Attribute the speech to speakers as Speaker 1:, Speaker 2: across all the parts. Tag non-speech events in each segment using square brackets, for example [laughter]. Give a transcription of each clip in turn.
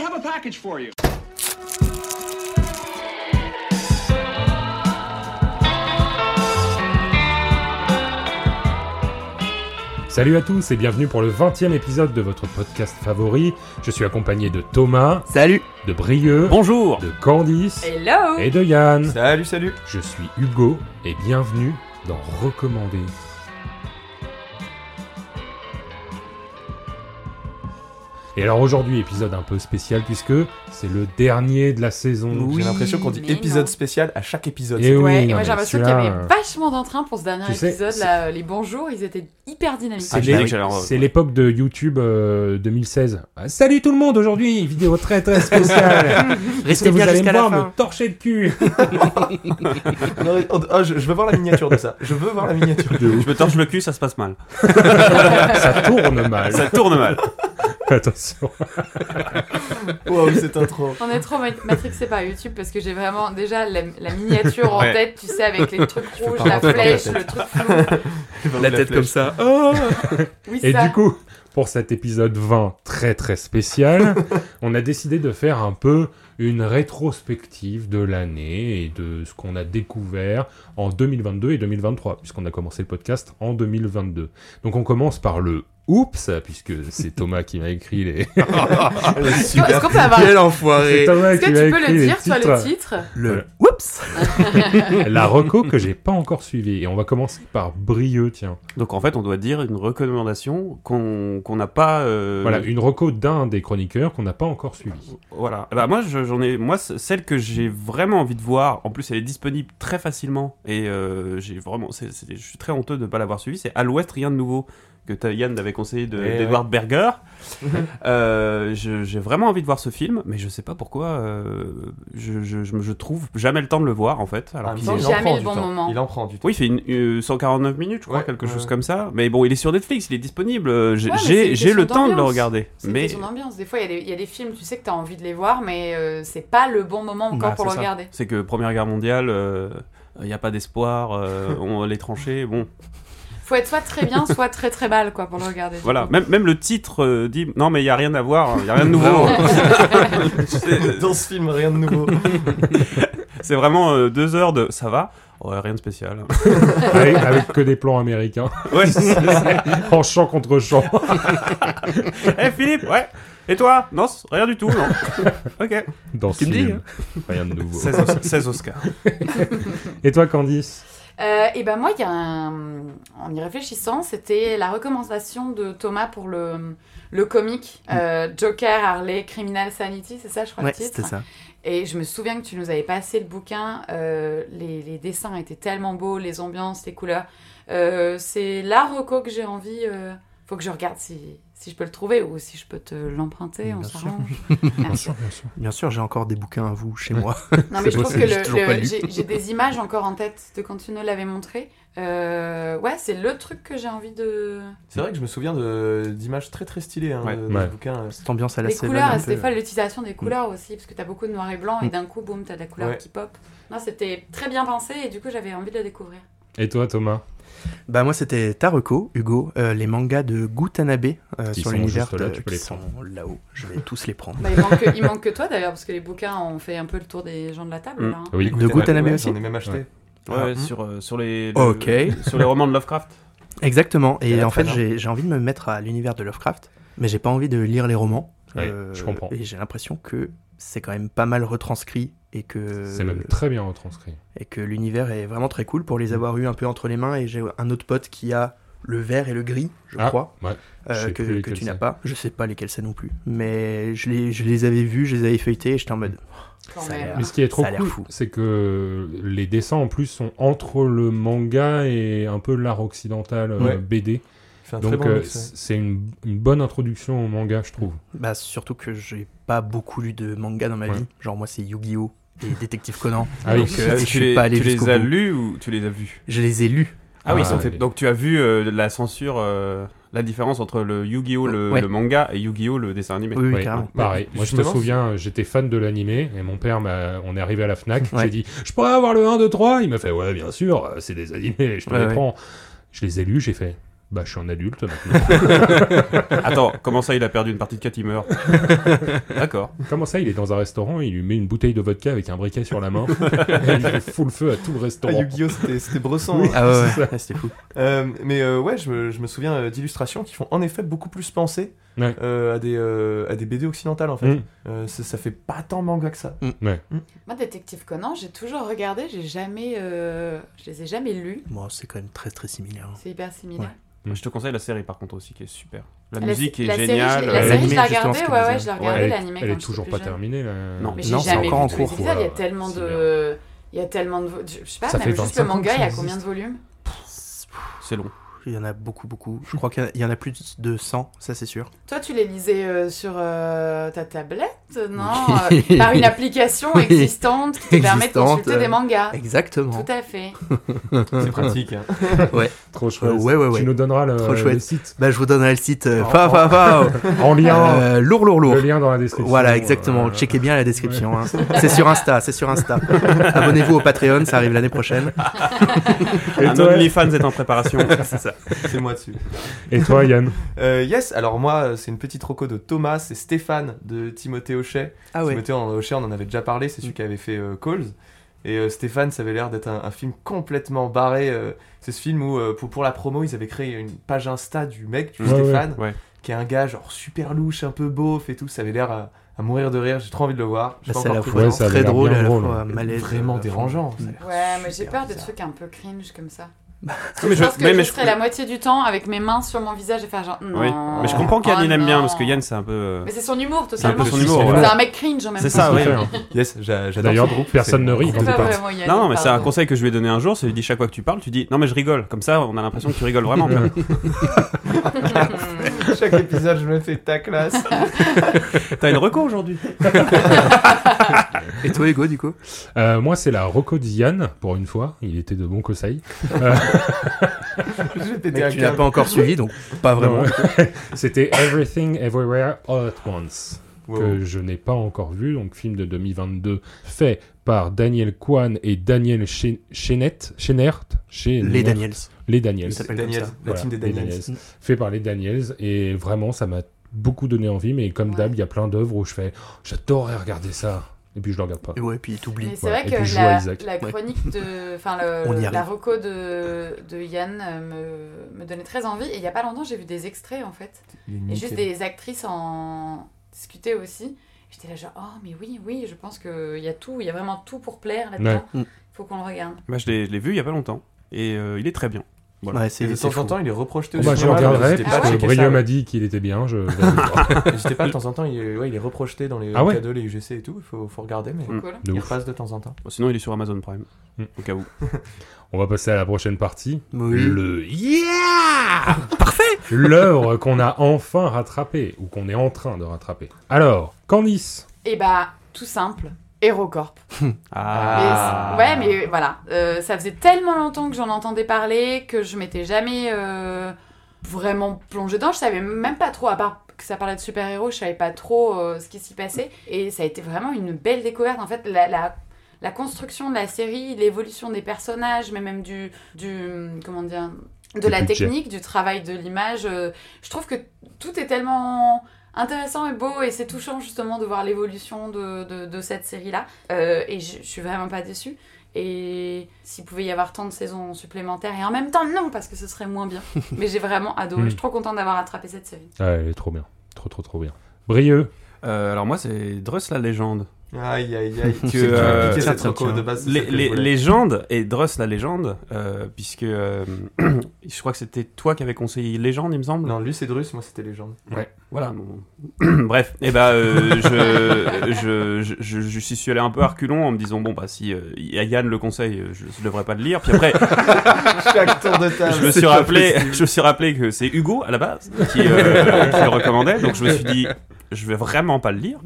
Speaker 1: have a package for you.
Speaker 2: Salut à tous et bienvenue pour le 20e épisode de votre podcast favori. Je suis accompagné de Thomas,
Speaker 3: Salut
Speaker 2: de Brieux,
Speaker 3: Bonjour
Speaker 2: de Candice
Speaker 4: Hello
Speaker 2: et de Yann.
Speaker 3: Salut, salut
Speaker 2: Je suis Hugo et bienvenue dans Recommandé. Et alors aujourd'hui, épisode un peu spécial puisque c'est le dernier de la saison.
Speaker 3: J'ai l'impression qu'on dit
Speaker 4: mais
Speaker 3: épisode
Speaker 4: non.
Speaker 3: spécial à chaque épisode.
Speaker 2: Et Eh oui,
Speaker 4: Ouais, et
Speaker 2: non,
Speaker 4: moi
Speaker 2: mais
Speaker 4: j'ai l'impression qu'il y
Speaker 2: celui-là,
Speaker 4: avait
Speaker 2: euh,
Speaker 4: vachement d'entrain pour ce dernier
Speaker 2: tu sais,
Speaker 4: épisode.
Speaker 2: c'est-
Speaker 4: Là, euh, les bonjours, ils étaient hyper
Speaker 5: Ah,
Speaker 4: dynamiques.
Speaker 2: C'est
Speaker 3: je savais
Speaker 2: les-
Speaker 3: que j'allais en-
Speaker 2: c'est l'époque de YouTube euh, 2016. Ah, salut tout le monde aujourd'hui, vidéo très très spéciale. Est-ce que
Speaker 5: [laughs] Restez
Speaker 2: vous
Speaker 5: bien
Speaker 2: allez me
Speaker 5: jusqu'à la
Speaker 2: voir me
Speaker 5: fin.
Speaker 2: torcher le cul. [laughs]
Speaker 3: Non, mais- oh, oh, je, je veux voir la miniature de ça. Je veux voir la miniature.
Speaker 5: Je me torche le cul, ça se passe [laughs] mal.
Speaker 2: Ça tourne mal.
Speaker 5: Bah, Ça tourne mal.
Speaker 2: Attention.
Speaker 3: Waouh, cette intro.
Speaker 4: On est trop mat- matrixé par YouTube parce que j'ai vraiment déjà la, la miniature en
Speaker 5: Ouais.
Speaker 4: tête, tu sais, avec les trucs
Speaker 3: peux
Speaker 4: rouges,
Speaker 3: pas
Speaker 4: la
Speaker 3: rentrer dans la
Speaker 4: flèche,
Speaker 3: tête.
Speaker 4: le truc flou.
Speaker 5: La tête comme ça.
Speaker 2: Oh.
Speaker 4: Oui,
Speaker 2: Et
Speaker 4: ça.
Speaker 2: du coup, pour cet épisode 20 très très
Speaker 5: [laughs]
Speaker 2: spécial, on a décidé de faire un peu une rétrospective de l'année et de ce qu'on a découvert en 2022 et 2023, puisqu'on a commencé le podcast en 2022. Donc on commence par le oups, puisque c'est Thomas qui m'a écrit les.
Speaker 4: [laughs] Est-ce qu'on- est-ce qu'on peut avoir. Est-ce
Speaker 2: c'est
Speaker 5: enfoiré
Speaker 2: Thomas
Speaker 4: que
Speaker 2: qui m'a
Speaker 4: tu peux
Speaker 2: écrit
Speaker 4: le
Speaker 2: les
Speaker 4: dire, toi, le
Speaker 2: titres.
Speaker 4: titre
Speaker 2: Le-
Speaker 3: Oups
Speaker 2: [laughs] La reco que j'ai pas encore suivie et on va commencer par Brieux, tiens.
Speaker 5: Donc en fait, on doit dire une recommandation qu'on qu'on n'a pas. euh,
Speaker 2: Voilà, une reco d'un des chroniqueurs qu'on n'a pas encore
Speaker 6: [laughs]
Speaker 2: suivi.
Speaker 5: Voilà. Bah moi, je- j'en ai. Moi, c- celle que j'ai vraiment envie de voir. En plus, elle est disponible très facilement. Et euh, j'ai vraiment. c'est- c'est- je suis très honteux de ne pas l'avoir suivie. C'est À l'Ouest, rien de nouveau que t'as- Yann avait conseillé de-
Speaker 3: Eh
Speaker 5: d'Edward Berger.
Speaker 2: [laughs]
Speaker 5: Euh, je- j'ai vraiment envie de voir ce film, mais je sais pas pourquoi. euh, je, je, je, me- je trouve jamais le temps de le voir en fait.
Speaker 2: Ah,
Speaker 5: Alors qu'il
Speaker 4: temps,
Speaker 5: est-
Speaker 4: il en Jamais prend le du bon temps. moment.
Speaker 3: Il en prend du temps.
Speaker 5: Oui, il fait une, euh, 149 minutes, je crois,
Speaker 3: Ouais,
Speaker 5: quelque
Speaker 3: ouais,
Speaker 5: chose
Speaker 3: ouais.
Speaker 5: comme ça. Mais bon, il est sur Netflix, il est disponible. euh, J'ai
Speaker 4: Ouais, mais c'est
Speaker 5: j'ai-
Speaker 4: une
Speaker 5: j'ai le
Speaker 4: question
Speaker 5: temps de le
Speaker 4: d'ambiance.
Speaker 5: regarder.
Speaker 4: C'est une
Speaker 5: Mais
Speaker 4: question d'ambiance. Des fois, il y a des- il y, a des films, tu sais que t'as envie de les voir, mais euh, c'est pas le bon moment encore
Speaker 5: Bah,
Speaker 4: pour
Speaker 5: c'est
Speaker 4: le
Speaker 5: ça.
Speaker 4: regarder.
Speaker 5: c'est que Première Guerre mondiale, il n'y a pas d'espoir, euh, on les tranchées, bon,
Speaker 4: Faut être soit très bien, soit très très mal, quoi, pour le regarder.
Speaker 5: voilà. Même, même le titre euh, dit non, mais il n'y a rien à voir, il n'y a rien de nouveau.
Speaker 3: Vraiment.
Speaker 5: [laughs]
Speaker 3: [laughs] Dans ce film, rien de
Speaker 4: [laughs]
Speaker 3: nouveau.
Speaker 5: c'est vraiment euh, deux heures de ça va, Ouais, rien de spécial. [laughs]
Speaker 2: avec, avec que des plans américains.
Speaker 5: ouais, c'est-
Speaker 2: [laughs] en chant contre
Speaker 6: [laughs]
Speaker 2: chant.
Speaker 5: Eh, Philippe, ouais. Et toi Non, c'est- rien du tout, non. ok.
Speaker 2: Dans
Speaker 5: Tu
Speaker 2: ce
Speaker 5: me dis,
Speaker 2: film.
Speaker 6: hein.
Speaker 2: Rien de nouveau.
Speaker 5: 16, Os- 16 Oscars.
Speaker 2: Et toi, Candice
Speaker 4: et ben moi, il y a un- en y réfléchissant, c'était la recommandation de Thomas pour le, le comique euh, Joker, Harley, Criminal Sanity, c'est ça, je crois
Speaker 3: Mm. Ouais,
Speaker 4: le titre.
Speaker 3: c'était ça.
Speaker 4: Et je me souviens que tu nous avais passé le bouquin. euh, les, les dessins étaient tellement beaux, les ambiances, les couleurs. Euh, c'est la reco que j'ai envie. euh, faut que je regarde si, si je peux le trouver ou si je peux te l'emprunter.
Speaker 3: Mm,
Speaker 6: Bien
Speaker 4: On
Speaker 6: sûr.
Speaker 4: s'arrange.
Speaker 6: Bien sûr, j'ai encore des bouquins à vous chez moi.
Speaker 4: Non, mais je trouve que
Speaker 6: possible, j'ai
Speaker 4: le-
Speaker 6: toujours pas
Speaker 4: le-
Speaker 6: lu.
Speaker 4: j'ai j'ai des images encore en tête de quand tu nous l'avais montré. Euh, ouais, c'est le truc que j'ai envie de.
Speaker 3: C'est vrai que je me souviens de- d'images très très stylées hein,
Speaker 5: Ouais.
Speaker 3: de,
Speaker 2: Ouais.
Speaker 3: de bouquins.
Speaker 6: Cette ambiance à la
Speaker 4: Les
Speaker 6: Seven,
Speaker 4: couleurs,
Speaker 6: un
Speaker 4: c'était
Speaker 6: peu. Mm.
Speaker 4: folle l'utilisation des couleurs aussi, parce que t'as beaucoup de noir et blanc, et d'un coup, boum, t'as de la couleur
Speaker 3: Ouais.
Speaker 4: qui pop. Non, c'était très bien pensé, et du coup, j'avais envie de le découvrir.
Speaker 2: Et toi, Thomas
Speaker 6: Bah moi c'était Taroko, Hugo, euh, les mangas de Gutanabe euh,
Speaker 2: Qui
Speaker 6: sur
Speaker 2: sont
Speaker 6: l'univers
Speaker 2: juste là,
Speaker 6: de-
Speaker 2: tu peux
Speaker 6: qui
Speaker 2: les
Speaker 6: sont là-haut. Je
Speaker 2: [laughs]
Speaker 6: vais tous les prendre.
Speaker 4: Bah, il, manque, il manque que toi d'ailleurs, parce que les bouquins ont fait un peu le tour des gens de la table.
Speaker 5: Mm.
Speaker 4: Là, hein.
Speaker 2: Oui.
Speaker 6: De Gutanabe
Speaker 3: ouais,
Speaker 6: aussi
Speaker 3: J'en ai même acheté.
Speaker 5: Ouais,
Speaker 6: Ah,
Speaker 5: ouais,
Speaker 6: hmm.
Speaker 5: sur, euh, sur les.
Speaker 6: Ok.
Speaker 5: le- sur les romans de [laughs] Lovecraft.
Speaker 6: Exactement.
Speaker 3: Il y
Speaker 6: Et
Speaker 3: a
Speaker 6: en fait
Speaker 3: très
Speaker 6: j'ai j'ai envie de me mettre à l'univers de Lovecraft, mais j'ai pas envie de lire les romans. Euh,
Speaker 2: Ouais, je comprends.
Speaker 6: Et j'ai l'impression que c'est quand même pas mal retranscrit et que
Speaker 2: C'est même très bien retranscrit.
Speaker 6: et que l'univers est vraiment très cool pour
Speaker 2: Mm.
Speaker 6: les avoir eu un peu entre les mains. Et j'ai un autre pote qui a le vert et le gris, je
Speaker 2: Ah,
Speaker 6: crois,
Speaker 2: ouais.
Speaker 6: euh,
Speaker 2: Je sais
Speaker 6: que,
Speaker 2: plus
Speaker 6: que
Speaker 2: lesquels
Speaker 6: tu n'as
Speaker 2: c'est.
Speaker 6: pas. Je sais pas lesquels c'est non plus, mais je les, je les avais vus, je les avais feuilletés et j'étais en mode.
Speaker 4: Quand
Speaker 6: Ça a
Speaker 4: même.
Speaker 6: l'air-
Speaker 2: Mais ce qui est trop
Speaker 6: ah, Ça a l'air
Speaker 2: cool,
Speaker 6: fou.
Speaker 2: c'est que les dessins en plus sont entre le manga et un peu l'art occidental euh,
Speaker 3: Ouais.
Speaker 2: BD.
Speaker 3: Il fait un très
Speaker 2: Donc
Speaker 3: bon
Speaker 2: euh,
Speaker 3: mix, ouais.
Speaker 2: c'est une, une bonne introduction au manga, je trouve.
Speaker 6: Bah, surtout que j'ai pas beaucoup lu de manga dans ma
Speaker 2: Ouais.
Speaker 6: vie. Genre, moi, c'est Yu-Gi-Oh!
Speaker 2: [laughs]
Speaker 6: et Détective Conan.
Speaker 2: Ah oui.
Speaker 6: donc, euh,
Speaker 5: Ah,
Speaker 6: je
Speaker 5: tu
Speaker 6: suis
Speaker 5: les,
Speaker 6: pas allé
Speaker 5: tu les
Speaker 6: jusqu'au
Speaker 5: as
Speaker 6: bout.
Speaker 5: lus ou tu les as vus
Speaker 6: Je les ai lus.
Speaker 5: Ah oui,
Speaker 2: Ah,
Speaker 5: ça
Speaker 2: ouais.
Speaker 5: fait- donc tu as vu euh, la censure, euh, la différence entre le Yu-Gi-Oh! Le,
Speaker 6: Ouais.
Speaker 5: le manga et Yu-Gi-Oh! le dessin animé.
Speaker 6: Oui, oui,
Speaker 2: Ouais,
Speaker 6: carrément.
Speaker 2: Pareil.
Speaker 3: Mais
Speaker 2: Moi, je me
Speaker 3: justement,
Speaker 2: souviens, j'étais fan de l'animé et mon père, m'a... on est arrivé à la Fnac. J'ai
Speaker 6: Ouais.
Speaker 2: dit, je pourrais avoir le 1, 2, 3. Il m'a fait, ouais, bien sûr, euh, c'est des animés, je te
Speaker 6: Ouais,
Speaker 2: les
Speaker 6: ouais.
Speaker 2: prends. Je les ai lus, j'ai fait, Bah, je suis un adulte
Speaker 6: [laughs]
Speaker 2: maintenant.
Speaker 5: [laughs] Attends, comment ça il a perdu une partie de 4 il [laughs] meurt D'accord.
Speaker 2: Comment ça, il est dans un restaurant, il lui met une bouteille de vodka avec un briquet sur la
Speaker 6: [laughs]
Speaker 2: main, et il fout le feu à tout le
Speaker 3: Ah,
Speaker 2: restaurant.
Speaker 3: Yu-Gi-Oh! c'était- C'était brossant. hein.
Speaker 6: Ah ouais,
Speaker 2: [laughs] C'est ça.
Speaker 6: ouais, c'était fou.
Speaker 3: [laughs] Euh, mais euh, ouais, je me, je me souviens euh, d'illustrations qui font en effet beaucoup plus penser
Speaker 2: Ouais.
Speaker 3: euh, à, des, euh, à des BD occidentales en fait.
Speaker 2: Mm.
Speaker 3: Euh, ça, ça fait pas tant manga que ça.
Speaker 4: Moi, Détective Conan, j'ai toujours regardé, j'ai jamais, euh, je les ai jamais lus.
Speaker 6: Bon, c'est quand même très très similaire. hein.
Speaker 4: C'est hyper similaire.
Speaker 6: Ouais.
Speaker 5: Je te conseille la série par contre aussi qui est super. La,
Speaker 4: La-
Speaker 5: musique est
Speaker 4: la série,
Speaker 5: géniale.
Speaker 4: je- la
Speaker 2: euh,
Speaker 4: série, je
Speaker 6: l'animé,
Speaker 4: l'ai
Speaker 6: justement,
Speaker 4: regardée,
Speaker 6: ce que
Speaker 4: ouais,
Speaker 6: tu
Speaker 4: ouais, je
Speaker 6: disais.
Speaker 4: l'ai
Speaker 2: Ouais,
Speaker 4: regardée,
Speaker 2: elle, est-
Speaker 4: l'animé.
Speaker 2: elle
Speaker 4: quand
Speaker 2: est
Speaker 4: j'étais
Speaker 2: toujours
Speaker 4: plus
Speaker 2: pas
Speaker 4: jeune.
Speaker 2: terminée. Là.
Speaker 5: Non.
Speaker 4: Mais
Speaker 6: Non,
Speaker 4: j'ai
Speaker 6: c'est
Speaker 4: jamais vu
Speaker 6: encore en
Speaker 4: tous
Speaker 6: cours.
Speaker 4: les épisodes, il y a
Speaker 2: C'est
Speaker 4: tellement
Speaker 2: bien.
Speaker 4: de... Il y a tellement de... vo- Je sais pas,
Speaker 2: Ça fait
Speaker 4: même juste
Speaker 2: 25
Speaker 4: le
Speaker 2: ans
Speaker 4: manga,
Speaker 2: que
Speaker 4: il y
Speaker 2: ça
Speaker 4: a combien de volumes
Speaker 5: C'est long.
Speaker 6: Il y en a beaucoup, beaucoup. Je crois qu'il y en a- il y en a plus de 100, ça c'est sûr.
Speaker 4: Toi, tu les lisais euh, sur euh, ta tablette,
Speaker 5: [laughs]
Speaker 4: non Euh, Par une application existante qui te permet de
Speaker 6: Existante,
Speaker 4: consulter
Speaker 6: euh,
Speaker 4: des mangas.
Speaker 6: Exactement.
Speaker 4: Tout à fait.
Speaker 3: C'est pratique. hein.
Speaker 2: Trop chouette.
Speaker 6: Euh, ouais, ouais,
Speaker 2: Tu
Speaker 6: ouais.
Speaker 2: nous donneras le,
Speaker 6: Trop chouette.
Speaker 2: le site
Speaker 6: Bah, je vous donnerai le site. euh,
Speaker 2: Oh.
Speaker 6: fa, fa, fa, oh.
Speaker 2: en lien.
Speaker 6: Euh, lourd, lourd, lourd.
Speaker 2: Le lien dans la description.
Speaker 6: Voilà, exactement.
Speaker 2: Euh,
Speaker 6: Checkez bien la description. hein. C'est sur Insta, c'est
Speaker 2: [laughs]
Speaker 6: sur Insta. Abonnez-vous au Patreon, ça arrive l'année prochaine.
Speaker 2: Et
Speaker 5: Un
Speaker 2: toi,
Speaker 5: OnlyFans est en préparation.
Speaker 6: C'est ça.
Speaker 3: C'est moi dessus.
Speaker 2: et toi,
Speaker 6: [laughs]
Speaker 2: Yann
Speaker 3: Euh, yes, alors moi, euh, c'est une petite roco de Thomas et Stéphane de Timothée Hochet.
Speaker 6: Ah ouais.
Speaker 3: Timothée Hochet, on en avait déjà parlé, c'est celui qui avait fait euh, Calls. Et euh, Stéphane, ça avait l'air d'être un, un film complètement barré. euh, c'est ce film où, euh, pour, pour la promo, ils avaient créé une page Insta du mec, du
Speaker 2: Ouais,
Speaker 3: Stéphane,
Speaker 5: ouais, ouais.
Speaker 3: qui est un gars genre super louche, un peu beauf et tout. Ça avait l'air à, à mourir de rire, j'ai trop envie de le voir. J'ai
Speaker 6: Bah,
Speaker 3: pas
Speaker 6: c'est à
Speaker 3: encore
Speaker 6: la
Speaker 3: pris
Speaker 6: fois
Speaker 3: le
Speaker 2: Ouais,
Speaker 3: temps.
Speaker 2: ça a
Speaker 6: très
Speaker 2: l'air
Speaker 6: drôle,
Speaker 2: bien
Speaker 6: à la
Speaker 2: drôle.
Speaker 6: fois malaise.
Speaker 3: Vraiment
Speaker 6: euh,
Speaker 3: dérangeant, ça a l'air
Speaker 4: Ouais, mais j'ai
Speaker 3: super
Speaker 4: peur des
Speaker 3: bizarre.
Speaker 4: trucs un peu cringe comme ça.
Speaker 5: Bah, Non,
Speaker 4: je, pense que
Speaker 5: mais-
Speaker 4: je
Speaker 5: mais
Speaker 4: serais la moitié du temps avec mes mains sur mon visage et faire genre... Non, oh
Speaker 5: Oui. Mais je comprends qu'Yann il aime bien parce que Yann c'est un peu. euh,
Speaker 4: Mais c'est son humour,
Speaker 5: C'est un
Speaker 4: totalement.
Speaker 5: peu son
Speaker 2: C'est
Speaker 5: humour.
Speaker 2: son
Speaker 5: ouais.
Speaker 4: C'est un mec cringe en même temps.
Speaker 5: C'est ça, oui.
Speaker 2: Tout à fait, hein.
Speaker 3: Yes, j'a- j'adore.
Speaker 2: D'ailleurs,
Speaker 3: ce groupe,
Speaker 2: personne
Speaker 3: c'est-
Speaker 2: ne rit quand
Speaker 4: C'est
Speaker 2: il
Speaker 4: pas
Speaker 2: parle.
Speaker 4: vraiment Yann.
Speaker 5: Non, non, mais c'est un
Speaker 4: pardon.
Speaker 5: conseil que je lui ai donné un jour. C'est lui dit chaque fois que tu parles, tu dis non mais je rigole. Comme ça, on a l'impression que tu rigoles vraiment. [laughs]
Speaker 4: [laughs] Hmm.
Speaker 3: Chaque épisode, je me fais ta classe.
Speaker 5: T'as une reco aujourd'hui.
Speaker 6: Et toi, Hugo, du coup
Speaker 2: Euh, moi, c'est la Rocco de Yann, pour une fois. Il était de bons conseils.
Speaker 3: je vais péter
Speaker 6: Mec,
Speaker 3: un
Speaker 6: Tu l'as
Speaker 3: câble.
Speaker 6: pas encore suivi, donc pas vraiment.
Speaker 2: Non, ouais. C'était Everything Everywhere All at Once.
Speaker 3: Wow.
Speaker 2: que je n'ai pas encore vu, donc film de 2022 fait par Daniel Kwan et Daniel Chen- Chenette, Chenert, Chenert-
Speaker 6: Les Daniels.
Speaker 2: les
Speaker 6: Ils
Speaker 2: Daniels,
Speaker 6: s'appellent comme
Speaker 3: Daniels,
Speaker 6: ça.
Speaker 3: la
Speaker 2: Voilà,
Speaker 3: team des
Speaker 2: les
Speaker 3: Daniels.
Speaker 2: Daniels. fait par les Daniels, et vraiment ça m'a beaucoup donné envie, mais comme
Speaker 4: Ouais.
Speaker 2: d'hab, il y a plein d'œuvres où je fais, oh, j'adorerais regarder ça, et puis je le regarde pas.
Speaker 6: Et ouais, puis t'oublies.
Speaker 4: Mais c'est
Speaker 2: Voilà.
Speaker 4: vrai
Speaker 2: Et
Speaker 4: que
Speaker 2: puis je vois
Speaker 4: la,
Speaker 2: Isaac.
Speaker 4: la
Speaker 6: Ouais.
Speaker 4: chronique de. Enfin, le-
Speaker 6: On y
Speaker 4: la
Speaker 6: arrive.
Speaker 4: reco de, de Yann euh, me, me donnait très envie. Et il n'y a pas longtemps, j'ai vu des extraits en fait.
Speaker 3: Il est
Speaker 4: Et
Speaker 3: nickel.
Speaker 4: juste des actrices en discuter aussi. J'étais là, genre, oh, mais oui, oui, je pense qu'il y a tout, il y a vraiment tout pour plaire là-dedans.
Speaker 6: Ouais. Mm.
Speaker 4: Faut qu'on le regarde.
Speaker 5: Bah, je l'ai je l'ai vu il y a pas longtemps et euh, il est très bien. Voilà.
Speaker 6: Ouais,
Speaker 3: Et
Speaker 6: c'est
Speaker 3: de
Speaker 6: c'est
Speaker 3: temps en
Speaker 6: fou.
Speaker 3: temps, il est reprojeté au
Speaker 2: Bon, bah, je le
Speaker 3: cinéma.
Speaker 2: regarderai,
Speaker 3: N'hésitez pas à
Speaker 2: parce que
Speaker 3: checker
Speaker 2: Brieux
Speaker 3: ça.
Speaker 2: m'a dit qu'il était bien, je vais aller
Speaker 3: [laughs]
Speaker 2: le voir.
Speaker 3: N'hésitez pas, de temps en temps, il est, ouais, il est reprojeté dans les
Speaker 2: Ah ouais.
Speaker 3: K2, les UGC et tout. Il faut, faut regarder, mais
Speaker 5: Mm.
Speaker 4: Cool.
Speaker 2: De
Speaker 3: il
Speaker 2: ouf.
Speaker 3: repasse de temps en temps.
Speaker 5: Bon, sinon, il est sur Amazon Prime.
Speaker 2: Mm.
Speaker 5: Au cas où.
Speaker 2: On va passer à la prochaine partie.
Speaker 6: Oui.
Speaker 2: Le Yeah Parfait L'œuvre qu'on a enfin rattrapée, ou qu'on est en train de rattraper. Alors, Candice
Speaker 4: Et bah, tout simple, Hérocorp.
Speaker 5: Ah.
Speaker 4: Mais c'est- ouais, mais voilà. Euh, ça faisait tellement longtemps que j'en entendais parler que je m'étais jamais euh, vraiment plongée dedans. Je savais même pas trop, à part que ça parlait de super-héros, je savais pas trop euh, ce qui s'y passait. Et ça a été vraiment une belle découverte. En fait, la, la, la construction de la série, l'évolution des personnages, mais même du. du comment dire de
Speaker 2: Du
Speaker 4: la
Speaker 2: budget.
Speaker 4: technique, du travail de l'image. euh, Je trouve que tout est tellement intéressant et beau et c'est touchant justement de voir l'évolution de, de, de cette série-là. Euh, et je, je suis vraiment pas déçue. Et s'il pouvait y avoir tant de saisons supplémentaires, et en même temps non, parce que ce serait moins bien. Mais j'ai vraiment adoré,
Speaker 2: Mm.
Speaker 4: je suis trop contente d'avoir attrapé cette série.
Speaker 2: Ah, elle est trop bien. Trop, trop, trop bien. Brieux
Speaker 5: Euh, alors, moi, c'est Druss la légende.
Speaker 3: Aïe,
Speaker 5: [laughs]
Speaker 3: aïe, aïe.
Speaker 5: Que,
Speaker 3: Tu as
Speaker 5: euh,
Speaker 3: piqué
Speaker 6: tiens,
Speaker 3: cette
Speaker 6: tiens,
Speaker 3: reco
Speaker 6: tiens.
Speaker 3: de base. Bah, c'est
Speaker 5: Les,
Speaker 3: celle que je
Speaker 5: les-
Speaker 3: voulais.
Speaker 5: légende et Druss la légende, euh, puisque euh, [clears throat] je crois que c'était toi qui avais conseillé Légende, il me semble.
Speaker 3: Non, lui c'est Drus, moi c'était Légende.
Speaker 5: Voilà. bon. [clears throat] Bref, et bah, euh, je, je, je, je, je suis allé un peu à reculons en me disant bon bah si euh, y a Yann le conseil, euh, je, je devrais pas le lire. Puis après,
Speaker 3: [laughs] Chaque tour de table.
Speaker 5: je me
Speaker 3: c'est
Speaker 5: suis
Speaker 3: pas
Speaker 5: rappelé,
Speaker 3: possible.
Speaker 5: je me suis rappelé que c'est Hugo à la base qui,
Speaker 3: [laughs]
Speaker 5: euh, qui le recommandait, donc je me suis dit je vais vraiment pas le lire.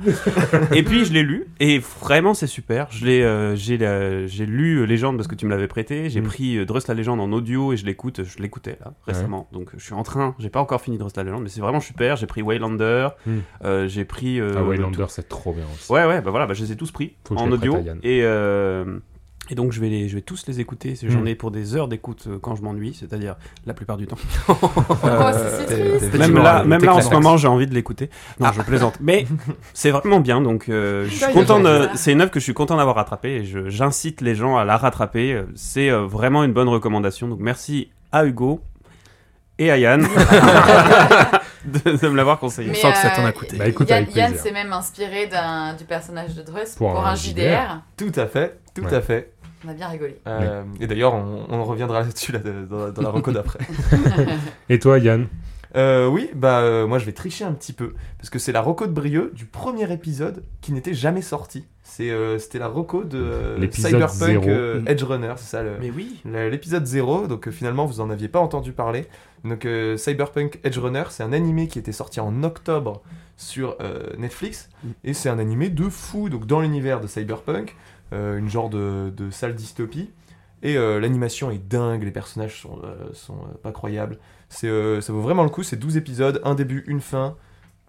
Speaker 5: Et puis je l'ai lu et vraiment c'est super. Je l'ai, euh, j'ai, la- j'ai lu Légende parce que tu me l'avais prêté. J'ai
Speaker 2: Mm.
Speaker 5: pris euh, Druss la Légende en audio et je l'écoute, je l'écoutais là récemment. Donc je suis en train, j'ai pas encore fini Druss la Légende, mais c'est vraiment super. J'ai pris Waylander,
Speaker 2: Mm.
Speaker 5: euh, j'ai pris euh,
Speaker 2: Ah, Waylander, c'est trop bien aussi.
Speaker 5: Ouais, ouais, bah voilà, bah, je les ai tous pris
Speaker 2: Faut que je
Speaker 5: en
Speaker 2: les prête
Speaker 5: audio.
Speaker 2: à Yann.
Speaker 5: Et, euh, Et donc je vais, les, je vais tous les écouter, c'est- j'en
Speaker 2: Mm.
Speaker 5: ai pour des heures d'écoute euh, quand je m'ennuie, c'est-à-dire la plupart du temps.
Speaker 4: Oh, c'est
Speaker 3: t'es-
Speaker 4: si triste.
Speaker 3: t'es-
Speaker 5: Même
Speaker 3: Effectivement,
Speaker 5: là,
Speaker 3: euh,
Speaker 5: même là en ce
Speaker 3: t'éclates.
Speaker 5: moment j'ai envie de l'écouter. Non, je plaisante. Ah. Mais c'est vraiment bien, donc euh, je suis content. de- C'est une œuvre que je suis content d'avoir rattrapée et je- j'incite les gens à la rattraper. Euh, C'est euh, vraiment une bonne recommandation. Donc merci à Hugo et à Yann [laughs] de, de me l'avoir conseillé.
Speaker 4: Mais,
Speaker 6: sens que ça
Speaker 4: euh,
Speaker 6: t'en a coûté.
Speaker 2: Bah, écoute,
Speaker 4: Yann,
Speaker 2: avec
Speaker 4: Yann
Speaker 2: plaisir.
Speaker 4: s'est même inspiré d'un- du personnage de Drus
Speaker 2: Pour
Speaker 4: pour,
Speaker 2: un
Speaker 4: un,
Speaker 2: JDR.
Speaker 4: JDR.
Speaker 3: Tout à fait, tout
Speaker 2: Ouais.
Speaker 3: à fait.
Speaker 4: On a bien rigolé.
Speaker 3: Euh, Et d'ailleurs, on, on reviendra là-dessus là, de- dans, la- dans la reco d'après.
Speaker 2: Et toi, Yann
Speaker 3: Euh, oui, bah euh, moi je vais tricher un petit peu parce que c'est la reco de Brieux du premier épisode qui n'était jamais sorti. C'est euh, c'était la reco de euh,
Speaker 2: L'épisode
Speaker 3: Cyberpunk
Speaker 2: zéro.
Speaker 3: euh, Edge Runner, c'est ça le,
Speaker 5: Mais oui.
Speaker 3: le- L'épisode 0, donc euh, finalement vous en aviez pas entendu parler. Donc euh, Cyberpunk Edge Runner, c'est un animé qui était sorti en octobre sur euh, Netflix
Speaker 5: Mm.
Speaker 3: et c'est un animé de fou, donc dans l'univers de Cyberpunk, euh, une genre de, de sale dystopie. Et euh, l'animation est dingue, les personnages sont, euh, sont euh, pas croyables. C'est, euh, ça vaut vraiment le coup, c'est 12 épisodes, un début, une fin,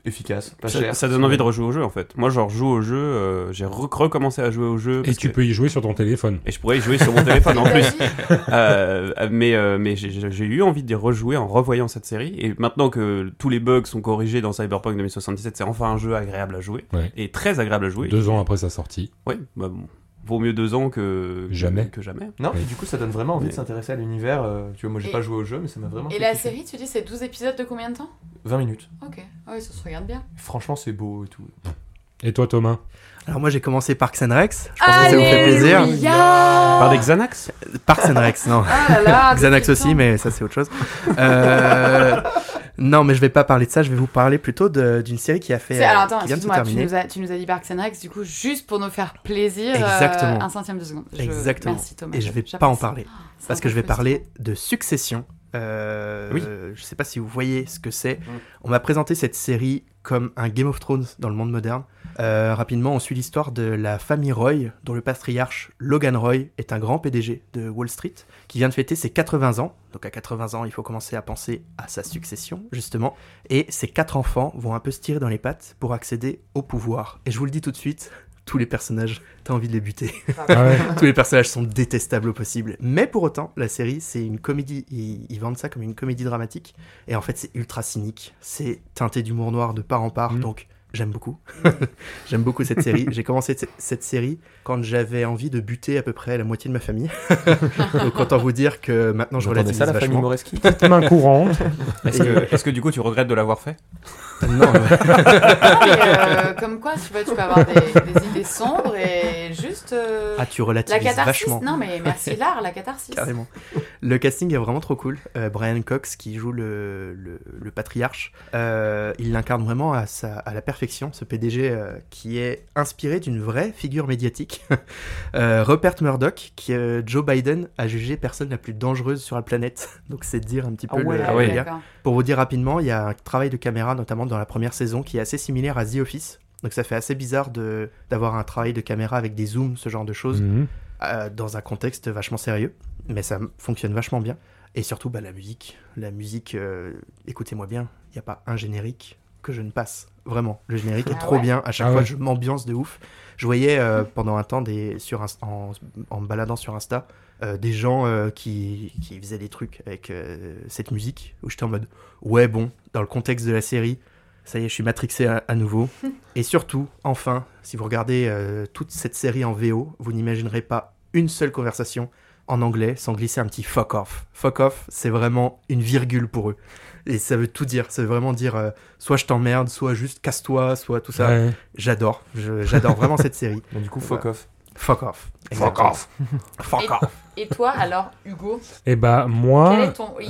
Speaker 3: efficace, pas
Speaker 5: Ça,
Speaker 3: cher.
Speaker 5: ça donne envie de rejouer au jeu en fait. Moi, genre, joue au jeu, euh, j'ai re- recommencé à jouer au jeu.
Speaker 2: Et
Speaker 5: parce
Speaker 2: tu
Speaker 5: que-
Speaker 2: peux y jouer sur ton téléphone.
Speaker 5: Et je pourrais y jouer sur mon téléphone
Speaker 3: [laughs]
Speaker 5: en
Speaker 4: Et
Speaker 5: plus.
Speaker 4: t'as dit,
Speaker 5: Euh, mais euh, mais j'ai- j'ai j'ai eu envie de rejouer en revoyant cette série. Et maintenant que tous les bugs sont corrigés dans Cyberpunk 2077, c'est enfin un jeu agréable à jouer.
Speaker 2: Ouais.
Speaker 5: Et très agréable à jouer.
Speaker 2: Deux ans après sa sortie.
Speaker 5: Ouais, bah bon. Vaut mieux deux ans que
Speaker 2: Jamais.
Speaker 5: Que jamais.
Speaker 3: Non,
Speaker 2: Oui.
Speaker 3: et du coup ça donne vraiment envie de
Speaker 5: Mais-
Speaker 3: s'intéresser à l'univers. euh, tu vois, moi j'ai
Speaker 4: Et-
Speaker 3: pas joué au jeu, mais ça m'a vraiment.
Speaker 4: Et
Speaker 3: fait
Speaker 4: la
Speaker 3: kiffer.
Speaker 4: série, tu dis, c'est 12 épisodes de combien de temps
Speaker 3: 20 minutes.
Speaker 4: Ok. Ah oui, ça se regarde bien.
Speaker 3: Franchement, c'est beau et tout.
Speaker 2: Et toi, Thomas
Speaker 6: Alors moi j'ai commencé par Xenrex. Je pense que ça vous fait plaisir.
Speaker 3: Ah.
Speaker 5: Par des
Speaker 4: Alléluia
Speaker 5: Xanax
Speaker 3: Bah,
Speaker 6: Par Xenrex, non.
Speaker 4: Ah là
Speaker 6: [laughs]
Speaker 4: là, depuis
Speaker 6: Xanax
Speaker 4: le
Speaker 6: aussi,
Speaker 4: temps.
Speaker 6: mais ça c'est autre chose. Euh, [laughs] non, mais je vais pas parler de ça. Je vais vous parler plutôt de- d'une série qui a fait,
Speaker 4: C'est- Alors
Speaker 6: euh,
Speaker 4: attends,
Speaker 6: qui vient de se
Speaker 4: excuse-moi, tu,
Speaker 6: terminer.
Speaker 4: nous as- tu nous as dit Bark Xanax, du coup, juste pour nous faire plaisir, euh,
Speaker 6: Exactement.
Speaker 4: un centième de seconde. Je-
Speaker 6: Exactement.
Speaker 4: Merci Thomas.
Speaker 6: Et je vais
Speaker 4: J'apprécie.
Speaker 6: pas en parler
Speaker 4: C'est
Speaker 6: parce
Speaker 4: un
Speaker 6: que
Speaker 4: peu
Speaker 6: je vais
Speaker 4: frustrant.
Speaker 6: parler de Succession. Euh,
Speaker 5: Oui.
Speaker 6: Je sais pas si vous voyez ce que c'est. On m'a présenté cette série comme un Game of Thrones dans le monde moderne. Euh, rapidement, on suit l'histoire de la famille Roy, dont le patriarche Logan Roy est un grand PDG de Wall Street, qui vient de fêter ses 80 ans. Donc à 80 ans, il faut commencer à penser à sa succession, justement. Et ses quatre enfants vont un peu se tirer dans les pattes pour accéder au pouvoir. Et je vous le dis tout de suite, tous les personnages, t'as envie de les buter.
Speaker 2: Ah ouais
Speaker 6: [laughs] Tous les personnages sont détestables au possible. Mais pour autant, la série, c'est une comédie. Ils, ils vendent ça comme une comédie dramatique. Et en fait, c'est ultra cynique. C'est teinté d'humour noir de part en part.
Speaker 3: Mm.
Speaker 2: Mhm.
Speaker 6: Donc, j'aime beaucoup. [laughs] j'aime beaucoup cette série. J'ai commencé cette- cette série quand j'avais envie de buter à peu près la moitié de
Speaker 3: [laughs]
Speaker 6: ma famille. donc, autant vous dire que maintenant, je
Speaker 3: Vous entendez
Speaker 6: relativise
Speaker 3: ça, la famille
Speaker 6: vachement.
Speaker 3: Moreski
Speaker 2: Main courante.
Speaker 5: Est-ce que, est-ce que du coup tu regrettes de l'avoir fait
Speaker 6: Non, mais-
Speaker 4: Ah, mais, euh, comme quoi, tu vois, tu peux avoir des, des idées sombres et juste. euh,
Speaker 6: ah, tu
Speaker 4: la
Speaker 6: relativises
Speaker 4: catharsis.
Speaker 6: vachement.
Speaker 4: Non, mais merci l'art, la catharsis.
Speaker 6: Carrément. Le casting est vraiment trop cool. Euh, Brian Cox qui joue le, le, le patriarche, euh, il l'incarne vraiment à, sa, à la perfection, ce PDG euh, qui est inspiré d'une vraie figure médiatique. [laughs] Euh, Rupert Murdoch, qui euh, Joe Biden a jugé personne la plus dangereuse sur la planète. [laughs] Donc c'est dire un petit peu le-
Speaker 4: Ouais,
Speaker 5: Ah ouais.
Speaker 6: le gars.
Speaker 4: d'accord.
Speaker 6: Pour vous dire rapidement, il y a un travail de caméra, notamment dans la première saison, qui est assez similaire à The Office. Donc ça fait assez bizarre de- d'avoir un travail de caméra avec des zooms, ce genre de choses
Speaker 2: Mhm.
Speaker 6: euh, dans un contexte vachement sérieux, mais ça m- fonctionne vachement bien. Et surtout, bah, la musique. La musique, euh, écoutez-moi bien, il n'y a pas un générique que je ne passe. Vraiment, le générique est
Speaker 4: Ah
Speaker 6: trop
Speaker 4: ouais.
Speaker 6: bien. À chaque
Speaker 2: Ah
Speaker 6: fois,
Speaker 2: ouais.
Speaker 6: je m'ambiance de ouf. Je voyais euh, pendant un temps, des, sur Inst- en, en me baladant sur Insta, euh, des gens euh, qui, qui faisaient des trucs avec euh, cette musique, où j'étais en mode, ouais, bon, dans le contexte de la série, ça y est, je suis matrixé à, à nouveau. Et surtout, enfin, si vous regardez euh, toute cette série en VO, vous n'imaginerez pas une seule conversation en anglais sans glisser un petit fuck off. Fuck off, c'est vraiment une virgule pour eux. Et ça veut tout dire. Ça veut vraiment dire euh, soit je t'emmerde, soit juste casse-toi, soit tout ça.
Speaker 2: Ouais.
Speaker 6: J'adore. Je- J'adore vraiment
Speaker 2: [laughs]
Speaker 6: cette série.
Speaker 3: [laughs] Mais Du coup, fuck off.
Speaker 6: Fuck off.
Speaker 2: Fuck off.
Speaker 6: Fuck off.
Speaker 4: Et toi, alors, Hugo,
Speaker 2: Et bah,
Speaker 4: quel
Speaker 2: moi,
Speaker 4: est ton
Speaker 2: euh,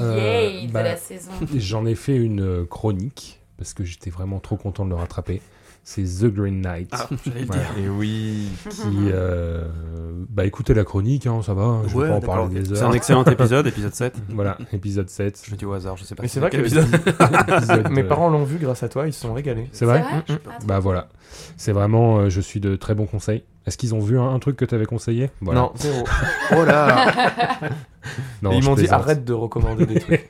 Speaker 4: yay de
Speaker 2: bah,
Speaker 4: la saison
Speaker 2: j'en ai fait une euh, chronique parce que j'étais vraiment trop content de le rattraper. C'est The Green Knight.
Speaker 6: j'allais
Speaker 2: Ouais.
Speaker 3: Et oui.
Speaker 2: Qui, euh, bah, écoutez la chronique, hein, ça va. Je
Speaker 6: Ouais,
Speaker 2: vais pas en
Speaker 6: d'accord,
Speaker 2: parler
Speaker 6: ok.
Speaker 2: des
Speaker 5: C'est un
Speaker 2: heures. [laughs]
Speaker 5: excellent épisode, épisode 7.
Speaker 2: Voilà, épisode 7.
Speaker 5: Je dis au hasard, je sais pas.
Speaker 3: Mais
Speaker 5: si
Speaker 3: c'est vrai
Speaker 5: quel
Speaker 3: que
Speaker 5: [laughs] épisode.
Speaker 2: Épisode,
Speaker 3: mes
Speaker 2: euh,
Speaker 3: parents l'ont vu grâce à toi, ils se sont régalés.
Speaker 2: C'est vrai
Speaker 4: C'est vrai
Speaker 2: Bah voilà, c'est vraiment, euh, je suis de très bons conseils. Est-ce qu'ils ont vu un, un truc que t'avais conseillé Voilà.
Speaker 3: Non, zéro.
Speaker 6: Oh là
Speaker 2: Non,
Speaker 3: Et ils
Speaker 2: je
Speaker 3: m'ont dit
Speaker 2: plaisante.
Speaker 3: arrête de recommander des trucs.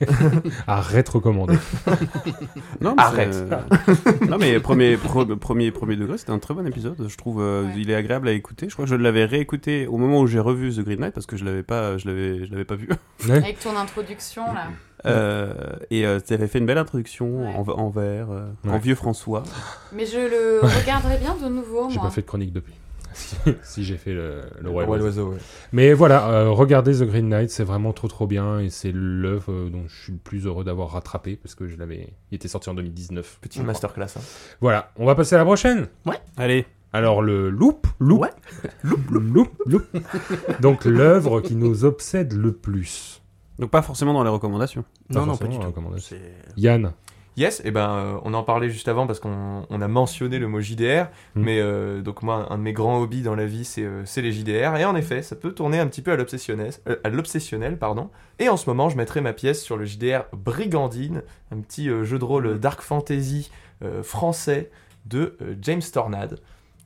Speaker 2: Arrête recommandé.
Speaker 5: Non, mais
Speaker 3: Arrête.
Speaker 5: c'est- euh, [laughs] non mais premier, pro- premier, premier degré, c'était un très bon épisode. Je trouve euh,
Speaker 4: Ouais.
Speaker 5: il est agréable à écouter. Je crois que je l'avais réécouté au moment où j'ai revu The Green Knight parce que je l'avais pas, je l'avais, je l'avais pas vu.
Speaker 2: Ouais.
Speaker 4: Avec ton introduction, là.
Speaker 5: [laughs]
Speaker 2: Mm.
Speaker 5: Euh, et euh, tu avais fait une belle introduction
Speaker 4: Ouais.
Speaker 5: en, en vers, euh, en
Speaker 2: Ouais.
Speaker 5: vieux François.
Speaker 4: Mais je le regarderai bien de nouveau,
Speaker 2: J'ai
Speaker 4: moi.
Speaker 2: pas fait de chronique depuis. [laughs] si si j'ai fait le, le Roi
Speaker 3: Ouais,
Speaker 2: et l'Oiseau.
Speaker 3: l'oiseau, ouais.
Speaker 2: Mais voilà, euh, regardez The Green Knight, c'est vraiment trop trop bien et c'est l'œuvre euh, dont je suis le plus heureux d'avoir rattrapé parce que je l'avais. Il était sorti en 2019.
Speaker 3: Petite masterclass. hein.
Speaker 2: Voilà, on va passer à la prochaine.
Speaker 5: Allez,
Speaker 2: Alors le loop, loop, [laughs]
Speaker 6: Ouais.
Speaker 2: loop, loop, loop. Donc l'œuvre qui nous obsède le plus.
Speaker 5: donc pas forcément dans les recommandations.
Speaker 6: Non, non, pas
Speaker 2: forcément
Speaker 6: du
Speaker 2: la
Speaker 6: tout.
Speaker 2: recommandation.
Speaker 6: C'est-
Speaker 2: Yann,
Speaker 3: Yes, et ben euh, on en parlait juste avant parce qu'on on a mentionné le mot JDR,
Speaker 2: Mm.
Speaker 3: mais euh, donc moi un de mes grands hobbies dans la vie c'est euh, c'est les JDR et en effet ça peut tourner un petit peu à l'obsessionnel, euh, à l'obsessionnel pardon. Et en ce moment je mettrai ma pièce sur le JDR Brigandine, un petit euh, jeu de rôle dark fantasy euh, français de euh, James Tornad.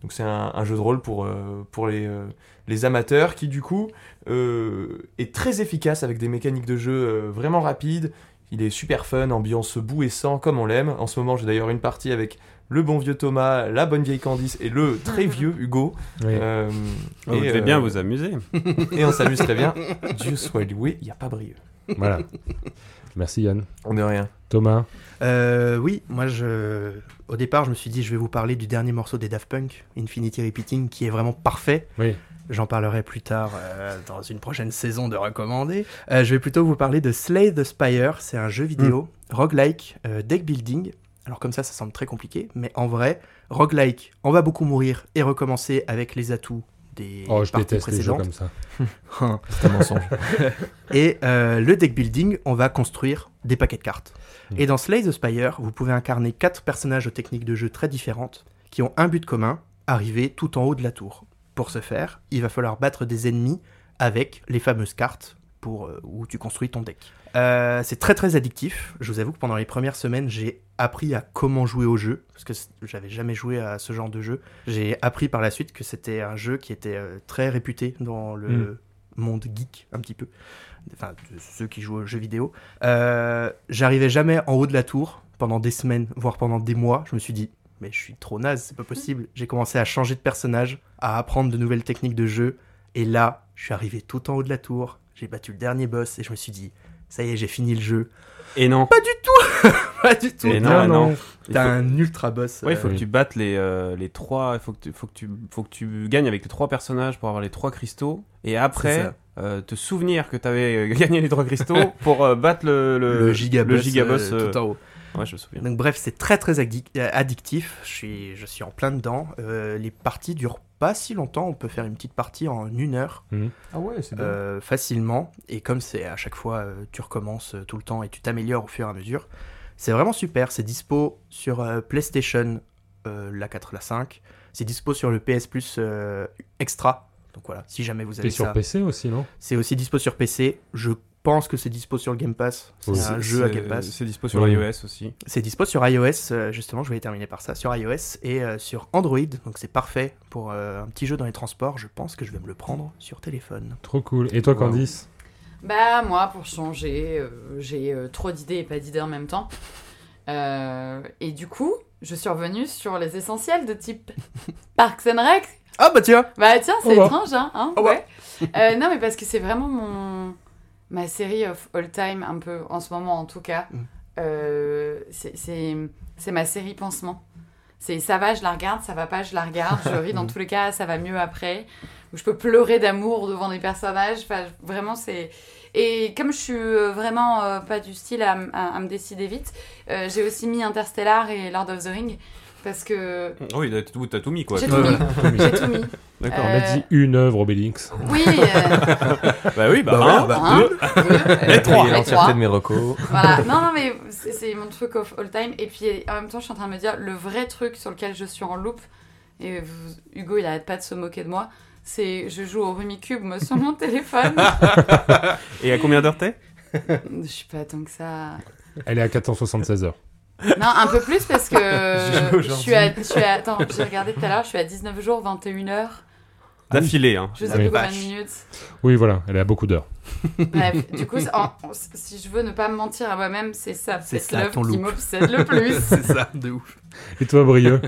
Speaker 3: Donc c'est un, un jeu de rôle pour euh, pour les euh, les amateurs qui du coup euh, est très efficace avec des mécaniques de jeu euh, vraiment rapides. Il est super fun, ambiance boue et sang comme on l'aime. En ce moment, j'ai d'ailleurs une partie avec le bon vieux Thomas, la bonne vieille Candice et le très vieux
Speaker 2: [laughs]
Speaker 3: Hugo.
Speaker 2: Oui.
Speaker 3: Euh,
Speaker 2: Ah,
Speaker 5: Vous devez
Speaker 3: euh,
Speaker 5: bien vous amuser.
Speaker 3: et on s'amuse très
Speaker 2: [laughs]
Speaker 3: bien. Dieu soit loué, il n'y a pas brilleux.
Speaker 2: voilà. Merci Yann.
Speaker 3: On est rien.
Speaker 2: Thomas,
Speaker 6: Euh, oui, moi, je... au départ, je me suis dit, je vais vous parler du dernier morceau des Daft Punk, Infinity Repeating, qui est vraiment parfait.
Speaker 2: Oui.
Speaker 6: J'en parlerai plus tard euh, dans une prochaine saison de recommandés. Euh, je vais plutôt vous parler de Slay the Spire. C'est un jeu vidéo
Speaker 2: Hmm.
Speaker 6: roguelike, euh, deck building. Alors comme ça, ça semble très compliqué, mais en vrai, roguelike, on va beaucoup mourir et recommencer avec les atouts des
Speaker 2: oh je
Speaker 6: parties
Speaker 2: déteste les jeux
Speaker 6: précédentes.
Speaker 2: comme ça.
Speaker 3: C'est un mensonge.
Speaker 6: Et euh, le deck building, on va construire des paquets de cartes.
Speaker 2: Mm.
Speaker 6: Et dans Slay the Spire, vous pouvez incarner quatre personnages aux techniques de jeu très différentes qui ont un but commun, arriver tout en haut de la tour. Pour ce faire, il va falloir battre des ennemis avec les fameuses cartes pour, euh, où tu construis ton deck. Euh, c'est très très addictif. Je vous avoue que pendant les premières semaines, j'ai appris à comment jouer au jeu, parce que c- j'avais jamais joué à ce genre de jeu. J'ai appris par la suite que c'était un jeu qui était euh, très réputé dans le
Speaker 2: Mm.
Speaker 6: monde geek, un petit peu. Enfin, de ceux qui jouent aux jeux vidéo. Euh, J'arrivais jamais en haut de la tour pendant des semaines, voire pendant des mois. Je me suis dit, mais je suis trop naze, c'est pas possible. J'ai commencé à changer de personnage, à apprendre de nouvelles techniques de jeu. Et là, je suis arrivé tout en haut de la tour. J'ai battu le dernier boss et je me suis dit, ça y est, j'ai fini le jeu.
Speaker 5: Et non.
Speaker 6: [laughs] Pas du tout.
Speaker 5: Et non,
Speaker 2: Non,
Speaker 5: et
Speaker 2: non.
Speaker 5: Ah non. Il
Speaker 6: T'as
Speaker 5: faut-
Speaker 6: un ultra boss.
Speaker 5: Ouais, il faut
Speaker 2: oui.
Speaker 5: que tu battes les, euh, les trois. Il faut que tu, faut que tu, faut que tu gagnes avec les trois personnages pour avoir les trois cristaux. Et
Speaker 6: C'est
Speaker 5: après,
Speaker 6: ça.
Speaker 5: euh, te souvenir que t'avais euh, [laughs] gagné les trois cristaux pour euh, battre le, le,
Speaker 6: le gigaboss,
Speaker 5: le gigaboss,
Speaker 6: euh,
Speaker 5: euh,
Speaker 6: tout en haut.
Speaker 5: Ouais, je me souviens.
Speaker 6: Donc bref, c'est très très addic- euh, addictif. Je suis, je suis en plein dedans. Euh, les parties durent pas si longtemps. On peut faire une petite partie en une heure
Speaker 3: Ah ouais, c'est bien.
Speaker 6: euh, facilement. Et comme c'est à chaque fois, euh, tu recommences euh, tout le temps et tu t'améliores au fur et à mesure. C'est vraiment super. C'est dispo sur euh, PlayStation, euh, la 4, la 5. C'est dispo sur le PS Plus euh, Extra. Donc voilà, si jamais vous avez
Speaker 2: Et sur
Speaker 6: ça.
Speaker 2: PC aussi, non
Speaker 6: C'est aussi dispo sur PC. Je pense que c'est dispo sur le Game Pass. C'est
Speaker 2: Oui.
Speaker 6: un jeu à Game Pass.
Speaker 5: Ah, C'est dispo sur
Speaker 2: Oui.
Speaker 5: iOS aussi.
Speaker 6: C'est dispo sur iOS, euh, justement, je voulais terminer par ça, sur iOS et euh, sur Android. Donc c'est parfait pour euh, un petit jeu dans les transports. Je pense que je vais me le prendre sur téléphone.
Speaker 2: Trop cool. Et toi [laughs]
Speaker 5: Wow.
Speaker 2: Candice
Speaker 4: Bah, moi, pour changer, euh, j'ai euh, trop d'idées et pas d'idées en même temps. Euh, et du coup, je suis revenue sur les essentiels
Speaker 2: [laughs]
Speaker 4: de type Parks and Rec.
Speaker 6: Ah bah tiens
Speaker 4: Bah, tiens, c'est
Speaker 2: Au revoir.
Speaker 4: étrange, hein, hein,
Speaker 6: Au
Speaker 4: ouais. Euh, non, mais parce que c'est vraiment mon... ma série of all time, un peu, en ce moment en tout cas.
Speaker 6: Mm.
Speaker 4: Euh, c'est- c'est c'est ma série pansement. C'est ça va, je la regarde, ça va pas, je la regarde, je ris dans tous les cas, ça va mieux après. Où je peux pleurer d'amour devant des personnages. Enfin, vraiment, c'est. Et comme je suis euh, vraiment euh, pas du style à, m- à- à me décider vite, euh, j'ai aussi mis Interstellar et Lord of the Ring. Parce que.
Speaker 5: Oui, t'as Oh, tout, t'as tout mis quoi.
Speaker 4: J'ai tout mis. J'ai tout mis.
Speaker 5: D'accord.
Speaker 2: On a
Speaker 4: Euh,
Speaker 2: dit une œuvre Obélix.
Speaker 4: Oui, euh,
Speaker 5: Bah oui, bah,
Speaker 6: Bah ouais,
Speaker 5: hein.
Speaker 6: bah,
Speaker 4: un, deux, euh,
Speaker 3: Vous voyez
Speaker 4: les
Speaker 3: l'entièreté
Speaker 4: trois.
Speaker 3: de mes recos.
Speaker 6: [laughs]
Speaker 4: Voilà. Non, non, mais c'est c'est mon truc of all time. Et puis en même temps, je suis en train de me dire le vrai truc sur lequel je suis en loop, et vous- Hugo, il arrête pas de se moquer de moi, c'est je joue au Rumicube moi, [laughs] sur mon
Speaker 6: [laughs]
Speaker 4: téléphone.
Speaker 5: Et à combien d'heures t'es
Speaker 4: je suis pas tant que ça.
Speaker 2: Elle est à 476 heures.
Speaker 4: Non, un peu plus
Speaker 6: [laughs]
Speaker 4: parce que
Speaker 3: Je joue
Speaker 4: je suis à. Je suis à attends, j'ai regardé tout à l'heure, je suis à 19 jours, 21 heures.
Speaker 5: D'affilée, hein.
Speaker 4: Je sais
Speaker 6: La
Speaker 4: plus combien
Speaker 6: Ah vache.
Speaker 4: de minutes.
Speaker 6: [laughs]
Speaker 2: Oui, voilà, elle a beaucoup d'heures.
Speaker 4: Bref, du coup, c'est- en- en- si je veux ne pas me mentir à moi-même, c'est ça,
Speaker 6: C'est
Speaker 4: cette
Speaker 6: ça,
Speaker 4: love
Speaker 6: ton
Speaker 4: qui
Speaker 6: loop.
Speaker 4: m'obsède le
Speaker 6: [laughs]
Speaker 4: plus.
Speaker 6: [laughs] C'est ça, de ouf.
Speaker 2: Et toi, Brieux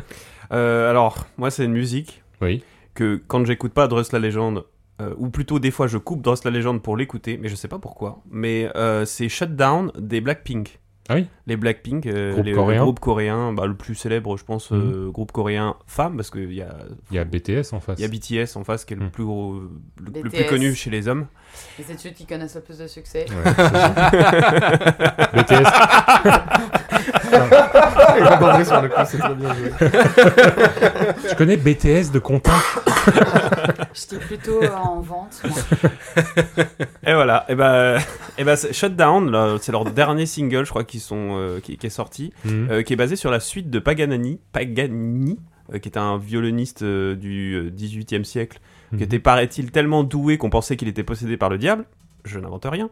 Speaker 5: Euh, alors, moi, c'est une musique
Speaker 2: Oui.
Speaker 5: que quand j'écoute pas Druss la légende, euh, ou plutôt des fois je coupe Druss la légende pour l'écouter, mais je sais pas pourquoi. Mais euh, c'est Shutdown des Blackpink.
Speaker 2: Ah oui
Speaker 5: Les Blackpink, euh,
Speaker 2: Groupe
Speaker 5: les-
Speaker 2: coréen. Mhm.
Speaker 5: le groupe coréen, bah, le plus célèbre, je pense, euh, groupe coréen femme, parce qu'il y a,
Speaker 2: Il y a BTS en face.
Speaker 5: il y a BTS en face qui est le
Speaker 2: Mm.
Speaker 5: plus gros, le, le plus
Speaker 4: BTS.
Speaker 5: connu chez les hommes.
Speaker 4: Les études qui connaissent le plus de succès.
Speaker 2: Ouais, c'est ça. BTS.
Speaker 3: Il va pas vrai sur le coup, c'est trop bien joué.
Speaker 2: [laughs] Je connais BTS de Contin.
Speaker 4: J'étais plutôt euh, en vente.
Speaker 6: [laughs]
Speaker 4: moi.
Speaker 5: Et voilà, et ben, [laughs] et ben, c'est Shutdown, là, c'est leur dernier single, je crois, qui, sont, euh, qui- qui est sorti.
Speaker 2: Mhm.
Speaker 5: euh, qui est basé sur la suite de Paganini, Paganini euh, qui était un violoniste euh, du euh, 18e siècle,
Speaker 2: Mhm.
Speaker 5: qui était, paraît-il, tellement doué qu'on pensait qu'il était possédé par le diable. Je n'invente rien.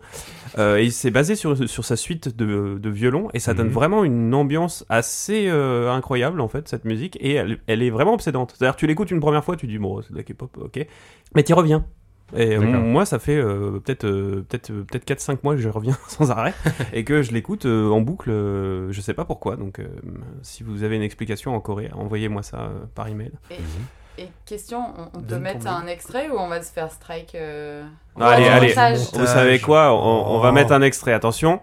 Speaker 5: Euh, et il s'est basé sur, sur sa suite de, de violon, et ça donne
Speaker 2: Mhm.
Speaker 5: vraiment une ambiance assez euh, incroyable, en fait, cette musique, et elle, elle est vraiment obsédante. C'est-à-dire, tu l'écoutes une première fois, tu dis, bon, c'est de la K-pop, ok, mais t'y reviens. Et
Speaker 2: D'accord.
Speaker 5: euh, moi, ça fait euh, peut-être euh, peut-être euh, peut-être 4-5 mois que je reviens [laughs] sans arrêt et que je l'écoute euh, en boucle, euh, je sais pas pourquoi. Donc, euh, si vous avez une explication en Corée, envoyez-moi ça euh, par email.
Speaker 4: Et question, on, on peut
Speaker 6: Donne ton
Speaker 4: mettre
Speaker 6: nom.
Speaker 4: un extrait ou on va se faire strike euh,
Speaker 5: Non, allez,
Speaker 4: au
Speaker 5: allez.
Speaker 4: montage
Speaker 5: Vous savez quoi On, on va
Speaker 6: Oh.
Speaker 5: mettre un extrait. Attention.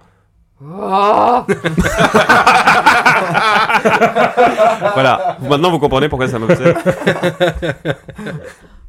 Speaker 4: Oh
Speaker 5: Voilà. Maintenant, vous comprenez pourquoi ça m'obsède.
Speaker 4: [laughs]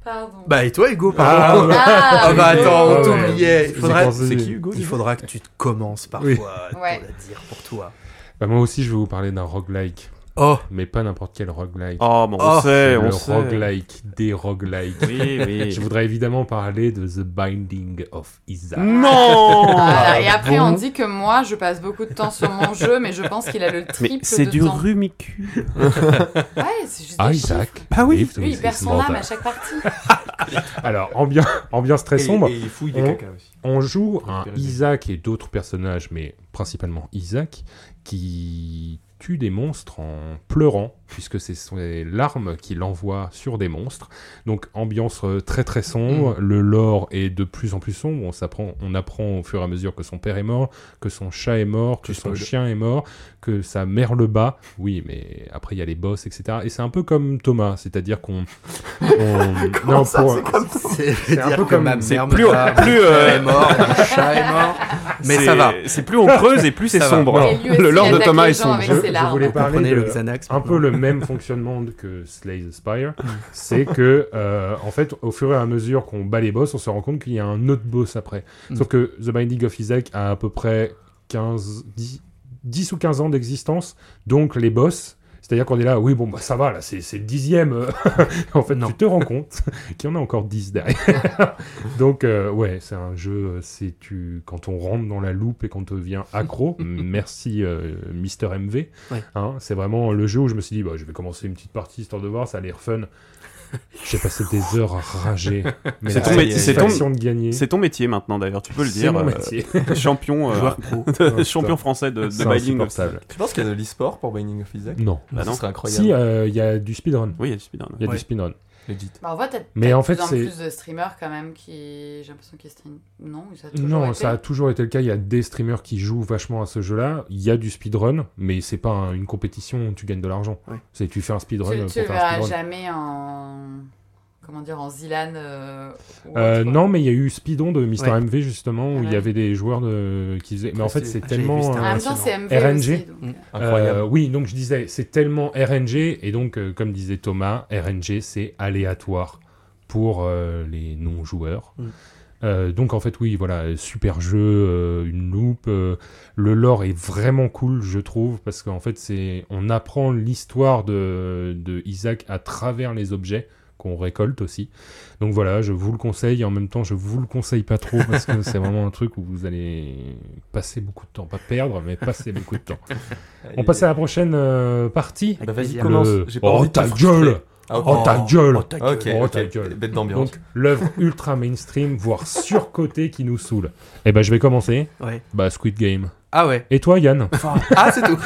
Speaker 4: Pardon.
Speaker 6: Bah, et toi, Hugo, pardon
Speaker 4: Ah,
Speaker 6: Ah bah
Speaker 4: oui.
Speaker 6: attends, on
Speaker 2: ouais.
Speaker 6: t'oubliait. Il
Speaker 2: J'ai
Speaker 6: faudra...
Speaker 2: pensé- C'est qui,
Speaker 6: Hugo Il faudra que tu te commences parfois
Speaker 2: Oui.
Speaker 6: pour
Speaker 4: Ouais.
Speaker 6: la dire pour toi.
Speaker 2: Bah, moi aussi, je vais vous parler d'un roguelike.
Speaker 6: Oh,
Speaker 2: Mais pas n'importe quel roguelike.
Speaker 5: Oh, bon, on
Speaker 6: Oh,
Speaker 5: sait, on
Speaker 2: le
Speaker 5: sait.
Speaker 2: roguelike des roguelikes.
Speaker 5: Oui,
Speaker 2: [laughs]
Speaker 5: oui.
Speaker 2: Je voudrais évidemment parler de The Binding of Isaac.
Speaker 5: Mmh. Non
Speaker 4: Voilà, Ah, et après,
Speaker 6: bon
Speaker 4: on dit que moi, je passe beaucoup de temps sur mon jeu, mais je pense qu'il a le triple
Speaker 5: Mais c'est
Speaker 4: de
Speaker 5: du
Speaker 4: temps.
Speaker 5: rumicule.
Speaker 4: Ouais, c'est juste des
Speaker 2: Isaac.
Speaker 4: chiffres.
Speaker 5: Ah oui.
Speaker 2: lived
Speaker 4: Lui, il
Speaker 2: with
Speaker 4: perd
Speaker 2: his
Speaker 4: son âme
Speaker 2: mother.
Speaker 4: à chaque partie.
Speaker 2: Alors, ambiance, ambiance très
Speaker 3: Et-
Speaker 2: sombre.
Speaker 3: Et, il fouille des
Speaker 2: On-
Speaker 3: caca aussi.
Speaker 2: On joue
Speaker 3: Faut
Speaker 2: un
Speaker 3: repérer.
Speaker 2: Isaac et d'autres personnages, mais principalement Isaac, qui tue des monstres en pleurant, puisque c'est ses larmes qu'il envoie sur des monstres. Donc ambiance euh, très très sombre,
Speaker 6: Mm.
Speaker 2: le lore est de plus en plus sombre, on, s'apprend- on apprend au fur et à mesure que son père est mort, que son chat est mort, que
Speaker 6: Tu
Speaker 2: son
Speaker 6: spoil.
Speaker 2: chien est mort, que sa mère le bat, oui mais après il y a les boss, etc. Et c'est un peu comme Thomas, c'est-à-dire
Speaker 6: [laughs]
Speaker 2: qu'on... on-
Speaker 6: Comment ça,
Speaker 2: pour-
Speaker 6: c'est comme C'est
Speaker 2: un peu
Speaker 6: dire que
Speaker 2: comme-
Speaker 6: ma
Speaker 5: C'est
Speaker 6: mère me
Speaker 5: plus,
Speaker 6: bat,
Speaker 5: plus,
Speaker 6: mon
Speaker 5: euh,
Speaker 6: chat
Speaker 2: [laughs]
Speaker 6: est mort, mon chat est mort. Mais
Speaker 5: c'est-
Speaker 6: ça va.
Speaker 5: C'est plus on creuse et plus c'est
Speaker 6: Ça va.
Speaker 5: sombre.
Speaker 4: Et lui aussi,
Speaker 5: Le lore
Speaker 4: il
Speaker 5: de
Speaker 4: attaque
Speaker 5: Thomas
Speaker 4: les
Speaker 5: est
Speaker 4: gens
Speaker 5: sombre.
Speaker 4: avec
Speaker 2: Je-
Speaker 4: ses
Speaker 2: je
Speaker 4: larmes.
Speaker 2: voulais
Speaker 6: Vous
Speaker 2: parler
Speaker 6: comprenez
Speaker 2: de-
Speaker 6: le Xanax
Speaker 2: un peu le même fonctionnement que Slay the Spire, c'est que, euh, en fait, au fur et à mesure qu'on bat les boss, on se rend compte qu'il y a un autre boss après. Sauf que The Binding of Isaac a à peu près 15, 10, 10 ou 15 ans d'existence, donc les boss. C'est-à-dire qu'on est là, oui, bon, bah ça va, là, c'est c'est le dixième. euh. [laughs] en fait,
Speaker 6: Non.
Speaker 2: tu te rends compte [laughs] qu'il y en a encore dix derrière.
Speaker 5: [laughs]
Speaker 2: Donc, euh, ouais, c'est un jeu, euh, c'est tu... quand on rentre dans la loupe et qu'on devient
Speaker 5: [laughs]
Speaker 2: accro, merci euh, Mister MV, Hein, c'est vraiment le jeu où je me suis dit, bah, je vais commencer une petite partie histoire de voir, ça a l'air
Speaker 5: [laughs]
Speaker 2: fun. J'ai passé des heures à rager. Mais
Speaker 5: C'est
Speaker 2: la
Speaker 5: ton métier, c'est ton-
Speaker 2: satisfaction de gagner.
Speaker 5: C'est ton métier maintenant d'ailleurs, tu peux le
Speaker 2: c'est
Speaker 5: dire.
Speaker 2: mon
Speaker 5: euh, [laughs]
Speaker 2: métier.
Speaker 5: champion, euh, [laughs]
Speaker 6: joueur pro.
Speaker 3: Oh,
Speaker 5: champion français de, de
Speaker 2: C'est
Speaker 5: Binding of
Speaker 2: insupportable.
Speaker 3: Tu penses qu'il y a de l'e-sport pour Binding of Isaac
Speaker 2: Non.
Speaker 5: Bah non.
Speaker 3: Ce serait incroyable.
Speaker 2: Si, euh, il y a du speedrun.
Speaker 5: Oui, il y a du speedrun.
Speaker 2: Il y a
Speaker 6: Ouais.
Speaker 2: du speedrun.
Speaker 3: Legit.
Speaker 4: Bah, on voit peut-être
Speaker 2: Mais en fait,
Speaker 4: plus en
Speaker 2: c'est-
Speaker 4: plus de streamers quand même qui. J'ai l'impression qu'ils stream. Non, ça a toujours
Speaker 2: Non,
Speaker 4: été.
Speaker 2: ça a toujours été le cas. Il y a des streamers qui jouent vachement à ce jeu-là. Il y a du speedrun, mais c'est pas un- une compétition où tu gagnes de l'argent.
Speaker 6: Ouais.
Speaker 2: C'est tu fais un speedrun
Speaker 4: Tu,
Speaker 2: pour
Speaker 4: tu le
Speaker 2: faire un
Speaker 4: verras
Speaker 2: speedrun.
Speaker 4: jamais en. Comment dire, en Zilan. euh, ou
Speaker 2: Euh,
Speaker 4: autre.
Speaker 2: non, mais il y a eu Speedon de Mister
Speaker 6: Ouais.
Speaker 2: MV justement où il y
Speaker 4: Ouais.
Speaker 2: avait des joueurs de... qui faisaient. Mais en fait, c'est
Speaker 6: Ah, j'ai vu,
Speaker 2: tellement.
Speaker 6: c'était
Speaker 2: euh,
Speaker 4: En même temps, c'est MV.
Speaker 2: RNG.
Speaker 4: aussi, donc,
Speaker 6: Mm.
Speaker 2: Euh,
Speaker 3: Incroyable.
Speaker 2: oui, donc je disais, c'est tellement RNG, et donc, euh, comme disait Thomas, RNG, c'est aléatoire pour euh, les non-joueurs.
Speaker 6: Mm.
Speaker 2: Euh, donc en fait oui voilà super jeu euh, une loupe euh, le lore est vraiment cool je trouve parce qu'en fait c'est on apprend l'histoire de, de Isaac à travers les objets qu'on récolte aussi donc voilà je vous le conseille et en même temps je vous le conseille pas trop parce que c'est vraiment un truc où vous allez passer beaucoup de temps pas perdre mais passer beaucoup de temps on passe à la prochaine euh, partie.
Speaker 3: Bah vas-y,
Speaker 6: Avec
Speaker 3: commence.
Speaker 2: Le-
Speaker 3: J'ai pas
Speaker 2: Oh
Speaker 3: envie de
Speaker 2: ta
Speaker 3: te frustrer.
Speaker 2: gueule
Speaker 3: Ah, ok.
Speaker 2: Oh, ta gueule
Speaker 6: Oh, ta gueule.
Speaker 3: Ok,
Speaker 2: Oh,
Speaker 3: ok.
Speaker 2: ta gueule.
Speaker 3: Bête d'ambiance.
Speaker 2: Donc, l'œuvre ultra mainstream, voire surcotée qui nous saoule. Eh ben, je vais commencer.
Speaker 6: Ouais.
Speaker 2: Bah, Squid Game.
Speaker 6: Ah ouais.
Speaker 2: Et
Speaker 3: [laughs]
Speaker 2: toi, Yann
Speaker 6: Ah, c'est tout.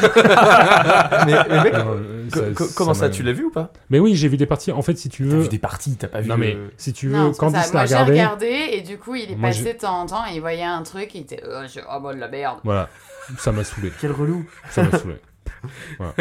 Speaker 3: mais, mais
Speaker 2: [laughs]
Speaker 3: mec,
Speaker 2: Euh,
Speaker 3: co-
Speaker 2: ça-
Speaker 3: co-
Speaker 2: ça
Speaker 3: comment ça,
Speaker 2: m'a-
Speaker 3: Tu l'as vu ou pas
Speaker 2: Mais oui, j'ai vu des parties. En fait, si tu
Speaker 3: T'as
Speaker 2: veux.
Speaker 3: vu des parties, t'as pas vu.
Speaker 2: Non, mais
Speaker 3: le-
Speaker 2: si tu
Speaker 4: Non,
Speaker 2: veux,
Speaker 4: c'est pour
Speaker 2: Candice
Speaker 4: ça.
Speaker 2: l'a
Speaker 4: Moi, j'ai
Speaker 2: regardé.
Speaker 4: regardé et du coup, il est
Speaker 2: Moi,
Speaker 4: passé de temps en temps et il voyait un truc, il était oh, je... oh bon, de la merde.
Speaker 2: Voilà. Ça m'a saoulé.
Speaker 6: Quel relou.
Speaker 2: Ça m'a
Speaker 3: [laughs]
Speaker 2: saoulé. Voilà.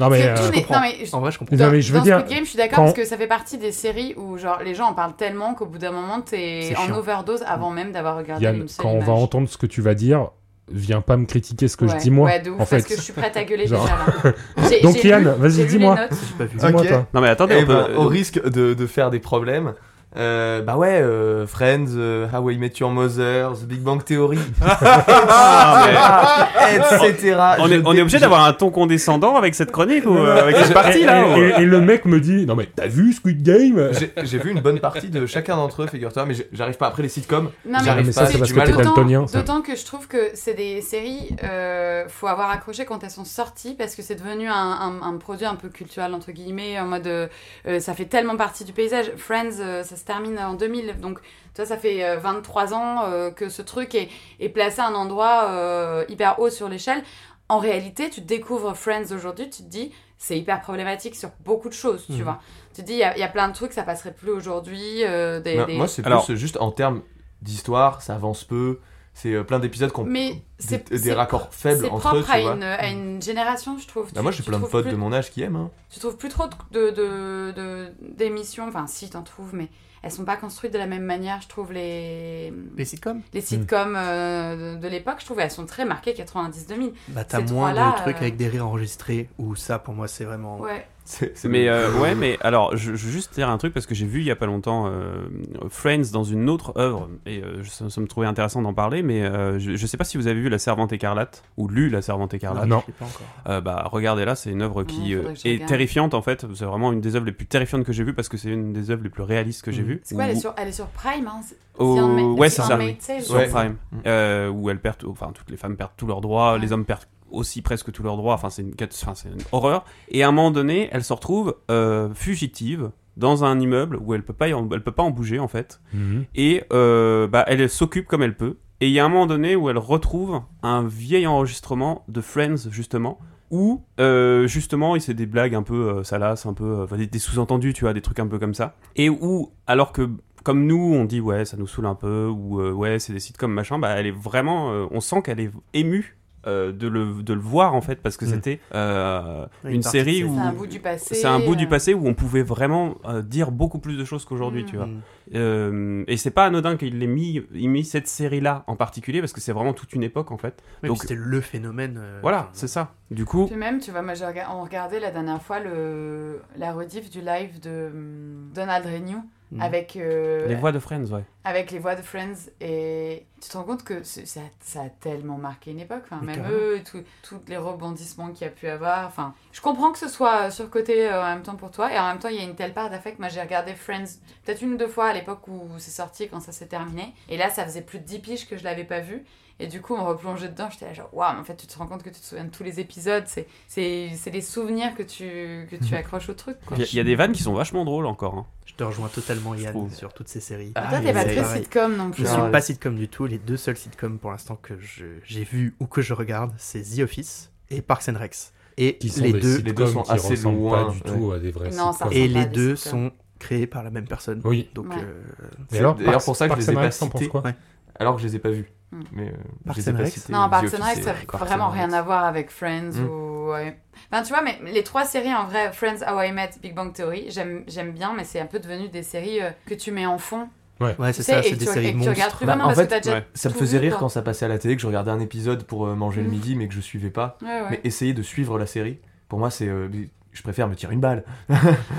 Speaker 2: Non, mais.
Speaker 4: C'est tout
Speaker 2: euh,
Speaker 4: n'est-
Speaker 6: comprends.
Speaker 4: non, mais je-
Speaker 6: En vrai, je comprends.
Speaker 2: Non,
Speaker 4: Dans,
Speaker 2: mais je veux
Speaker 4: dans
Speaker 2: dire,
Speaker 4: Squid Game, je suis d'accord
Speaker 2: quand-
Speaker 4: parce que ça fait partie des séries où genre les gens en parlent tellement qu'au bout d'un moment t'es
Speaker 6: C'est
Speaker 4: en
Speaker 6: chiant.
Speaker 4: overdose avant même d'avoir regardé
Speaker 2: Yann,
Speaker 4: une seule
Speaker 2: quand on
Speaker 4: image.
Speaker 2: va entendre ce que tu vas dire, viens pas me critiquer ce que je
Speaker 4: Ouais,
Speaker 2: dis moi.
Speaker 4: ouais, de ouf,
Speaker 2: en fait.
Speaker 4: parce que je suis prête
Speaker 2: [laughs]
Speaker 4: à gueuler
Speaker 2: Genre.
Speaker 4: déjà là. J'ai-
Speaker 2: Donc,
Speaker 4: j'ai
Speaker 2: Yann,
Speaker 4: lu-
Speaker 2: vas-y,
Speaker 4: j'ai lu les
Speaker 2: dis-moi.
Speaker 4: notes.
Speaker 6: J'ai pas vu.
Speaker 2: Dis-moi,
Speaker 3: Ok.
Speaker 2: toi.
Speaker 5: Non mais attendez,
Speaker 3: Eh
Speaker 5: on peut- euh,
Speaker 3: ben, au risque de, de faire des problèmes. euh, bah ouais, euh, Friends, euh, How I Met Your Mother, The Big Bang
Speaker 5: [laughs]
Speaker 3: Theory, Ah, [laughs] etc.
Speaker 5: Ah, on est, on est obligé d'avoir un ton condescendant avec cette chronique ou
Speaker 3: [laughs]
Speaker 5: euh, avec cette partie là.
Speaker 2: Et,
Speaker 5: ou-
Speaker 2: et- et le mec me dit Non, mais t'as vu Squid Game
Speaker 3: J'ai j'ai vu une bonne partie de chacun d'entre eux, figure-toi, mais j'ai- j'arrive pas après les sitcoms.
Speaker 4: Non,
Speaker 3: J'arrive
Speaker 4: mais
Speaker 3: pas, c'est
Speaker 4: c'est
Speaker 3: parce que t'es
Speaker 4: d'autant-
Speaker 2: daltonien, ça.
Speaker 4: D'autant que je trouve que c'est des séries, euh, faut avoir accroché quand elles sont sorties parce que c'est devenu un, un- un produit un peu culturel, entre guillemets, en mode euh, euh, ça fait tellement partie du paysage. Friends, euh, ça se termine en 2000, donc toi, ça fait euh, 23 ans euh, que ce truc est, est placé à un endroit euh, hyper haut sur l'échelle. En réalité, tu découvres Friends aujourd'hui, tu te dis c'est hyper problématique sur beaucoup de choses, tu
Speaker 6: Mhm.
Speaker 4: vois. Tu te dis il y, a- il y a plein de trucs, ça passerait plus aujourd'hui. euh, des-
Speaker 3: Non,
Speaker 4: des-
Speaker 3: Moi, c'est
Speaker 5: Alors-
Speaker 3: plus euh, juste en termes d'histoire, ça avance peu, c'est euh, plein d'épisodes qu'on
Speaker 4: mais
Speaker 3: des,
Speaker 4: c'est
Speaker 3: des
Speaker 4: c'est-
Speaker 3: raccords faibles
Speaker 4: C'est
Speaker 3: entre eux,
Speaker 4: propre
Speaker 3: tu
Speaker 4: à
Speaker 3: vois.
Speaker 4: une, à une génération, je trouve.
Speaker 3: Bah,
Speaker 4: Tu-
Speaker 3: moi, j'ai
Speaker 4: tu
Speaker 3: plein de
Speaker 4: trouves
Speaker 3: potes
Speaker 4: plus-
Speaker 3: de mon âge qui aiment. hein.
Speaker 4: Tu trouves plus trop de- de de- d'émissions, enfin si, t'en trouves, mais elles sont pas construites de la même manière, je trouve, les,
Speaker 6: Les sitcoms
Speaker 4: les sitcoms euh, de l'époque, je trouve, elles sont très marquées 90-2000.
Speaker 6: Bah, t'as
Speaker 4: Ces
Speaker 6: moins
Speaker 4: trois-là,
Speaker 6: de trucs
Speaker 4: euh,
Speaker 6: avec des rires enregistrés ou ça, pour moi, c'est vraiment.
Speaker 4: Ouais.
Speaker 3: C'est- c'est-
Speaker 5: Mais euh, ouais, mais alors je, je veux juste dire un truc parce que j'ai vu il y a pas longtemps euh, Friends dans une autre œuvre et euh, ça, ça me trouvait intéressant d'en parler, mais euh, je, je sais pas si vous avez vu La Servante écarlate ou lu La Servante écarlate.
Speaker 2: Non.
Speaker 6: Je sais pas encore.
Speaker 5: Euh, bah regardez là, c'est une œuvre qui
Speaker 4: Ouais,
Speaker 5: euh,
Speaker 4: faudrait que je
Speaker 5: est
Speaker 4: regarde.
Speaker 5: terrifiante en fait. C'est vraiment une des œuvres les plus terrifiantes que j'ai vues parce que c'est une des œuvres les plus réalistes que j'ai
Speaker 3: Mm.
Speaker 6: Mhm.
Speaker 5: vues.
Speaker 4: C'est quoi, elle est
Speaker 5: Où-
Speaker 4: sur, elle est sur Prime hein c'est-
Speaker 5: Oh,
Speaker 4: c'est en mai-
Speaker 5: ouais, c'est
Speaker 4: en
Speaker 5: ça.
Speaker 4: mai, tu sais,
Speaker 5: sur
Speaker 4: genre.
Speaker 3: Ouais.
Speaker 5: Prime,
Speaker 3: Mm.
Speaker 5: euh, où elles perdent, tout- enfin toutes les femmes perdent tous leurs droits,
Speaker 4: Ouais.
Speaker 5: les hommes perdent aussi presque tous leurs droits. Enfin, c'est une, cat- enfin, c'est une horreur. Et à un moment donné, elle se retrouve euh, fugitive dans un immeuble où elle peut pas, y en- elle peut pas en bouger en fait.
Speaker 2: Mhm.
Speaker 5: Et euh, bah, elle s'occupe comme elle peut. Et il y a un moment donné où elle retrouve un vieil enregistrement de Friends justement. Où euh, justement, il c'est des blagues un peu euh, salaces, un peu euh, enfin, des, des sous-entendus, tu vois, des trucs un peu comme ça. Et où, alors que comme nous, on dit ouais, ça nous saoule un peu, ou euh, ouais, c'est des sitcoms machin, bah elle est vraiment, euh, on sent qu'elle est émue euh, de, le, de le voir en fait, parce que
Speaker 2: Mm.
Speaker 5: c'était euh,
Speaker 6: Une
Speaker 5: une,
Speaker 6: partie de
Speaker 5: série
Speaker 6: série.
Speaker 5: où.
Speaker 4: C'est un bout du passé.
Speaker 5: C'est un bout du
Speaker 4: euh,
Speaker 5: passé où on pouvait vraiment euh, dire beaucoup plus de choses qu'aujourd'hui,
Speaker 4: Mm.
Speaker 5: tu vois.
Speaker 6: Mm.
Speaker 5: Euh, et c'est pas anodin qu'il ait mis, il mis cette série-là en particulier, parce que c'est vraiment toute une époque en fait.
Speaker 6: Ouais,
Speaker 5: Donc-
Speaker 6: puis c'était le phénomène. euh,
Speaker 5: Voilà,
Speaker 6: enfin,
Speaker 5: c'est ça. Du coup,
Speaker 4: Puis même, tu vois, moi, j'ai rega- on regardait la dernière fois le, la rediff du live de hum, Donald Renew
Speaker 3: Mm.
Speaker 6: Mhm.
Speaker 4: avec euh,
Speaker 5: les voix de Friends, ouais.
Speaker 4: avec les voix de Friends et tu te rends compte que c'est- ça, ça a tellement marqué une époque, enfin,
Speaker 6: Mais
Speaker 4: même
Speaker 6: carrément.
Speaker 4: eux, et tout- tous les rebondissements qu'il y a pu avoir. Enfin, je comprends que ce soit euh, surcoté euh, en même temps pour toi et en même temps il y a une telle part d'affect. Moi j'ai regardé Friends peut-être une ou deux fois à l'époque où c'est sorti quand ça s'est terminé et là ça faisait plus de 10 piges que je l'avais pas vu. Et du coup, on replongeait dedans, j'étais là genre, waouh, mais en fait, tu te rends compte que tu te souviens de tous les épisodes, c'est- c'est c'est des souvenirs que tu, que
Speaker 6: [laughs]
Speaker 4: tu accroches au truc. Quoi.
Speaker 5: Il y, a- il y a des vannes qui sont vachement drôles encore. hein.
Speaker 6: Je te rejoins totalement,
Speaker 5: Je
Speaker 6: Yann,
Speaker 5: trouve.
Speaker 6: sur toutes ces séries.
Speaker 4: Mais toi,
Speaker 3: Ah,
Speaker 4: t'es pas
Speaker 6: c'est
Speaker 4: très
Speaker 6: pareil.
Speaker 4: sitcom non
Speaker 6: Je
Speaker 4: plus.
Speaker 6: ne
Speaker 4: hein.
Speaker 6: suis pas sitcom du tout. Les deux seuls sitcoms pour l'instant que je- j'ai vu ou que je regarde, c'est The Office et Parks and Rex. Et
Speaker 2: Qui sont
Speaker 6: les
Speaker 2: des
Speaker 6: deux,
Speaker 2: sitcoms
Speaker 3: les deux sont
Speaker 2: qui
Speaker 3: assez
Speaker 2: ressemblent
Speaker 3: loin,
Speaker 2: pas du
Speaker 3: ouais.
Speaker 2: tout à des vrais
Speaker 4: Non, ça
Speaker 2: sitcoms.
Speaker 6: et
Speaker 4: ressemble pas
Speaker 6: les
Speaker 4: à des
Speaker 6: deux
Speaker 4: sitcoms.
Speaker 6: sont créés par la même personne.
Speaker 2: Oui.
Speaker 6: Donc,
Speaker 4: Ouais.
Speaker 6: euh,
Speaker 2: Et
Speaker 3: C'est
Speaker 2: alors,
Speaker 3: d'ailleurs
Speaker 2: Parks-
Speaker 3: pour ça que je
Speaker 2: Parks
Speaker 3: les ai
Speaker 2: and
Speaker 3: pas
Speaker 2: Rex, t'en
Speaker 3: cités.
Speaker 2: penses quoi
Speaker 6: Ouais.
Speaker 3: Alors que je les ai pas vus.
Speaker 4: Hmm.
Speaker 3: Mais, euh,
Speaker 6: Parks
Speaker 3: je les ai
Speaker 6: and
Speaker 3: pas
Speaker 6: Rex
Speaker 3: cités.
Speaker 4: Non,
Speaker 3: The
Speaker 4: Parks
Speaker 3: Office,
Speaker 4: and Rec, ça
Speaker 3: c'est-
Speaker 4: n'a
Speaker 5: Parks and
Speaker 4: vraiment
Speaker 5: Rec.
Speaker 4: rien à voir avec Friends
Speaker 3: Mm.
Speaker 4: ou... ouais. Enfin, tu vois, mais les trois séries, en vrai, Friends, How I Met, Big Bang Theory, j'aime j'aime bien, mais c'est un peu devenu des séries euh, que tu mets en fond.
Speaker 6: ouais,
Speaker 4: Tu
Speaker 6: c'est
Speaker 4: sais,
Speaker 6: ça,
Speaker 4: et
Speaker 6: c'est
Speaker 4: que
Speaker 6: des
Speaker 4: tu, et
Speaker 6: séries
Speaker 4: que
Speaker 6: de
Speaker 4: tu
Speaker 6: monstres.
Speaker 4: regardes plus vraiment
Speaker 3: Bah, en
Speaker 4: parce que
Speaker 3: fait,
Speaker 4: t'as déjà
Speaker 5: ouais.
Speaker 3: Ça me
Speaker 4: tout
Speaker 3: faisait
Speaker 4: vu,
Speaker 3: rire
Speaker 4: quoi.
Speaker 3: quand ça passait à la télé, que je regardais un épisode pour euh, manger le
Speaker 4: Mm.
Speaker 3: midi, mais que je suivais pas.
Speaker 4: Ouais, ouais.
Speaker 3: Mais essayer de suivre la série, pour moi, c'est. euh, je préfère me tirer une balle.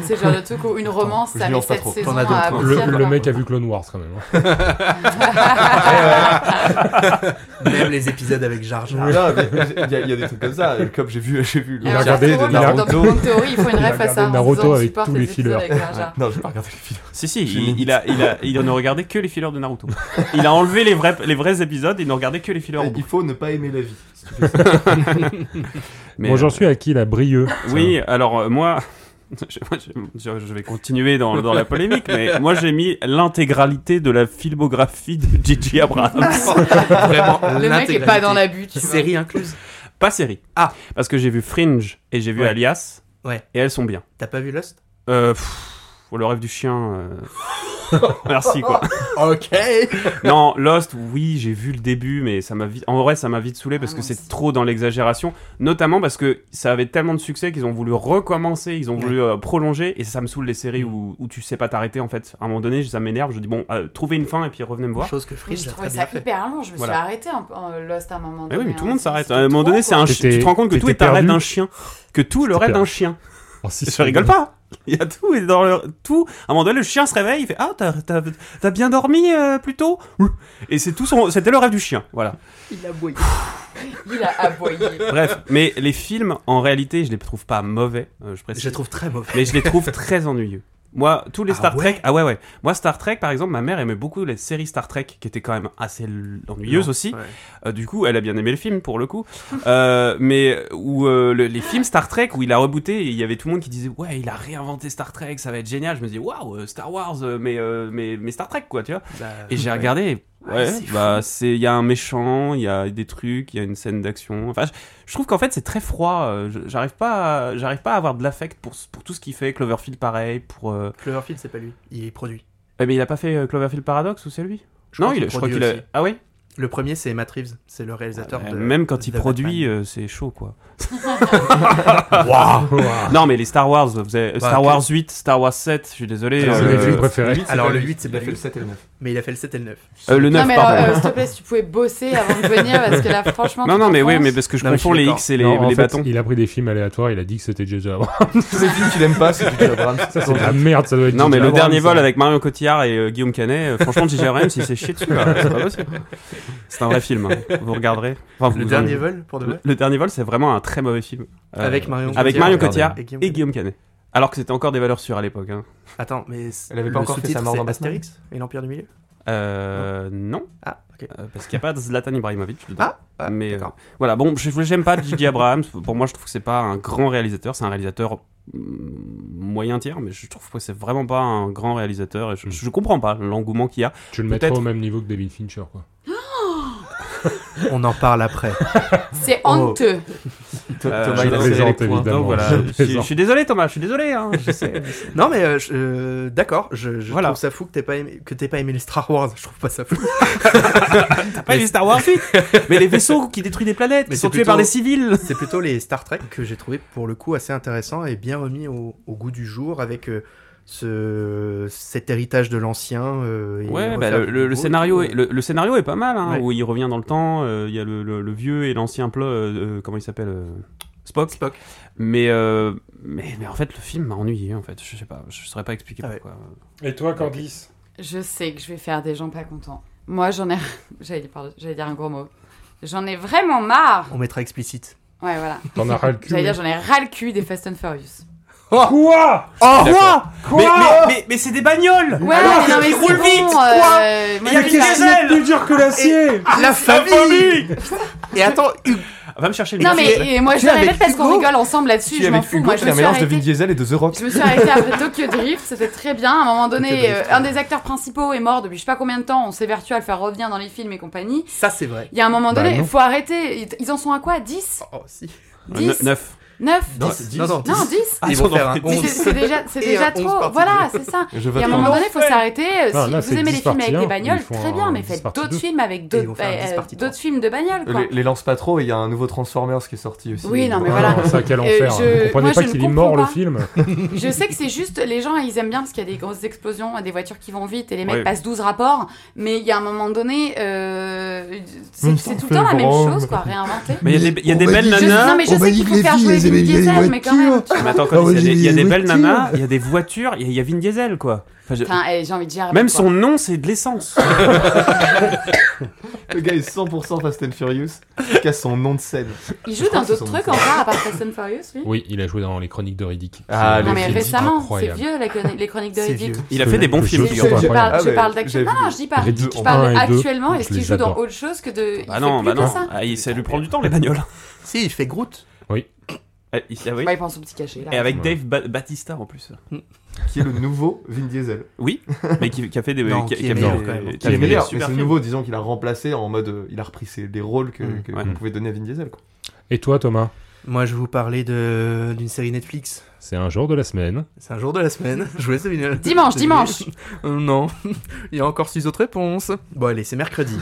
Speaker 4: C'est le genre de truc où une romance,
Speaker 3: je
Speaker 4: ça
Speaker 3: lui
Speaker 4: met
Speaker 3: lance pas
Speaker 4: cette
Speaker 3: trop.
Speaker 4: saison
Speaker 6: T'en as
Speaker 4: à
Speaker 6: d'autres, hein.
Speaker 4: aboutir,
Speaker 2: le, le
Speaker 4: quoi.
Speaker 2: mec a vu Clone Wars quand même. hein.
Speaker 6: Bah, Même les épisodes avec Jar Jar.
Speaker 3: Mais Ah, [laughs] non, mais il y, a- il y a des trucs comme ça. euh, Comme j'ai vu, j'ai vu.
Speaker 4: Et
Speaker 2: Il a
Speaker 4: alors,
Speaker 2: regardé
Speaker 4: c'est trop drôle,
Speaker 2: il a-
Speaker 4: dans Big Bang Theory, il faut une
Speaker 2: Il a
Speaker 4: ref
Speaker 2: regardé
Speaker 4: à ça. en disant,
Speaker 2: Naruto
Speaker 4: on
Speaker 2: avec
Speaker 4: supporte
Speaker 2: tous les
Speaker 4: épisodes
Speaker 2: fillers.
Speaker 4: avec Jar Jar.
Speaker 3: Non, j'ai pas regardé les films.
Speaker 5: Si, si,
Speaker 3: J'ai
Speaker 5: il,
Speaker 3: mis-
Speaker 5: il a, il, a, il ne regardait que les fillers de Naruto. Il a enlevé les vrais, les vrais épisodes et il ne regardait que les fillers en
Speaker 3: Il
Speaker 5: boucle.
Speaker 3: faut ne pas aimer la vie.
Speaker 5: Mais,
Speaker 2: bon,
Speaker 5: euh,
Speaker 2: j'en suis à qui là Brieux.
Speaker 5: Oui, alors euh, moi, [laughs] je, moi, je- je- je vais continuer dans, dans la polémique, mais moi j'ai mis l'intégralité de la filmographie de Gigi Abrams.
Speaker 6: Ah. Vraiment,
Speaker 4: Le mec est pas dans la butte. tu vois.
Speaker 6: série incluse.
Speaker 5: Pas série.
Speaker 6: Ah.
Speaker 5: Parce que j'ai vu Fringe et j'ai vu
Speaker 6: Ouais.
Speaker 5: Alias.
Speaker 6: Ouais.
Speaker 5: Et elles sont bien.
Speaker 6: T'as pas vu Lost
Speaker 5: Euh, pff, le rêve du chien. euh, Merci quoi.
Speaker 6: Ok.
Speaker 5: Non, Lost, oui, j'ai vu le début, mais ça m'a vite. En vrai, ça m'a vite saoulé parce
Speaker 4: Ah,
Speaker 5: que
Speaker 4: moi
Speaker 5: c'est
Speaker 4: aussi.
Speaker 5: trop dans l'exagération. Notamment parce que ça avait tellement de succès qu'ils ont voulu recommencer, ils ont voulu euh, prolonger. Et ça me saoule les séries où, où tu sais pas t'arrêter en fait. À un moment donné, ça m'énerve. Je dis bon, euh, trouvez une fin et puis revenez me voir.
Speaker 6: Chose que Fringe
Speaker 4: je
Speaker 6: a très
Speaker 4: trouvais
Speaker 6: bien
Speaker 4: ça
Speaker 6: fait.
Speaker 4: hyper long, je me
Speaker 5: Voilà.
Speaker 4: suis arrêtée en, en Lost à un moment
Speaker 5: Mais
Speaker 4: donné.
Speaker 5: oui, mais tout le monde
Speaker 4: hein,
Speaker 5: s'arrête.
Speaker 4: c'était
Speaker 5: À un moment
Speaker 4: trop,
Speaker 5: donné, c'est
Speaker 4: quoi.
Speaker 5: un chien. Tu te rends compte que
Speaker 2: T'étais-
Speaker 5: tout est un rêve
Speaker 2: t'étais
Speaker 5: d'un
Speaker 2: perdu.
Speaker 5: chien. Que tout le
Speaker 2: T'étais
Speaker 5: rêve d'un
Speaker 2: perdu.
Speaker 5: chien.
Speaker 2: [laughs] En six
Speaker 5: Je
Speaker 2: secondes.
Speaker 5: rigole pas. [laughs] Il y a tout. Et dans le, tout. À un moment donné, le chien se réveille. Il fait Ah, t'as- t'as t'as bien dormi euh, plus tôt Et c'est tout son. C'était le rêve du chien. Voilà.
Speaker 6: Il a bouillé.
Speaker 4: Il a aboyé.
Speaker 6: [laughs]
Speaker 5: Bref, mais les films, en réalité, je les trouve pas mauvais, euh, je précise.
Speaker 6: Je les trouve très mauvais.
Speaker 5: Mais je les trouve très ennuyeux. Moi, tous les
Speaker 6: Ah
Speaker 5: Star
Speaker 6: ouais
Speaker 5: Trek, ah ouais, ouais. Moi, Star Trek, par exemple, ma mère aimait beaucoup les séries Star Trek, qui étaient quand même assez l- ennuyeuses aussi.
Speaker 6: Ouais.
Speaker 5: Euh, du coup, elle a bien aimé le film pour le coup. Euh, mais où euh, le- les films Star Trek où il a rebooté, et il y avait tout le monde qui disait ouais, il a réinventé Star Trek, ça va être génial. Je me dis waouh, euh, Star Wars, euh, mais, euh, mais mais Star Trek quoi, tu vois.
Speaker 6: Bah,
Speaker 5: Et j'ai
Speaker 6: ouais.
Speaker 5: regardé.
Speaker 6: Ouais,
Speaker 5: Ouais,
Speaker 6: c'est fou.
Speaker 5: bah c'est il y a un méchant, il y a des trucs, il y a une scène d'action. Enfin, je, je trouve qu'en fait c'est très froid. euh, je- J'arrive pas, à- j'arrive pas à avoir de l'affect pour ce- pour tout ce qu'il fait. Cloverfield pareil. Pour euh,
Speaker 6: Cloverfield, c'est pas lui. Il est produit.
Speaker 5: eh, mais il a pas fait euh, Cloverfield Paradox ou c'est lui
Speaker 6: Je
Speaker 5: Non,
Speaker 6: crois
Speaker 5: il, je
Speaker 6: qu'il
Speaker 5: crois
Speaker 6: produit
Speaker 5: qu'il a.
Speaker 6: aussi.
Speaker 5: Ah oui. Euh,
Speaker 6: Le premier, c'est Matt Reeves. C'est le réalisateur de.
Speaker 5: Même quand il
Speaker 6: The
Speaker 5: produit,
Speaker 6: Batman.
Speaker 5: euh, c'est chaud quoi.
Speaker 2: Waouh
Speaker 5: Non, mais les Star Wars, vous avez-
Speaker 6: Bah,
Speaker 5: Star
Speaker 6: que-
Speaker 5: Wars 8, Star Wars 7, je suis désolé.
Speaker 3: Alors,
Speaker 2: C'est
Speaker 5: euh,
Speaker 2: mes films
Speaker 5: euh,
Speaker 2: préférés.
Speaker 6: Alors, le 8, c'est
Speaker 3: il a
Speaker 6: pas
Speaker 3: fait
Speaker 6: lui.
Speaker 3: le 7 et le 9.
Speaker 6: Mais il a fait le 7 et le 9.
Speaker 5: le 9,
Speaker 4: Non, mais alors,
Speaker 5: pardon.
Speaker 4: euh, s'il te plaît, si tu pouvais bosser avant de venir, parce que là, franchement.
Speaker 5: non,
Speaker 4: tu
Speaker 5: non, mais oui,
Speaker 4: t'enfonces.
Speaker 5: mais parce que je
Speaker 6: Non, mais je suis
Speaker 5: confonds les
Speaker 6: d'accord.
Speaker 5: X et les,
Speaker 2: Non, en
Speaker 5: les
Speaker 2: fait,
Speaker 5: bâtons.
Speaker 2: Il a pris des films aléatoires, il a dit que c'était JJ Abrams.
Speaker 3: Tous les films qu'il aime pas, c'est du Abrams.
Speaker 2: Ça, c'est de la merde, ça doit être
Speaker 5: Non,
Speaker 2: JJ
Speaker 5: mais le
Speaker 2: Abrams,
Speaker 5: dernier
Speaker 2: ça.
Speaker 5: vol avec Marion Cotillard et euh, Guillaume Canet, euh, franchement, J.J. Abrams, il s'est chié dessus. là. C'est pas possible. C'est un vrai film. hein. Vous regarderez. Enfin, vous-
Speaker 6: Ah, Le
Speaker 5: vous-
Speaker 6: dernier vol, pour de
Speaker 5: Le,
Speaker 6: vrai
Speaker 5: le dernier vol, c'est vraiment un très mauvais film. Euh,
Speaker 6: Avec Marion
Speaker 5: avec
Speaker 6: Cotillard.
Speaker 5: Marion
Speaker 2: regardez.
Speaker 5: Cotillard
Speaker 6: Et
Speaker 5: et Guillaume,
Speaker 6: Guillaume
Speaker 5: Canet. Alors que c'était encore des valeurs sûres à l'époque. hein.
Speaker 6: Attends, mais. c-
Speaker 3: Elle avait pas
Speaker 6: le
Speaker 3: encore fait
Speaker 6: sous-titre,
Speaker 3: sa mort
Speaker 6: c'est
Speaker 3: dans Batman
Speaker 6: Astérix et l'Empire du Milieu
Speaker 5: Euh, non,
Speaker 6: Ah, ok.
Speaker 5: euh, parce qu'il n'y a pas de Zlatan Ibrahimovic dedans.
Speaker 6: Ah, ah,
Speaker 5: mais euh,
Speaker 6: d'accord.
Speaker 5: voilà, bon, je- j'aime pas J.J. Abrams. Pour moi, je trouve que c'est pas un grand réalisateur. C'est un réalisateur mm, moyen tiers, mais je trouve que c'est vraiment pas un grand réalisateur. Et je, je comprends pas l'engouement qu'il y a.
Speaker 2: Tu le mettrais
Speaker 5: Peut-être.
Speaker 2: au même niveau que David Fincher, quoi.
Speaker 6: On en parle après.
Speaker 4: C'est
Speaker 5: Oh.
Speaker 4: honteux.
Speaker 5: Thomas,
Speaker 3: Thomas,
Speaker 5: Euh, je
Speaker 3: il a
Speaker 5: plaisante,
Speaker 3: serré les poings.
Speaker 2: évidemment.
Speaker 5: Donc voilà,
Speaker 2: Je
Speaker 5: je, suis- je
Speaker 2: plaisante.
Speaker 5: suis désolé Thomas, je suis désolé. hein, je sais.
Speaker 6: [laughs] non, mais euh, je- euh, d'accord, je, je
Speaker 5: Voilà.
Speaker 6: trouve ça fou que t'aies pas aimé, que t'aies pas aimé les Star Wars. Je trouve pas ça fou.
Speaker 5: Après les Star Wars, oui. mais les vaisseaux qui détruisent des planètes,
Speaker 6: Mais
Speaker 5: qui sont
Speaker 6: c'est
Speaker 5: tués par
Speaker 6: plutôt-
Speaker 5: des civils.
Speaker 6: [laughs] C'est plutôt les Star Trek que j'ai trouvé pour le coup assez intéressant et bien remis au, au goût du jour avec euh, ce, cet héritage de l'ancien. euh, et
Speaker 5: Ouais,
Speaker 6: refaire
Speaker 5: bah, le, le-
Speaker 6: du
Speaker 5: le
Speaker 6: nouveau et
Speaker 5: scénario
Speaker 6: tout,
Speaker 5: est,
Speaker 6: euh.
Speaker 5: le, le scénario est pas mal, hein,
Speaker 6: Ouais.
Speaker 5: où il revient dans le temps, euh, il y a le, le- le vieux et l'ancien plat, euh, euh, comment il s'appelle euh, Spock.
Speaker 6: Spock.
Speaker 5: Mais, euh, mais, mais en fait, le film m'a ennuyé, en fait, je sais pas, je saurais pas expliquer
Speaker 6: Ah ouais.
Speaker 5: pourquoi.
Speaker 2: Et toi,
Speaker 5: Candice
Speaker 4: Je sais que je vais faire des gens pas contents. Moi, j'en ai. [laughs] J'allais pardon, j'allais dire un gros mot. J'en ai vraiment marre.
Speaker 6: On mettra explicite.
Speaker 4: Ouais, voilà.
Speaker 2: T'en as ras le cul. hein.
Speaker 4: J'allais dire, j'en ai ras le cul des Fast and Furious.
Speaker 2: Quoi
Speaker 5: Oh,
Speaker 2: D'accord.
Speaker 5: mais, mais- mais- mais c'est des bagnoles
Speaker 4: Ouais,
Speaker 2: Alors,
Speaker 4: mais non, mais
Speaker 2: ils
Speaker 4: c'est
Speaker 2: roulent
Speaker 4: bon,
Speaker 2: vite,
Speaker 4: euh, moi,
Speaker 5: Il y a
Speaker 4: je vais
Speaker 5: que des
Speaker 4: faire-
Speaker 5: ailes
Speaker 2: Plus dur que l'acier
Speaker 6: La famille Et attends,
Speaker 5: Va me chercher le
Speaker 4: Non,
Speaker 5: mec.
Speaker 4: mais et moi, je
Speaker 6: Tu es
Speaker 4: l'avais
Speaker 6: avec
Speaker 4: fait parce qu'on
Speaker 6: Hugo
Speaker 4: rigole ensemble là-dessus.
Speaker 3: Tu
Speaker 4: Je m'en
Speaker 3: avec
Speaker 4: fous.
Speaker 3: Hugo,
Speaker 4: Moi, je
Speaker 3: c'est
Speaker 4: me
Speaker 3: un
Speaker 4: suis
Speaker 3: mélange de Vin
Speaker 4: arrêtée.
Speaker 3: Diesel et de The Rock.
Speaker 4: Je me suis arrêtée après Tokyo Drift, c'était très bien. À un moment
Speaker 6: Tokyo
Speaker 4: donné,
Speaker 6: Drift,
Speaker 4: euh, un des acteurs principaux est mort depuis je sais pas combien de temps. On s'évertue à le faire revenir dans les films et compagnie.
Speaker 6: ça c'est vrai.
Speaker 4: Il y a un moment
Speaker 2: Bah,
Speaker 4: donné, il
Speaker 2: non.
Speaker 4: faut arrêter. Ils- Ils en sont à quoi 10
Speaker 6: Oh, si.
Speaker 5: Euh,
Speaker 4: 10
Speaker 5: ne- neuf.
Speaker 4: 9
Speaker 3: Non,
Speaker 6: Dix.
Speaker 3: c'est dix.
Speaker 6: non, non,
Speaker 4: Non,
Speaker 6: dix.
Speaker 4: 10
Speaker 6: Ah, ils
Speaker 5: Ils
Speaker 6: vont
Speaker 5: vont
Speaker 6: faire un
Speaker 5: faire
Speaker 4: Mais c'est-
Speaker 6: 11.
Speaker 4: c'est déjà, c'est
Speaker 6: [laughs] Et
Speaker 4: déjà
Speaker 6: un onze
Speaker 4: trop.
Speaker 6: partie
Speaker 4: Voilà, c'est ça.
Speaker 3: Je
Speaker 4: Et
Speaker 3: vote
Speaker 4: à un
Speaker 3: contre.
Speaker 4: moment donné, il faut s'arrêter.
Speaker 2: Non,
Speaker 4: si
Speaker 2: là, c'est
Speaker 4: vous aimez les
Speaker 2: 10
Speaker 4: films avec
Speaker 2: parties
Speaker 4: des
Speaker 2: un,
Speaker 4: bagnoles,
Speaker 2: ils font
Speaker 4: très
Speaker 2: un
Speaker 4: bien, mais
Speaker 2: 10
Speaker 4: faites
Speaker 2: parties
Speaker 4: d'autres
Speaker 2: deux.
Speaker 4: films avec
Speaker 6: ils vont
Speaker 4: d'autres
Speaker 6: faire un 10
Speaker 4: euh,
Speaker 6: parties
Speaker 4: d'autres
Speaker 6: trois.
Speaker 4: films de bagnoles. quoi.
Speaker 3: Les, les lance pas trop et il y a un nouveau Transformers qui est sorti aussi.
Speaker 4: Oui, non, mais
Speaker 2: Ah,
Speaker 4: voilà.
Speaker 2: Ça, quel
Speaker 4: Euh,
Speaker 2: enfer.
Speaker 4: je-
Speaker 2: Vous comprenez
Speaker 4: moi,
Speaker 2: pas
Speaker 4: je ne
Speaker 2: qu'il est mort,
Speaker 4: comprends
Speaker 2: le
Speaker 4: pas.
Speaker 2: film
Speaker 4: Je sais que c'est juste, les gens ils aiment bien parce qu'il y a des grosses explosions, des voitures qui vont vite et les mecs
Speaker 5: Ouais.
Speaker 4: passent 12 rapports, mais il y a un moment donné, euh, c'est
Speaker 3: Ils
Speaker 4: c'est
Speaker 3: sont
Speaker 4: tout le temps la
Speaker 3: fait
Speaker 4: même
Speaker 3: grand.
Speaker 4: chose quoi,
Speaker 6: [laughs]
Speaker 4: réinventer.
Speaker 5: Mais il y a des- il y a des
Speaker 1: On m'a
Speaker 5: belles
Speaker 1: dit-
Speaker 4: Je-
Speaker 5: nanas.
Speaker 4: non mais je
Speaker 1: on m'a
Speaker 4: sais
Speaker 1: dit
Speaker 4: qu'il
Speaker 1: que
Speaker 4: faut
Speaker 1: les
Speaker 4: faire
Speaker 1: filles,
Speaker 4: jouer
Speaker 1: elles aimaient
Speaker 4: Vin
Speaker 1: bien les
Speaker 4: Diesel, mais quand même.
Speaker 1: voitures.
Speaker 4: tu vois.
Speaker 5: Mais attends,
Speaker 1: Ah
Speaker 5: quand
Speaker 1: ouais,
Speaker 5: il y a des- il y a
Speaker 1: j'ai
Speaker 5: des
Speaker 1: des
Speaker 5: belles
Speaker 1: voitures.
Speaker 5: nanas, il y a des voitures, il y a- il y a Vin Diesel, quoi. Enfin, je-
Speaker 4: Enfin, eh, j'ai envie de dire.
Speaker 5: Même son nom, c'est de l'essence.
Speaker 3: Le gars est 100% Fast and Furious. Qu'à son nom de scène.
Speaker 4: Il
Speaker 3: Je
Speaker 4: joue
Speaker 3: crois
Speaker 4: dans
Speaker 3: que c'est
Speaker 4: d'autres
Speaker 3: son
Speaker 4: trucs
Speaker 3: nom.
Speaker 4: encore à part Fast and Furious, lui.
Speaker 2: Oui, il a joué dans Les Chroniques de Riddick.
Speaker 3: Ah,
Speaker 2: C'est
Speaker 4: Non
Speaker 3: les
Speaker 4: mais
Speaker 3: films
Speaker 4: récemment, c'est
Speaker 2: incroyables.
Speaker 4: vieux la chroni- les chroniques de
Speaker 6: C'est
Speaker 4: Riddick.
Speaker 6: vieux.
Speaker 5: Il a fait des bons
Speaker 2: Je-
Speaker 5: films,
Speaker 2: je-
Speaker 4: Je,
Speaker 2: figure-toi.
Speaker 4: je parle,
Speaker 3: Ah
Speaker 4: je
Speaker 3: ouais,
Speaker 4: parle d'actu-
Speaker 3: j'avais
Speaker 4: Non, non,
Speaker 3: vu.
Speaker 4: je dis pas.
Speaker 2: Riddick
Speaker 4: Je
Speaker 2: 1
Speaker 4: parle
Speaker 2: et 2,
Speaker 4: actuellement. Est-ce
Speaker 2: je
Speaker 4: qu'il
Speaker 2: les
Speaker 4: joue dans
Speaker 2: adore.
Speaker 4: autre chose que de. il
Speaker 5: Bah
Speaker 4: fait
Speaker 5: non,
Speaker 4: plus
Speaker 5: bah
Speaker 4: que
Speaker 5: non.
Speaker 4: ça
Speaker 5: Ah, il- ça lui prend du temps, les bagnoles.
Speaker 6: Si, il fait Groot.
Speaker 2: Oui.
Speaker 5: Ah, ici, ah oui.
Speaker 4: Bah, il prend son petit cachet, là.
Speaker 5: Et avec
Speaker 2: Ouais.
Speaker 5: Dave Ba- Batista en plus.
Speaker 3: qui est le nouveau Vin Diesel.
Speaker 5: Oui, mais qui, qui a fait des.
Speaker 6: Non,
Speaker 5: qui,
Speaker 6: qui
Speaker 5: qui
Speaker 6: est
Speaker 5: a fait
Speaker 6: meilleur,
Speaker 5: des-
Speaker 6: quand même.
Speaker 5: qui
Speaker 3: Qui
Speaker 5: a
Speaker 3: est
Speaker 5: fait des
Speaker 3: meilleur, mais
Speaker 5: super
Speaker 3: c'est le
Speaker 5: films.
Speaker 3: nouveau, disons qu'il a remplacé en mode. euh, il a repris ses, les rôles que,
Speaker 6: Mm.
Speaker 3: que-
Speaker 5: Ouais.
Speaker 3: qu'on pouvait donner à Vin Diesel. Quoi.
Speaker 2: Et toi, Thomas
Speaker 6: Moi, je vais vous parler de- d'une série Netflix.
Speaker 2: C'est un jour de la semaine.
Speaker 6: C'est un jour de la semaine. [laughs] Je vous laisse deviner.
Speaker 4: Dimanche,
Speaker 6: [laughs]
Speaker 4: dimanche.
Speaker 6: Euh, non, il y a encore six autres réponses. Bon, allez, c'est mercredi.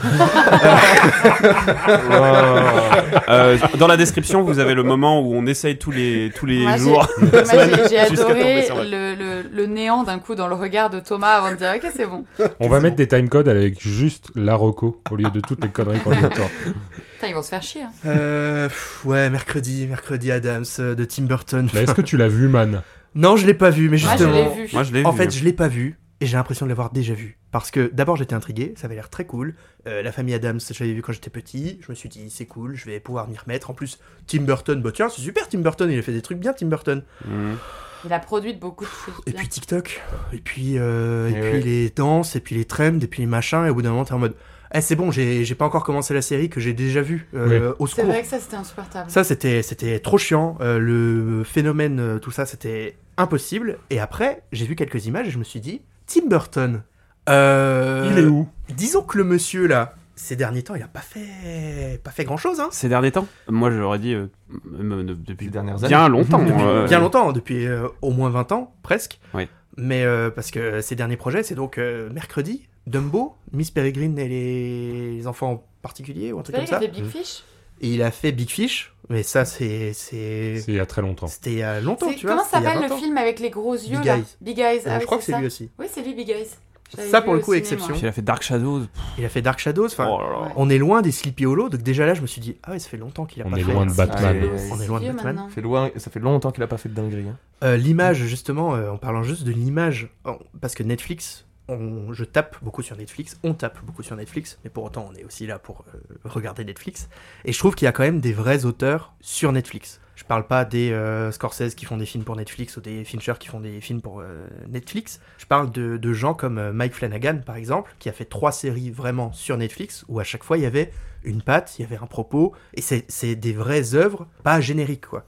Speaker 5: [laughs] Euh, dans la description, vous avez le moment où on essaye tous les, tous les
Speaker 4: Moi, j'ai-
Speaker 5: jours.
Speaker 4: Moi, j'ai- j'ai
Speaker 5: Jusqu'à tomber
Speaker 4: adoré
Speaker 5: sur elle.
Speaker 4: le, le- le néant d'un coup dans le regard de Thomas avant de dire ok c'est bon.
Speaker 2: On va mettre des timecodes avec juste la Rocco au lieu de toutes les conneries qu'on dit autour.
Speaker 4: Putain ils vont se faire chier. hein.
Speaker 6: Euh, pff, ouais, mercredi, mercredi Adams euh, de Tim Burton.
Speaker 2: Mais est-ce que tu l'as vu, man
Speaker 6: Non, je l'ai pas vu, mais
Speaker 4: Moi Ah, je
Speaker 6: justement.
Speaker 4: l'ai vu.
Speaker 5: Moi, je l'ai
Speaker 6: En
Speaker 5: vu.
Speaker 3: euh.
Speaker 6: fait, je l'ai pas vu et j'ai l'impression de l'avoir déjà vu. Parce que d'abord, j'étais intrigué, ça avait l'air très cool. Euh, la famille Adams, je l'avais vu quand j'étais petit. Je me suis dit, c'est cool, je vais pouvoir m'y remettre. En plus, Tim Burton, bah tiens, c'est super Tim Burton, il a fait des trucs bien, Tim Burton.
Speaker 5: Mhm.
Speaker 4: Il a produit de beaucoup de choses.
Speaker 6: Et
Speaker 4: bien.
Speaker 6: puis TikTok, et puis, euh, et
Speaker 3: Eh
Speaker 6: puis
Speaker 3: ouais.
Speaker 6: les danses, et puis les trends, et puis les machins. Et au bout d'un moment, t'es en mode, eh, c'est bon, j'ai j'ai pas encore commencé la série que j'ai déjà vue. euh, Au
Speaker 4: C'est
Speaker 6: secours.
Speaker 4: vrai que ça c'était insupportable.
Speaker 6: Ça, c'était c'était trop chiant. Euh, le phénomène, euh, tout ça, c'était impossible. Et après, j'ai vu quelques images et je me suis dit, Tim Burton. euh,
Speaker 2: Il est où
Speaker 6: Disons que le monsieur là, ces derniers temps, il a pas fait pas fait grand chose. Hein.
Speaker 5: Ces derniers temps, moi, j'aurais dit euh, m- m- de- depuis
Speaker 3: Ces dernières
Speaker 5: bien longtemps.
Speaker 6: Depuis
Speaker 5: euh,
Speaker 6: bien longtemps, depuis euh, au moins 20 ans, presque.
Speaker 5: Oui.
Speaker 6: Mais euh, parce que ces derniers projets, c'est donc euh, mercredi, Dumbo, Miss Peregrine et les, les enfants en particulier ou un
Speaker 4: Tu
Speaker 6: truc
Speaker 4: vois,
Speaker 6: comme
Speaker 4: il a
Speaker 6: ça.
Speaker 4: fait Big Fish.
Speaker 6: Et il a fait Big Fish, mais ça c'est c'est
Speaker 2: C'est il y a très longtemps.
Speaker 6: c'était il y a longtemps,
Speaker 4: C'est-
Speaker 6: tu vois.
Speaker 4: Comment
Speaker 6: c'était il y a
Speaker 4: s'appelle le
Speaker 6: 20 ans.
Speaker 4: film avec les gros yeux
Speaker 6: Big
Speaker 4: là
Speaker 6: Eyes.
Speaker 4: Big Eyes.
Speaker 6: Euh,
Speaker 4: ah
Speaker 6: je
Speaker 4: oui,
Speaker 6: crois que
Speaker 4: c'est
Speaker 6: c'est
Speaker 4: ça.
Speaker 6: lui aussi.
Speaker 4: Oui c'est lui Big Eyes. Je l'avais
Speaker 6: Ça
Speaker 4: vu
Speaker 6: pour le
Speaker 4: au
Speaker 6: coup est
Speaker 4: ciné, moi.
Speaker 5: Puis il
Speaker 6: exceptionnel.
Speaker 5: a fait Dark Shadows. Pff,
Speaker 6: Il a fait Dark Shadows. Enfin,
Speaker 5: oh là là.
Speaker 6: on est loin des Sleepy Hollow. Donc déjà là, je me suis dit ah ouais, ça fait longtemps qu'il a
Speaker 2: On
Speaker 6: pas
Speaker 2: est
Speaker 6: fait.
Speaker 2: loin de
Speaker 4: Ah,
Speaker 2: Batman.
Speaker 3: Allez.
Speaker 6: On est loin de
Speaker 4: vieux
Speaker 6: Batman.
Speaker 4: maintenant.
Speaker 3: Ça fait, loin- ça fait longtemps qu'il a pas fait de dinguerie. hein.
Speaker 6: Euh, l'image, justement, euh, en parlant juste de l'image, en- parce que Netflix, on- je tape beaucoup sur Netflix, on tape beaucoup sur Netflix, mais pour autant, on est aussi là pour euh, regarder Netflix. Et je trouve qu'il y a quand même des vrais auteurs sur Netflix. Je parle pas des euh, Scorsese qui font des films pour Netflix ou des Fincher qui font des films pour euh, Netflix. Je parle de, de gens comme euh, Mike Flanagan, par exemple, qui a fait trois séries vraiment sur Netflix, où à chaque fois, il y avait une patte, il y avait un propos, et c'est c'est des vraies œuvres, pas génériques, quoi.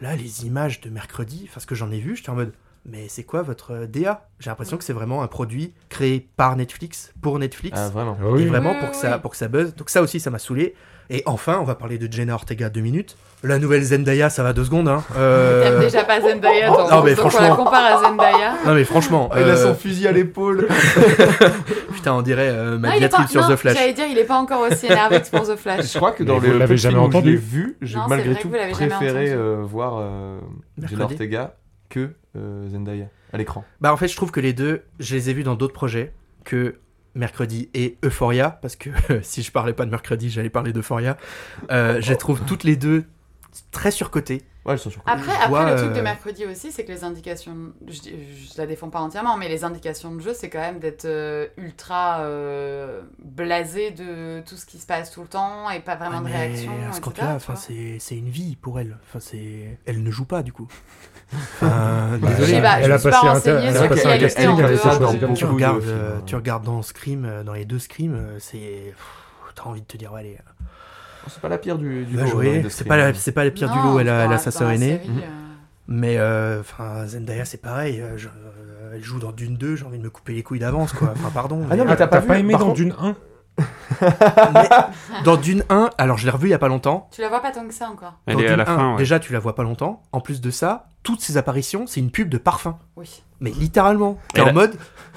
Speaker 6: Là, les images de mercredi, enfin ce que j'en ai vu, j'étais en mode mais c'est quoi votre euh, DA J'ai l'impression que c'est vraiment un produit créé par Netflix, pour Netflix,
Speaker 3: Ah, vraiment.
Speaker 2: Ah oui.
Speaker 6: et vraiment
Speaker 4: Oui,
Speaker 6: pour, que
Speaker 4: oui,
Speaker 6: ça,
Speaker 4: oui.
Speaker 6: pour que ça buzz. Donc ça aussi, ça m'a saoulé. Et enfin, on va parler de Jenna Ortega deux minutes. La nouvelle Zendaya, ça va deux
Speaker 4: [laughs]
Speaker 6: secondes. Hein. Euh, Oh,
Speaker 4: T'aimes déjà pas Zendaya donc,
Speaker 6: Non, mais
Speaker 4: donc on la
Speaker 6: franchement.
Speaker 4: compare à Zendaya.
Speaker 6: Non mais franchement,
Speaker 3: Ah, il a
Speaker 6: euh,
Speaker 3: son fusil à l'épaule.
Speaker 6: putain, on dirait euh, [laughs] ma
Speaker 4: Non, il est pas...
Speaker 6: diatribe sur
Speaker 4: non,
Speaker 6: The Flash.
Speaker 4: J'allais dire il est pas encore aussi énervé que pour The
Speaker 3: [laughs]
Speaker 4: Flash.
Speaker 6: [laughs]
Speaker 3: Je crois que
Speaker 2: Mais
Speaker 3: dans
Speaker 2: vous
Speaker 3: le peu
Speaker 2: l'avez
Speaker 3: de
Speaker 2: jamais
Speaker 3: films où
Speaker 2: entendu
Speaker 3: je l'ai vu, j'ai
Speaker 4: Non, c'est
Speaker 3: malgré
Speaker 4: vrai
Speaker 3: tout
Speaker 4: que vous l'avez jamais
Speaker 3: préféré
Speaker 4: entendu.
Speaker 3: euh, voir euh, Jenna
Speaker 6: Mercredi.
Speaker 3: Ortega que euh, Zendaya à l'écran.
Speaker 6: Bah en fait, je trouve que les deux, je les ai vus dans d'autres projets que mercredi et Euphoria, parce que [laughs] si je parlais pas de mercredi, j'allais parler d'Euphoria. Euh, je les trouve toutes les deux très surcotées.
Speaker 3: Ouais, elles sont sur
Speaker 4: Après,
Speaker 6: Je
Speaker 4: après
Speaker 6: vois,
Speaker 4: le truc de
Speaker 6: euh,
Speaker 4: mercredi aussi, c'est que les indications, je, dis- je la défends pas entièrement, mais les indications de jeu, c'est quand même d'être euh, ultra euh, blasé de tout ce qui se passe tout le temps et pas vraiment
Speaker 6: Ouais,
Speaker 4: de
Speaker 6: mais
Speaker 4: réaction.
Speaker 6: à ce
Speaker 4: etc.,
Speaker 6: compte-là,
Speaker 4: tu vois.
Speaker 6: enfin, c'est c'est une vie pour elle. Enfin, c'est elle ne joue pas
Speaker 4: [laughs]
Speaker 6: du coup. Enfin,
Speaker 2: Bah,
Speaker 4: Je
Speaker 6: désolé. hein.
Speaker 4: sais pas, je
Speaker 2: Elle a
Speaker 4: me suis pas
Speaker 2: passé un
Speaker 4: renseignée
Speaker 2: ta- elle
Speaker 4: sur
Speaker 3: a passé
Speaker 4: qui
Speaker 3: un
Speaker 4: elle était
Speaker 3: casting
Speaker 4: en
Speaker 3: avec
Speaker 4: dehors
Speaker 3: Sacha
Speaker 4: de-
Speaker 3: Baron
Speaker 6: tu
Speaker 3: beaucoup
Speaker 6: regardes,
Speaker 3: de
Speaker 6: euh,
Speaker 3: films.
Speaker 6: tu regardes dans Scream, euh, dans les deux Scream, euh, c'est pff, t'as envie de te dire ouais, allez,
Speaker 3: Oh, C'est pas la pire du, du
Speaker 6: va
Speaker 3: lot,
Speaker 6: jouer.
Speaker 3: hein, de
Speaker 6: Bah, C'est
Speaker 3: Scream.
Speaker 6: pas la, c'est pas la pire du
Speaker 4: Non,
Speaker 6: lot. Elle a,
Speaker 4: dans
Speaker 6: elle
Speaker 4: la-
Speaker 6: a sa Mhm.
Speaker 4: dans
Speaker 6: sœur
Speaker 4: la
Speaker 6: aînée.
Speaker 4: série, euh,
Speaker 6: Mais euh, enfin, Zendaya, c'est pareil. euh, je- euh, elle joue dans Dune 2, j'ai envie de me couper les couilles d'avance, quoi. Enfin, pardon. euh,
Speaker 3: Ah non,
Speaker 2: Ah,
Speaker 3: mais t'as pas vu,
Speaker 2: aimé
Speaker 3: par
Speaker 2: dans
Speaker 3: contre-
Speaker 2: Dune 1
Speaker 6: mais dans Dune 1, alors je l'ai revu il y a pas longtemps.
Speaker 4: Tu la vois pas tant que ça encore.
Speaker 5: Elle
Speaker 6: Dans
Speaker 5: est à
Speaker 6: Dune
Speaker 5: la
Speaker 6: 1,
Speaker 5: fin. ouais.
Speaker 6: Déjà, tu la vois pas longtemps. En plus de ça, toutes ses apparitions, c'est une pub de parfum.
Speaker 4: Oui.
Speaker 6: Mais littéralement. T'es
Speaker 5: Elle
Speaker 6: en
Speaker 5: a-
Speaker 6: mode.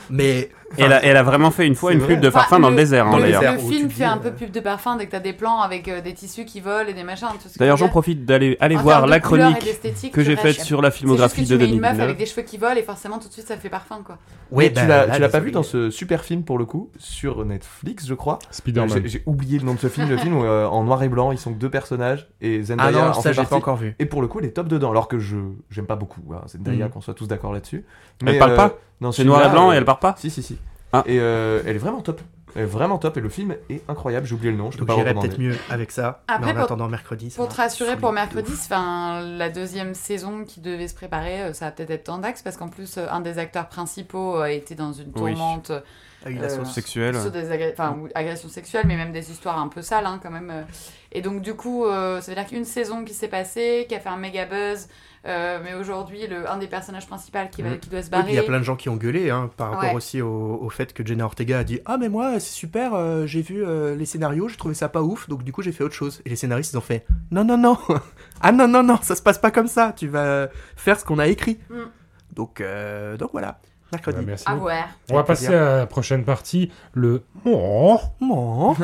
Speaker 6: Mais.
Speaker 5: Elle a, elle a vraiment fait une fois
Speaker 3: C'est
Speaker 5: une
Speaker 3: vrai.
Speaker 5: pub de parfum
Speaker 4: Enfin,
Speaker 5: dans le désert, hein,
Speaker 6: dans
Speaker 4: le,
Speaker 6: le
Speaker 5: d'ailleurs.
Speaker 6: désert.
Speaker 4: le
Speaker 6: où
Speaker 4: film
Speaker 6: tu
Speaker 4: fait
Speaker 6: dis,
Speaker 4: un peu
Speaker 6: euh,
Speaker 4: pub de parfum dès que t'as des plans avec euh, des tissus qui volent et des machins. Tout ce
Speaker 5: D'ailleurs,
Speaker 4: qu'il y a.
Speaker 5: j'en profite d'aller aller
Speaker 4: En
Speaker 5: voir
Speaker 4: termes
Speaker 5: la
Speaker 4: de couleur et
Speaker 5: chronique
Speaker 4: d'esthétique,
Speaker 5: que
Speaker 4: tu
Speaker 5: j'ai
Speaker 4: restes-
Speaker 5: faite sur la
Speaker 4: C'est juste
Speaker 5: filmographie
Speaker 4: que
Speaker 5: de
Speaker 4: tu mets une meuf avec
Speaker 5: 2019.
Speaker 4: des cheveux qui volent et forcément tout de suite ça fait parfum quoi.
Speaker 3: Mais
Speaker 6: bah,
Speaker 3: tu l'as,
Speaker 6: là,
Speaker 3: tu l'as pas vu
Speaker 6: désolé.
Speaker 3: dans ce super film pour le coup sur Netflix, je crois.
Speaker 2: Spider-Man.
Speaker 3: J'ai j'ai oublié le nom de ce film, le film euh, en noir et blanc, ils sont que deux personnages et
Speaker 6: Ah
Speaker 3: Zendaya
Speaker 6: non,
Speaker 3: en
Speaker 6: ça,
Speaker 3: fait
Speaker 6: j'ai
Speaker 3: partie.
Speaker 6: pas encore vu.
Speaker 3: Et pour le coup, elle est top dedans, alors que je j'aime pas beaucoup hein, Zendaya,
Speaker 6: Mhm.
Speaker 3: qu'on soit tous d'accord là-dessus. euh,
Speaker 5: parle pas
Speaker 3: dans ce
Speaker 5: C'est noir et
Speaker 3: film-là,
Speaker 5: blanc
Speaker 3: euh,
Speaker 5: et elle part pas
Speaker 3: Si si si.
Speaker 5: Ah.
Speaker 3: Et euh, elle est vraiment top. est vraiment top et le film est incroyable. J'ai oublié le nom, je peux
Speaker 6: Donc
Speaker 3: pas
Speaker 6: j'irai
Speaker 3: recommander.
Speaker 6: peut-être mieux avec ça.
Speaker 4: Après,
Speaker 6: mais en
Speaker 4: pour-
Speaker 6: attendant mercredi. ça
Speaker 4: Pour
Speaker 6: va
Speaker 4: te rassurer,
Speaker 6: être
Speaker 4: pour
Speaker 6: solide de
Speaker 4: mercredi,
Speaker 6: ouf.
Speaker 4: c'est- enfin, la deuxième saison qui devait se préparer, euh, ça va peut-être être Tandax, parce qu'en plus, euh, un des acteurs principaux euh, a été dans une
Speaker 5: Oui.
Speaker 4: tourmente, euh,
Speaker 6: Ah oui, la
Speaker 4: euh,
Speaker 6: sauce.
Speaker 5: Sexuel.
Speaker 4: sur des agré- enfin, ou agressions sexuelles, mais même des histoires un peu sales, hein, quand même. euh. Et donc, du coup, euh, ça veut dire qu'une saison qui s'est passée, qui a fait un méga buzz, euh, mais aujourd'hui, le- un des personnages principaux qui, va-
Speaker 5: Mhm.
Speaker 4: qui doit se
Speaker 6: Oui, puis il y
Speaker 4: barrer.
Speaker 6: a plein de gens qui ont gueulé hein, par rapport
Speaker 4: Ouais.
Speaker 6: aussi au, au fait que Jenna Ortega a dit Ah, mais moi, c'est super, euh, j'ai vu euh, les scénarios, j'ai trouvé ça pas ouf, donc du coup, j'ai fait autre chose. Et les scénaristes, ils ont fait Non, non, non [laughs] Ah, non, non, non, ça se passe pas comme ça, tu vas faire ce qu'on a écrit.
Speaker 4: Mm.
Speaker 6: Donc, euh, donc voilà, mercredi.
Speaker 2: Bah, merci.
Speaker 4: Ah ouais.
Speaker 2: On va
Speaker 6: Avec
Speaker 2: passer
Speaker 6: plaisir.
Speaker 2: à la prochaine partie, le oh,
Speaker 4: [laughs]
Speaker 6: Mon.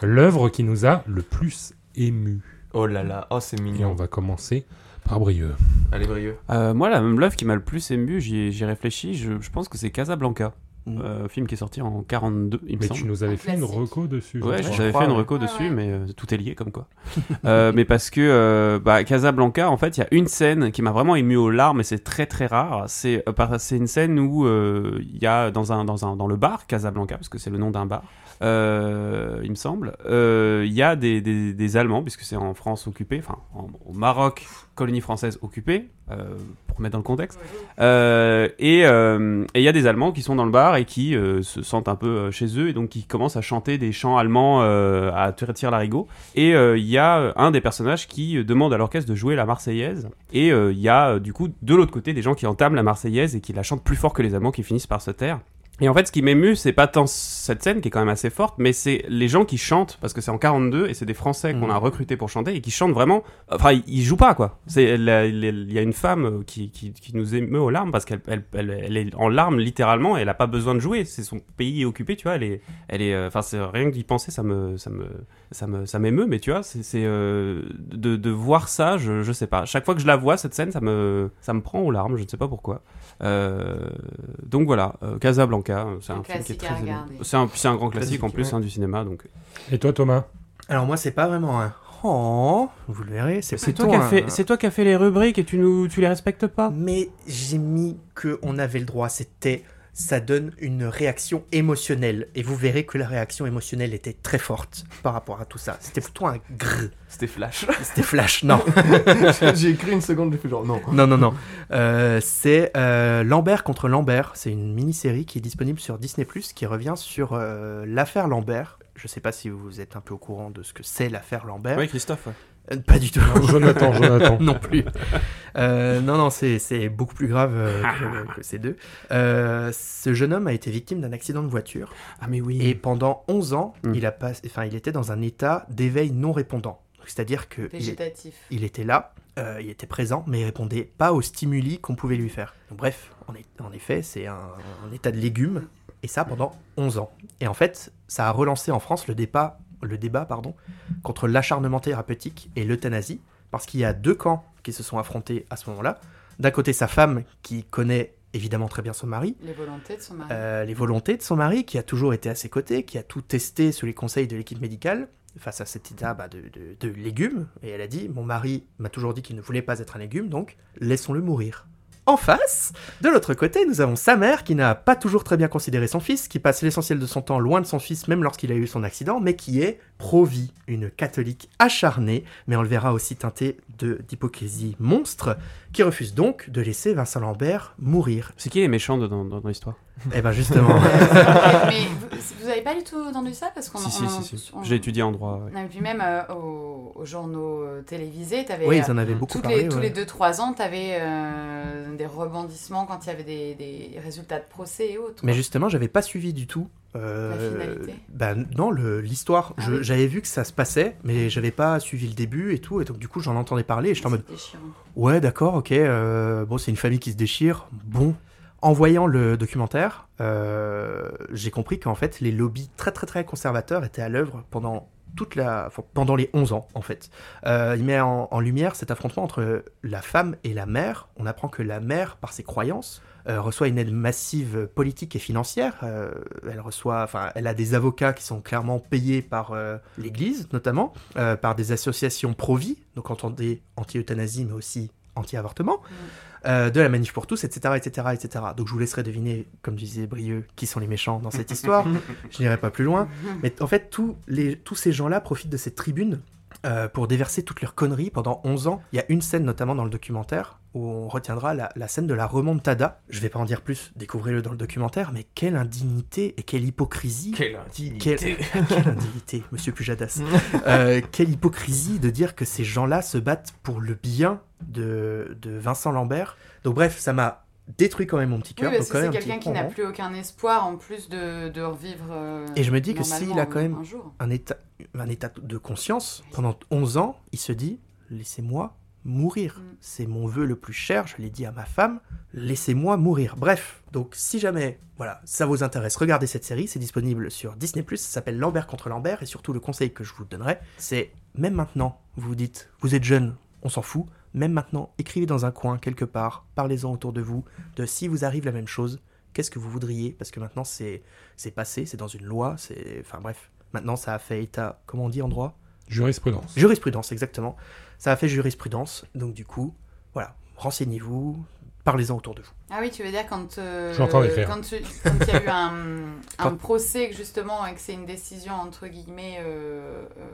Speaker 2: l'œuvre qui nous a le plus ému.
Speaker 3: Oh là là, oh c'est
Speaker 2: Et on
Speaker 3: mignon.
Speaker 2: va commencer par Brieux.
Speaker 3: Allez Brieux.
Speaker 5: Euh, moi, la même l'œuvre qui m'a le plus ému, j'y ai- j'y réfléchis, je, je pense que c'est Casablanca,
Speaker 6: Mm.
Speaker 5: Euh, film qui est sorti en 42, il me
Speaker 2: Mais tu
Speaker 5: semble.
Speaker 2: nous avais
Speaker 4: Un
Speaker 2: fait une
Speaker 4: classique.
Speaker 2: reco dessus. je
Speaker 5: Ouais,
Speaker 2: crois.
Speaker 5: je t'avais
Speaker 6: crois,
Speaker 5: fait une
Speaker 6: ouais.
Speaker 5: reco
Speaker 4: Ouais,
Speaker 5: dessus,
Speaker 4: ouais.
Speaker 5: mais euh, tout est lié comme quoi. [laughs] Euh, mais parce que euh, bah, Casablanca, en fait, il y a une scène qui m'a vraiment ému aux larmes, et c'est très très rare. C'est euh, par- c'est une scène où euh, il y a dans, un, dans, un, dans le bar Casablanca, parce que c'est le nom d'un bar, euh, il me semble, euh, il y a des, des, des Allemands, puisque c'est en France occupée, enfin en- au Maroc, colonie française occupée, euh, pour mettre dans le contexte. Euh, et euh, et il y a des Allemands qui sont dans le bar et qui euh, se sentent un peu euh, chez eux et donc qui commencent à chanter des chants allemands euh, à tir larigot. Et euh, il y a euh, un des personnages qui euh, demande à l'orchestre de jouer la Marseillaise. Et euh, il y a euh, du coup de l'autre côté des gens qui entament la Marseillaise et qui la chantent plus fort que les Allemands qui finissent par se taire. Et en fait, ce qui m'émue, c'est pas tant cette scène qui est quand même assez forte, mais c'est les gens qui chantent parce que c'est en 42 et c'est des Français qu'on a
Speaker 6: Mhm.
Speaker 5: recrutés pour chanter et qui chantent vraiment. Enfin, ils, ils jouent pas quoi. C'est la- la- il y a une femme euh, qui, qui, qui nous émeut aux larmes parce qu'elle elle, elle- elle est en larmes littéralement. Et elle a pas besoin de jouer. C'est son pays est occupé, tu vois. Elle est, elle est. euh, Enfin, c'est rien que d'y penser, ça me, ça me, ça me, ça m'émeut. Mais tu vois, c'est, c'est, euh, de, de voir ça, je, je sais pas. Chaque fois que je la vois cette scène, ça me, ça me prend aux larmes. Je ne sais pas pourquoi. Euh, donc voilà, euh, Casablanca, euh, c'est
Speaker 4: Un
Speaker 5: un, film qui est
Speaker 4: classique à
Speaker 5: très aimé.
Speaker 4: regarder.
Speaker 5: C'est un, c'est un grand classique,
Speaker 3: Classique,
Speaker 5: en plus
Speaker 3: ouais.
Speaker 5: hein, du cinéma, donc.
Speaker 2: Et toi, Thomas
Speaker 6: Alors, moi, c'est pas vraiment un Oh, vous le verrez, c'est
Speaker 5: C'est
Speaker 6: plutôt
Speaker 5: toi euh, qui
Speaker 6: un-
Speaker 5: as fait, c'est toi qui as fait les rubriques et tu nous, tu les respectes pas.
Speaker 6: Mais j'ai mis que on avait le droit. C'était, ça donne une réaction émotionnelle. Et vous verrez que la réaction émotionnelle était très forte par rapport à tout ça. C'était plutôt un grrr.
Speaker 3: C'était Flash.
Speaker 6: C'était flash. Non,
Speaker 3: J'ai écrit une seconde, j'ai fait genre non.
Speaker 6: non, non, non. Euh, c'est euh, Lambert contre Lambert. C'est une mini-série qui est disponible sur Disney+, qui revient sur euh, l'affaire Lambert. Je sais pas si vous êtes un peu au courant de ce que c'est l'affaire Lambert.
Speaker 5: Oui, Christophe. ouais.
Speaker 6: Euh, pas du tout. [laughs]
Speaker 2: Jonathan, Jonathan.
Speaker 6: non plus. Euh, non, non, c'est c'est beaucoup plus grave euh, que, que ces deux. Euh, ce jeune homme a été victime d'un accident de voiture
Speaker 5: Ah mais oui.
Speaker 6: et pendant 11 ans,
Speaker 5: Mm.
Speaker 6: il, a pas, enfin, il était dans un état d'éveil non répondant. Donc, C'est-à-dire que il,
Speaker 4: Végétatif.
Speaker 6: il était là, euh, il était présent, mais il répondait pas aux stimuli qu'on pouvait lui faire. Donc, bref, en, est- en effet, c'est un, un état de légume, et ça pendant 11 ans. Et en fait, ça a relancé en France le débat, le débat pardon, contre l'acharnement thérapeutique et l'euthanasie, parce qu'il y a deux camps qui se sont affrontés à ce moment-là. D'un côté, sa femme, qui connaît évidemment très bien son mari,
Speaker 4: Les volontés de son mari.
Speaker 6: euh, les volontés de son mari, qui a toujours été à ses côtés, qui a tout testé sous les conseils de l'équipe médicale face à cet état bah, de, de- de légumes. Et elle a dit Mon mari m'a toujours dit qu'il ne voulait pas être un légume, donc laissons-le mourir. En face, de l'autre côté, nous avons sa mère qui n'a pas toujours très bien considéré son fils, qui passe l'essentiel de son temps loin de son fils même lorsqu'il a eu son accident, mais qui est pro-vie, une catholique acharnée, mais on le verra aussi teintée de- d'hypocrisie monstre, qui refuse donc de laisser Vincent Lambert mourir.
Speaker 5: C'est qui les méchants dedans- dans, dans l'histoire
Speaker 6: Et ben justement,
Speaker 4: [laughs] mais vous, vous avez pas du tout entendu ça parce qu'on
Speaker 5: Si si
Speaker 4: on-
Speaker 5: si si.
Speaker 4: on-
Speaker 5: J'ai étudié en droit. ouais.
Speaker 4: Non, mais puis même euh, aux, aux journaux euh, télévisés, t'avais
Speaker 6: Oui,
Speaker 4: euh,
Speaker 6: ils en avaient beaucoup
Speaker 4: toutes
Speaker 6: parlé.
Speaker 4: les, tous
Speaker 6: ouais.
Speaker 4: les 2-3 ans, t'avais euh, des rebondissements quand il y avait des, des résultats de procès et autres.
Speaker 6: Mais justement, j'avais pas suivi du tout. euh,
Speaker 4: La finalité
Speaker 6: bah, non, le- l'histoire.
Speaker 4: Ah
Speaker 6: Je-
Speaker 4: oui.
Speaker 6: J'avais vu que ça se passait, mais j'avais pas suivi le début et tout. Et donc, du coup, j'en entendais parler et j'étais en mode
Speaker 4: C'était chiant.
Speaker 6: Ouais, d'accord, ok. euh, bon, c'est une famille qui se déchire. Bon. En voyant le documentaire, euh, j'ai compris qu'en fait, les lobbies très très très conservateurs étaient à l'œuvre pendant toute la, enfin, pendant les 11 ans en fait. Euh, il met en, en lumière cet affrontement entre la femme et la mère. On apprend que la mère, par ses croyances, euh, reçoit une aide massive politique et financière. Euh, elle reçoit, enfin, elle a des avocats qui sont clairement payés par euh, l'Église, notamment, euh, par des associations pro-vie, donc entendez anti-euthanasie, mais aussi anti-avortement, euh, de la manif pour tous, etc., etc., etc. Donc je vous laisserai deviner, comme disait Brieux, qui sont les méchants dans cette histoire. je n'irai pas plus loin. Mais en fait, tous, les, tous ces gens-là profitent de cette tribune euh, pour déverser toutes leurs conneries pendant 11 ans. Il y a une scène notamment dans le documentaire où on retiendra la, la scène de la remontada. Je vais pas en dire plus, découvrez-le dans le documentaire, mais quelle indignité et quelle hypocrisie.
Speaker 3: Quelle indignité
Speaker 6: Quelle- [laughs] Quelle indignité, monsieur Pujadas. Euh, quelle hypocrisie de dire que ces gens-là se battent pour le bien de, de Vincent Lambert. Donc bref, ça m'a détruit quand même mon petit
Speaker 4: Oui,
Speaker 6: cœur.
Speaker 4: parce
Speaker 6: donc
Speaker 4: que
Speaker 6: quand
Speaker 4: c'est
Speaker 6: même un
Speaker 4: quelqu'un
Speaker 6: petit hein.
Speaker 4: qui n'a
Speaker 6: ronron.
Speaker 4: plus aucun espoir en plus de, de revivre. euh,
Speaker 6: Et je me dis que s'il a
Speaker 4: normalement
Speaker 6: quand même
Speaker 4: Un jour.
Speaker 6: un état, un état de conscience, pendant 11 ans, il se dit laissez-moi mourir.
Speaker 4: Mm.
Speaker 6: C'est mon vœu le plus cher, je l'ai dit à ma femme, laissez-moi mourir. Bref, donc si jamais voilà, ça vous intéresse, regardez cette série, c'est disponible sur Disney+, ça s'appelle Lambert contre Lambert, et surtout le conseil que je vous donnerai, c'est même maintenant, vous vous dites, vous êtes jeune, on s'en fout, même maintenant, écrivez dans un coin, quelque part, parlez-en autour de vous, de si vous arrive la même chose, qu'est-ce que vous voudriez, parce que maintenant c'est c'est passé, c'est dans une loi, c'est... Enfin bref, maintenant ça a fait état, comment on dit en droit
Speaker 2: Jurisprudence.
Speaker 6: Jurisprudence, exactement. Ça a fait jurisprudence, donc du coup, voilà, renseignez-vous, parlez-en autour de vous.
Speaker 4: Ah oui, tu veux dire quand. euh,
Speaker 2: J'entends les rires.
Speaker 4: Quand tu- quand il y a eu un,
Speaker 6: [laughs]
Speaker 4: un
Speaker 6: Quand-
Speaker 4: procès, que justement, et que c'est une décision, entre guillemets. euh, euh,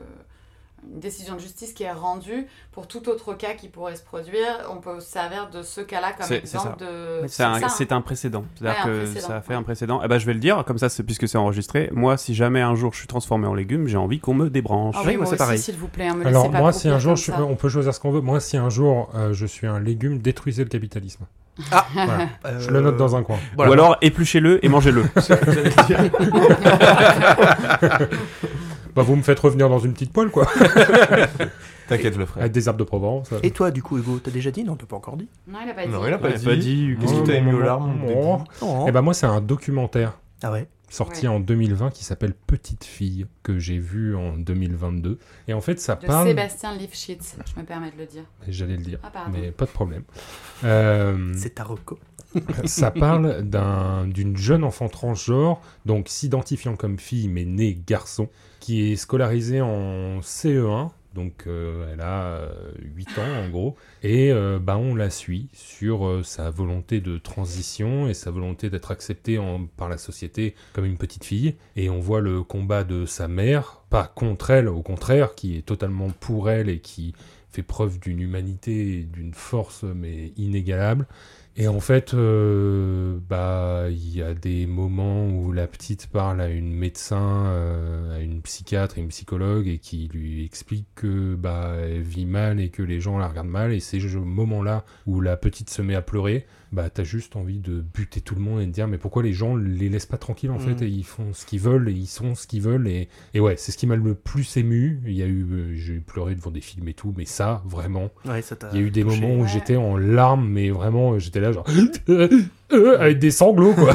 Speaker 4: une décision de justice qui est rendue pour tout autre cas qui pourrait se produire, on peut se servir de ce cas-là comme
Speaker 5: C'est- c'est ça.
Speaker 4: exemple de.
Speaker 5: C'est un,
Speaker 4: ça, hein.
Speaker 5: c'est un précédent. C'est-à-dire
Speaker 4: Ouais, un
Speaker 5: que
Speaker 4: précédent,
Speaker 5: ça a fait
Speaker 4: ouais.
Speaker 5: un précédent. Eh ben, je vais le dire, comme ça, c'est puisque c'est enregistré. Moi, si jamais un jour je suis transformé en légume, j'ai envie qu'on me débranche.
Speaker 4: Ah
Speaker 6: Oui,
Speaker 4: oui,
Speaker 6: moi,
Speaker 4: moi
Speaker 6: c'est
Speaker 4: aussi,
Speaker 6: pareil.
Speaker 4: s'il vous plaît. hein, me
Speaker 2: Alors
Speaker 4: laissez pas
Speaker 2: moi, si un
Speaker 4: pourrir
Speaker 2: jour,
Speaker 4: comme
Speaker 2: je-
Speaker 4: ça.
Speaker 2: on peut choisir ce qu'on veut. Moi, si un jour euh, je suis un légume, détruisez le capitalisme.
Speaker 6: Ah.
Speaker 2: [laughs] Voilà. Je le note dans un coin.
Speaker 6: Voilà.
Speaker 5: Ou alors, épluchez-le et
Speaker 6: [laughs]
Speaker 5: mangez-le.
Speaker 3: J'allais dire.
Speaker 2: Bah, vous me faites revenir dans une petite poêle, quoi.
Speaker 3: T'inquiète, je le ferai.
Speaker 2: Avec des arbres de Provence.
Speaker 6: Et toi, du coup, Hugo, t'as déjà dit Non, t'as pas encore dit
Speaker 4: Non, il a pas dit.
Speaker 3: Non, il a
Speaker 5: Il a pas dit.
Speaker 3: Qu'est-ce
Speaker 5: que
Speaker 3: qui
Speaker 2: Oh,
Speaker 3: t'a mis
Speaker 2: oh,
Speaker 3: aux larmes,
Speaker 2: oh.
Speaker 3: Debbie
Speaker 6: Non.
Speaker 2: Eh ben moi, c'est un documentaire
Speaker 6: Ah ouais
Speaker 2: sorti en 2020 qui s'appelle Petite fille que j'ai vu en 2022. Et en fait, ça
Speaker 4: De
Speaker 2: parle.
Speaker 4: Sébastien Lifshitz, je me permets de le dire.
Speaker 2: J'allais le dire,
Speaker 4: Ah, pardon.
Speaker 2: mais pas de problème. Euh,
Speaker 6: C'est ta reco.
Speaker 2: ça parle d'un- d'une jeune enfant transgenre, donc s'identifiant comme fille mais née garçon, qui est scolarisée en CE1. Donc euh, elle a euh, 8 ans en gros, et euh, bah, on la suit sur euh, sa volonté de transition et sa volonté d'être acceptée en- par la société comme une petite fille, et on voit le combat de sa mère, pas contre elle, au contraire, qui est totalement pour elle et qui fait preuve d'une humanité et d'une force mais inégalable. Et en fait, euh, bah, il y a des moments où la petite parle à une médecin, euh, à une psychiatre, et une psychologue, et qui lui explique que bah, elle vit mal et que les gens la regardent mal. Et ces moments-là où la petite se met à pleurer, bah, t'as juste envie de buter tout le monde et de dire mais pourquoi les gens les laissent pas tranquilles en
Speaker 6: Mhm.
Speaker 2: fait et ils font ce qu'ils veulent et ils sont ce qu'ils veulent et, et ouais, c'est ce qui m'a le plus ému. Il y a eu, euh, j'ai eu pleuré devant des films et tout, mais ça vraiment.
Speaker 6: Ouais, ça t'a
Speaker 2: Il y a eu des
Speaker 6: touché.
Speaker 2: moments où
Speaker 4: Ouais.
Speaker 2: j'étais en larmes, mais vraiment, euh, j'étais là, genre, euh, avec des sanglots, quoi.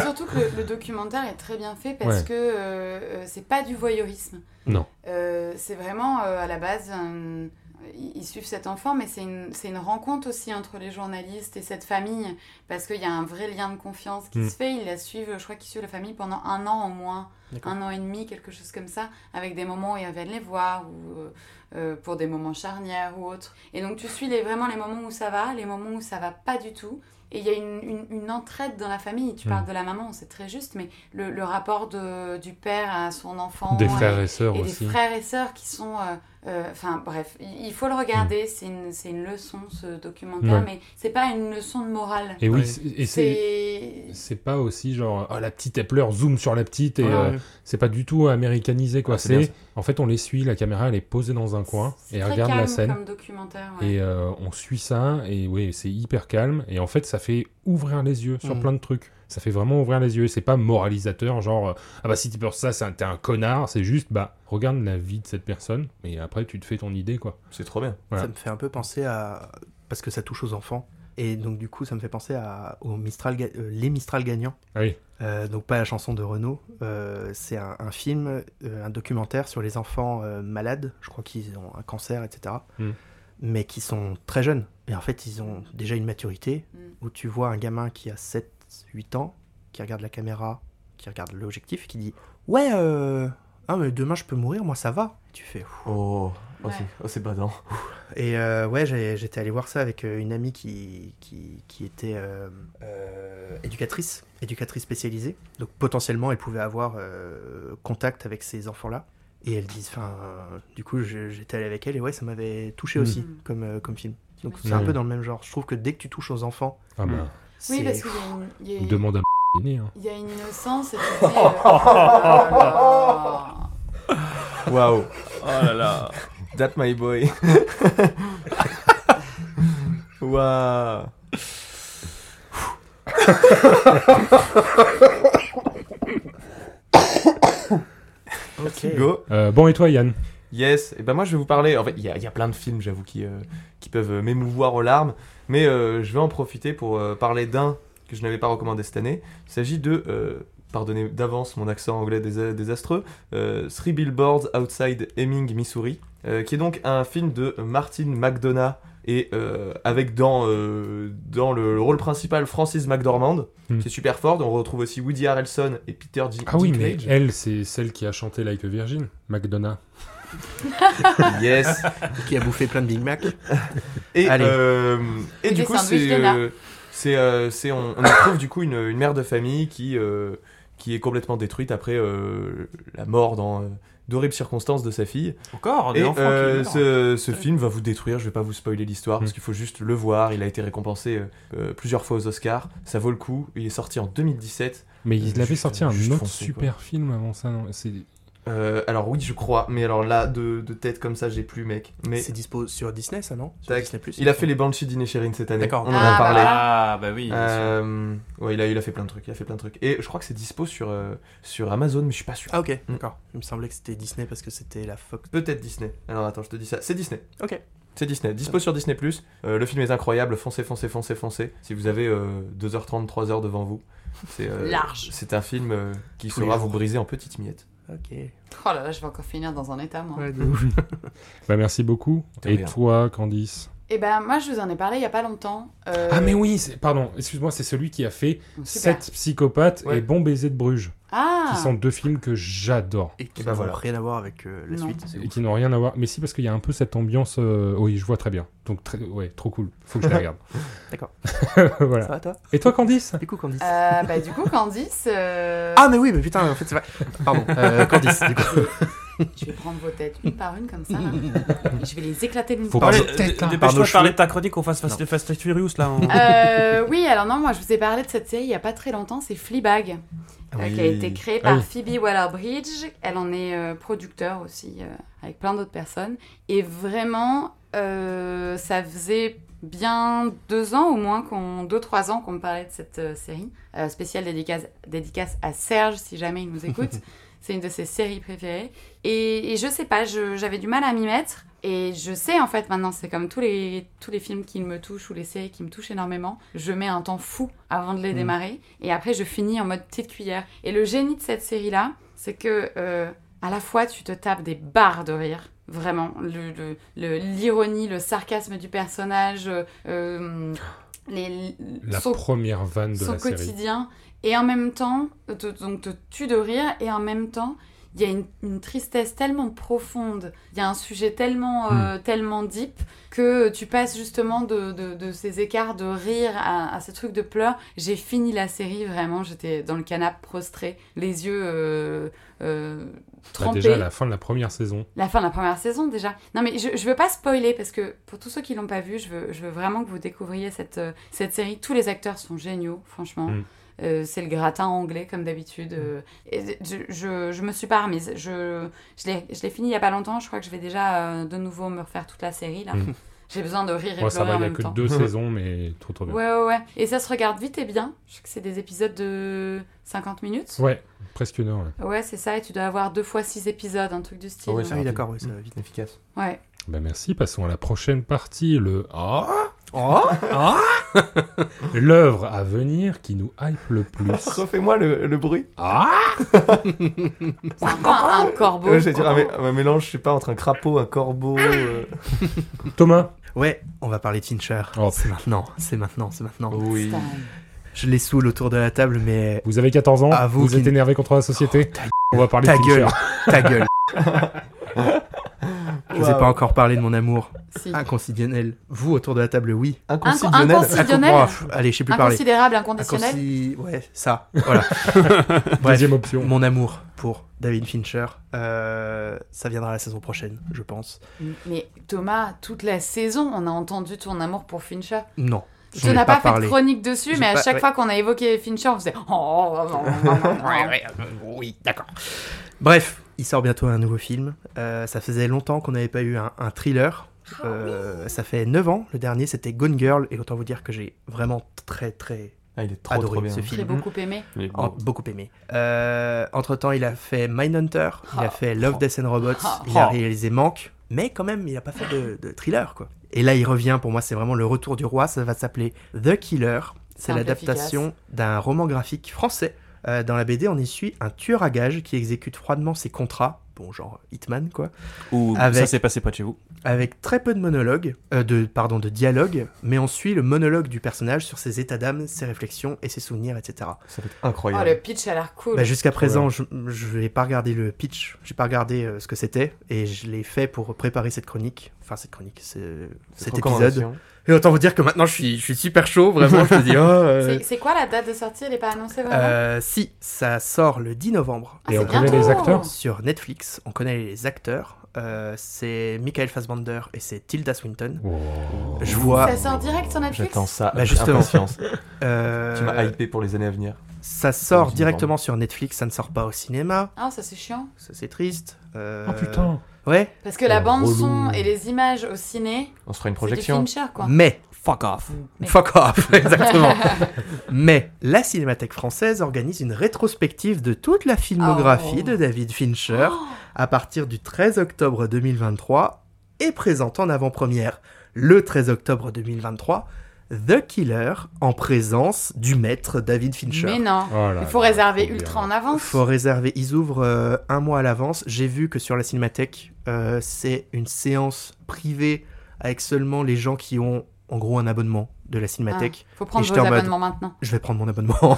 Speaker 4: Surtout que le, le documentaire est très bien fait parce
Speaker 2: Ouais.
Speaker 4: que euh, euh, c'est pas du voyeurisme.
Speaker 2: Non.
Speaker 4: Euh, c'est vraiment euh, à la base. un- ils ils suivent cet enfant, mais c'est une, c'est une rencontre aussi entre les journalistes et cette famille, parce qu'il y a un vrai lien de confiance qui
Speaker 2: Mm.
Speaker 4: se fait. Ils la suivent, je crois qu'ils suivent la famille pendant un an au moins,
Speaker 6: D'accord.
Speaker 4: un an et demi, quelque chose comme ça, avec des moments où ils viennent les voir, ou euh, euh, pour des moments charnières ou autres. Et donc tu suis les, vraiment les moments où ça va, les moments où ça va pas du tout. Et il y a une, une- une entraide dans la famille. Tu
Speaker 2: Mm.
Speaker 4: parles de la maman, c'est très juste, mais le, le rapport de, du père à son
Speaker 2: [laughs]
Speaker 4: enfant.
Speaker 2: Des
Speaker 4: et-
Speaker 2: frères et sœurs
Speaker 4: et
Speaker 2: aussi.
Speaker 4: des frères et sœurs qui sont. euh, euh, Enfin bref, il il faut le regarder, c'est une, c'est une leçon ce documentaire,
Speaker 2: Mm. Ouais.
Speaker 4: mais c'est pas une leçon de morale.
Speaker 2: Et oui,
Speaker 6: Ouais.
Speaker 2: c'est- et c'est.
Speaker 4: C'est.
Speaker 2: C'est pas aussi genre, oh, la petite elle pleure, zoom sur la petite, et
Speaker 6: Ouais,
Speaker 2: euh,
Speaker 6: ouais.
Speaker 2: c'est pas du tout américanisé quoi.
Speaker 5: Ah, c'est bien
Speaker 2: c'est en fait, on les suit, la caméra elle est posée dans un coin
Speaker 4: c'est
Speaker 2: et elle
Speaker 4: très
Speaker 2: regarde
Speaker 4: calme
Speaker 2: la scène.
Speaker 4: comme documentaire. ouais.
Speaker 2: Et euh, on suit ça, et oui, c'est hyper calme. Et en fait, ça fait ouvrir les yeux sur
Speaker 6: Mm.
Speaker 2: plein de trucs. Ça fait vraiment ouvrir les yeux. C'est pas moralisateur, genre, euh, ah bah si tu peur ça, c'est un- t'es un connard. C'est juste, bah, regarde la vie de cette personne, et après, tu te fais ton idée, quoi.
Speaker 3: C'est trop bien.
Speaker 2: Voilà.
Speaker 6: Ça me fait un peu penser à. Parce que ça touche aux enfants. Et donc, du coup, ça me fait penser à... aux Mistral... ga- euh, Les Mistral gagnants.
Speaker 2: Ah oui.
Speaker 6: Euh, donc, pas la chanson de Renaud. euh, c'est un, un film, euh, un documentaire sur les enfants euh, malades. Je crois qu'ils ont un cancer, etc.
Speaker 2: Mm.
Speaker 6: Mais qui sont très jeunes. Et en fait, ils ont déjà une maturité
Speaker 4: Mm.
Speaker 6: où tu vois un gamin qui a 7, 8 ans, qui regarde la caméra, qui regarde l'objectif, qui dit Ouais, euh, Ah, mais demain je peux mourir, moi ça va. Tu fais. Ouh.
Speaker 3: Oh, oh,
Speaker 4: Ouais.
Speaker 3: c'est- oh, c'est badant.
Speaker 6: Et euh, ouais, j'ai- j'étais allé voir ça avec euh, une amie qui, qui, qui était euh, euh, éducatrice, éducatrice spécialisée. Donc potentiellement, elle pouvait avoir euh, contact avec ces enfants-là. Et elle dit, enfin, euh, du coup, je- j'étais allé avec elle et ouais, ça m'avait touché
Speaker 4: Mm.
Speaker 2: Mhm.
Speaker 6: aussi comme, euh, comme film. Donc c'est un
Speaker 2: Mhm.
Speaker 6: peu dans le même genre. Je trouve que dès que tu touches aux enfants,
Speaker 2: Ah bah,
Speaker 4: Oui,
Speaker 6: c'est-
Speaker 4: parce qu'il y a une- il y, a une-
Speaker 2: demande à hein.
Speaker 4: il y a une innocence et tu [laughs] te dis, euh, oh là là.
Speaker 3: Waouh,
Speaker 5: Oh là là.
Speaker 3: that my boy. [laughs] Waouh.
Speaker 6: Ok.
Speaker 3: Go.
Speaker 2: Euh, bon, et toi, Yann
Speaker 3: Yes, et ben moi je vais vous parler. En fait, il y, a- il y a plein de films, j'avoue, qui, euh, qui peuvent euh, m'émouvoir aux larmes, mais euh, je vais en profiter pour euh, parler d'un que je n'avais pas recommandé cette année. Il s'agit de, euh, pardonnez d'avance mon accent anglais désa- désastreux, euh, Three Billboards Outside Hemming, Missouri, euh, qui est donc un film de Martin McDonough et euh, avec dans, euh, dans le rôle principal Francis McDormand,
Speaker 2: Hmm.
Speaker 3: qui est super fort. On retrouve aussi Woody Harrelson et Peter G.
Speaker 2: Ah oui, mais
Speaker 3: Dinklage.
Speaker 2: elle, c'est celle qui a chanté Like a Virgin, McDonough.
Speaker 3: Yes.
Speaker 6: Qui a bouffé plein de Big Mac.
Speaker 3: Et,
Speaker 6: Allez.
Speaker 3: euh, et
Speaker 4: Et
Speaker 3: du
Speaker 4: des
Speaker 3: coup,
Speaker 4: sandwichs
Speaker 3: c'est.
Speaker 4: de nard.
Speaker 3: euh, c'est, euh, c'est- on, on y trouve du coup une, une mère de famille qui, euh, qui est complètement détruite après euh, la mort dans euh, d'horribles circonstances de sa fille.
Speaker 5: Encore des
Speaker 3: Et
Speaker 5: enfants
Speaker 3: euh,
Speaker 5: Oh, qui
Speaker 3: ce,
Speaker 5: meurent.
Speaker 3: ce film va vous détruire, je vais pas vous spoiler l'histoire, parce
Speaker 2: Mm.
Speaker 3: qu'il faut juste le voir, il a été récompensé euh, euh, plusieurs fois aux Oscars, ça vaut le coup, il est sorti en 2017.
Speaker 2: Mais
Speaker 3: Juste-
Speaker 2: il avait sorti un
Speaker 3: Euh, juste
Speaker 2: autre
Speaker 3: foncé, quoi.
Speaker 2: super film avant ça, non C'est
Speaker 3: Euh, alors oui, je crois, mais alors là, de, de tête comme ça, j'ai plus, mec. [laughs] Mais
Speaker 6: C'est dispo sur Disney, ça non Sur
Speaker 3: Tac.
Speaker 6: Disney Plus.
Speaker 3: il a fait les Banshees d'Inisherin cette année,
Speaker 5: D'accord.
Speaker 3: on en a
Speaker 4: Ah,
Speaker 3: parlé.
Speaker 5: Ah bah oui. bien sûr.
Speaker 3: Euh, ouais, il a, il a fait plein de trucs, il a fait plein de trucs. Et je crois que c'est dispo sur, euh, sur Amazon, mais je suis pas sûr.
Speaker 6: Ah ok,
Speaker 3: Mm.
Speaker 6: d'accord. Il me semblait que c'était Disney parce que c'était la Fox.
Speaker 3: Peut-être Disney. Alors attends, je te dis ça. C'est Disney.
Speaker 6: Ok.
Speaker 3: C'est Disney. Dispo sur Disney+. Euh, le film est incroyable. Foncez, foncez, foncez, foncez. Si vous avez euh, 2h30, 3h devant vous, c'est euh,
Speaker 4: Large.
Speaker 3: C'est un film euh, qui
Speaker 6: Tous les
Speaker 3: saura
Speaker 6: jours.
Speaker 3: vous briser en petites miettes.
Speaker 6: Ok.
Speaker 4: Oh là là, je vais encore finir dans un état, moi.
Speaker 2: Bah, merci beaucoup.
Speaker 3: De
Speaker 2: Et
Speaker 3: rien.
Speaker 2: toi, Candice
Speaker 4: Et ben, moi, je vous en ai parlé il y a pas longtemps. euh,
Speaker 2: Ah, mais oui, c'est- pardon, excuse-moi, c'est celui qui a fait
Speaker 4: super.
Speaker 2: Sept psychopathes
Speaker 3: Ouais.
Speaker 2: et Bon baiser de Bruges,
Speaker 4: Ah
Speaker 2: qui sont deux films que j'adore.
Speaker 6: Et qui
Speaker 3: Et bah
Speaker 6: n'ont
Speaker 3: voilà.
Speaker 6: rien à voir avec euh, la
Speaker 4: Non.
Speaker 6: suite. c'est
Speaker 2: Et
Speaker 6: ouf.
Speaker 2: qui n'ont rien à voir. Mais si, parce qu'il y a un peu cette ambiance. euh, Oui, je vois très bien. Donc, très... ouais, trop cool. Faut que je la regarde.
Speaker 6: [laughs] D'accord. Ça
Speaker 2: [laughs] voilà.
Speaker 6: va toi
Speaker 2: Et toi, Candice
Speaker 6: Du coup, Candice.
Speaker 4: Euh, bah, du coup, Candice, euh,
Speaker 6: Ah, mais oui, mais putain, en fait, c'est vrai. Pardon, [laughs] euh, Candice, du coup. [laughs]
Speaker 4: je vais prendre vos têtes une par une comme
Speaker 2: [laughs]
Speaker 4: ça. là. Et je vais les éclater d'une
Speaker 2: Faut
Speaker 4: par
Speaker 2: pas-
Speaker 4: une.
Speaker 5: Parlez-
Speaker 2: Pardon, tête, là.
Speaker 6: Pardon,
Speaker 5: Dépêche-toi de
Speaker 6: cheveux.
Speaker 5: parler de ta chronique, qu'on fasse Fast
Speaker 6: Non.
Speaker 5: Fast and Furious là. hein. on-
Speaker 4: hein. Euh, oui, alors non, moi je vous ai parlé de cette série il y a pas très longtemps, c'est Fleabag, euh, qui a été créée
Speaker 2: Ah
Speaker 4: par
Speaker 2: oui.
Speaker 4: Phoebe Waller-Bridge. Elle en est euh, producteur aussi, euh, avec plein d'autres personnes. Et vraiment, euh, ça faisait bien deux ans au moins, qu'on, deux, trois ans qu'on me parlait de cette euh, série. Euh, spéciale dédicace, dédicace à Serge, si jamais il nous écoute. c'est une de ses séries préférées. Et, et je sais pas, je- j'avais du mal à m'y mettre. Et je sais en fait maintenant, c'est comme tous les, tous les films qui me touchent ou les séries qui me touchent énormément, je mets un temps fou avant de les
Speaker 6: Mhm.
Speaker 4: démarrer. Et après, je finis en mode petite cuillère. Et le génie de cette série-là, c'est que euh, à la fois tu te tapes des barres de rire. Vraiment, le- le- le- l'ironie, le, sarcasme du personnage, euh, euh, les,
Speaker 2: La
Speaker 4: son
Speaker 2: première vanne de
Speaker 4: son
Speaker 2: la série.
Speaker 4: quotidien et en même temps te, donc te tue de rire et en même temps il y a une, une tristesse tellement profonde, il y a un sujet tellement
Speaker 2: Hmm.
Speaker 4: euh, tellement deep que tu passes justement de, de- de ces écarts de rire à, à ce truc de pleurs. J'ai fini la série vraiment, j'étais dans le canapé prostré, les yeux euh, euh,
Speaker 2: Bah,
Speaker 4: trempés.
Speaker 2: déjà, à la fin de la première saison.
Speaker 4: La fin de la première saison déjà. Non mais je, je veux pas spoiler parce que pour tous ceux qui l'ont pas vu, je veux, je veux vraiment que vous découvriez cette, euh, cette série. Tous les acteurs sont géniaux, franchement.
Speaker 2: Mm.
Speaker 4: Euh, c'est le gratin anglais comme d'habitude. euh, et je, je, je me suis pas remise. Je, je l'ai je l'ai fini il y a pas longtemps. Je crois que je vais déjà euh, de nouveau me refaire toute la série là.
Speaker 2: Mm.
Speaker 4: [laughs] J'ai besoin de rire et
Speaker 2: Moi, ça
Speaker 4: pleurer
Speaker 2: va,
Speaker 4: en
Speaker 2: il y a
Speaker 4: même
Speaker 2: que
Speaker 4: temps.
Speaker 2: deux [laughs] saisons, mais trop trop bien.
Speaker 4: Ouais ouais ouais. Et ça se regarde vite et bien. Je sais que c'est des épisodes de 50 minutes.
Speaker 2: Ouais, presque une heure. ouais.
Speaker 4: Ouais, c'est ça. Et tu dois avoir deux fois six épisodes, un truc du style.
Speaker 3: Ouais,
Speaker 6: Ah oui, d'accord, oui, ça va vite.
Speaker 3: efficace.
Speaker 4: Ouais.
Speaker 2: Bah, merci, passons à la prochaine partie, le Ah
Speaker 6: Oh
Speaker 2: L'œuvre à venir qui nous hype le
Speaker 6: [laughs]
Speaker 2: plus.
Speaker 3: [laughs] Refais-moi le, le bruit.
Speaker 2: Ah
Speaker 4: C'est un, peu un- un corbeau.
Speaker 3: Euh, J'allais dire un, mé- un mélange, je sais pas, entre un crapaud, un corbeau. euh.
Speaker 2: Thomas
Speaker 6: Ouais, on va parler Tincher.
Speaker 2: Oh,
Speaker 6: c'est maintenant, c'est maintenant, c'est maintenant.
Speaker 3: Oui.
Speaker 4: Putain.
Speaker 6: Je les saoule autour de la table, mais.
Speaker 2: Vous avez 14 ans,
Speaker 6: À vous
Speaker 2: vous,
Speaker 6: qui-
Speaker 2: êtes énervé contre la société. On va parler
Speaker 6: Ta
Speaker 2: de
Speaker 6: gueule,
Speaker 2: Fincher.
Speaker 6: ta gueule. [laughs] Je vous ai
Speaker 3: Waouh.
Speaker 6: pas encore parlé de mon amour
Speaker 4: Si.
Speaker 6: inconsidérationnel. Vous autour de la table, oui.
Speaker 4: Inco-
Speaker 3: Inconstitutionnel.
Speaker 4: Inconsidérationnel.
Speaker 6: Incon- oh, pff, allez, je sais plus parler.
Speaker 4: Inconsidérable, inconditionnel.
Speaker 6: Inconsi- Ouais, ça. [laughs] Voilà. Bref,
Speaker 2: Deuxième option.
Speaker 6: mon amour pour David Fincher, euh, ça viendra la saison prochaine, je pense.
Speaker 4: Mais Thomas, toute la saison, on a entendu ton amour pour Fincher.
Speaker 6: Non.
Speaker 4: Tu
Speaker 6: j'en ai
Speaker 4: n'as pas, fait de
Speaker 6: parlé.
Speaker 4: chronique dessus,
Speaker 6: J'ai
Speaker 4: mais à
Speaker 6: pas-
Speaker 4: chaque
Speaker 6: ouais.
Speaker 4: fois qu'on a évoqué Fincher, on faisait. Oh, non, non, non, non.
Speaker 6: oui, d'accord. Bref, il sort bientôt un nouveau film. Euh, ça faisait longtemps qu'on n'avait pas eu un, un thriller.
Speaker 4: Ah
Speaker 6: Euh, ça fait 9 ans. Le dernier, c'était Gone Girl. Et autant vous dire que j'ai vraiment très, très
Speaker 3: Ah, il est trop
Speaker 6: adoré
Speaker 3: trop bien.
Speaker 6: ce
Speaker 4: J'ai
Speaker 6: film.
Speaker 4: beaucoup aimé.
Speaker 5: Mais
Speaker 6: En-
Speaker 3: Oh.
Speaker 5: bon.
Speaker 6: beaucoup aimé. Euh, Entre-temps, il a fait Mindhunter, il a
Speaker 4: Ah.
Speaker 6: fait Love, Death and Robots,
Speaker 4: Ah.
Speaker 6: il a réalisé Manque, mais quand même, il n'a pas fait de, de thriller, quoi. Et là, il revient, pour moi, c'est vraiment le retour du roi, ça va s'appeler The Killer. C'est
Speaker 4: Simple,
Speaker 6: l'adaptation d'un roman graphique français. Euh, dans la BD, on y suit un tueur à gages qui exécute froidement ses contrats, bon, genre Hitman, quoi,
Speaker 5: Ou
Speaker 6: Avec-
Speaker 5: ça s'est passé près de chez vous.
Speaker 6: avec très peu de monologues, euh, de, pardon, de dialogues, mais on suit le monologue du personnage sur ses états d'âme, ses réflexions et ses souvenirs, etc.
Speaker 3: Ça va être
Speaker 4: Oh,
Speaker 3: incroyable.
Speaker 4: le pitch a l'air cool.
Speaker 6: Bah, Jusqu'à présent, je je n'ai pas regardé le pitch, j'ai pas regardé euh, ce que c'était, et je l'ai fait pour préparer cette chronique, enfin cette chronique, ce-
Speaker 3: Cette
Speaker 6: cet épisode.
Speaker 3: recommandation.
Speaker 6: hein, Et autant vous dire que maintenant je suis, je suis super chaud, vraiment, je me [laughs] dis, oh, euh,
Speaker 4: C'est- C'est quoi la date de sortie Elle n'est pas annoncée vraiment
Speaker 6: euh, si, ça sort le 10 novembre.
Speaker 4: Ah,
Speaker 2: Et
Speaker 4: c'est
Speaker 2: on connaît
Speaker 4: bientôt.
Speaker 2: les acteurs
Speaker 6: Sur Netflix, on connaît les acteurs, euh, c'est Michael Fassbender et c'est Tilda Swinton.
Speaker 2: Wow.
Speaker 6: Je vois...
Speaker 4: Ça sort direct sur Netflix
Speaker 3: J'attends ça
Speaker 6: Bah,
Speaker 3: avec
Speaker 6: justement.
Speaker 3: impatience.
Speaker 6: euh,
Speaker 3: Tu m'as hypé pour les années à venir.
Speaker 6: ça
Speaker 3: Le
Speaker 6: sort
Speaker 3: 10
Speaker 6: directement sur Netflix, ça ne sort pas au cinéma,
Speaker 4: Ah, ça c'est chiant.
Speaker 6: ça c'est triste. euh,
Speaker 2: Oh putain.
Speaker 6: Ouais,
Speaker 4: Parce que la
Speaker 2: Oh,
Speaker 4: bande-son
Speaker 2: relou.
Speaker 4: et les images au ciné,
Speaker 3: On se fera une
Speaker 4: c'est du
Speaker 3: projection.
Speaker 4: Fincher quoi.
Speaker 6: mais...
Speaker 5: Fuck off.
Speaker 4: Mais- [laughs]
Speaker 6: Fuck off, exactement. Mais la Cinémathèque française organise une rétrospective de toute la filmographie
Speaker 4: Oh.
Speaker 6: de David Fincher
Speaker 4: Oh,
Speaker 6: à partir du 13 octobre 2023 et présente en avant-première le 13 octobre 2023 The Killer en présence du maître David Fincher.
Speaker 4: mais non.
Speaker 2: Oh là
Speaker 4: Il faut
Speaker 2: là,
Speaker 4: réserver
Speaker 2: trop
Speaker 4: ultra
Speaker 2: bien.
Speaker 4: en avance.
Speaker 6: Faut réserver, ils ouvrent euh, un mois à l'avance. J'ai vu que sur la Cinémathèque, euh, c'est une séance privée avec seulement les gens qui ont en gros un abonnement de la Cinémathèque.
Speaker 4: Faut prendre vos
Speaker 6: Et j'étais en mode-
Speaker 4: abonnements maintenant.
Speaker 6: je vais prendre
Speaker 4: [laughs]
Speaker 6: mon abonnement.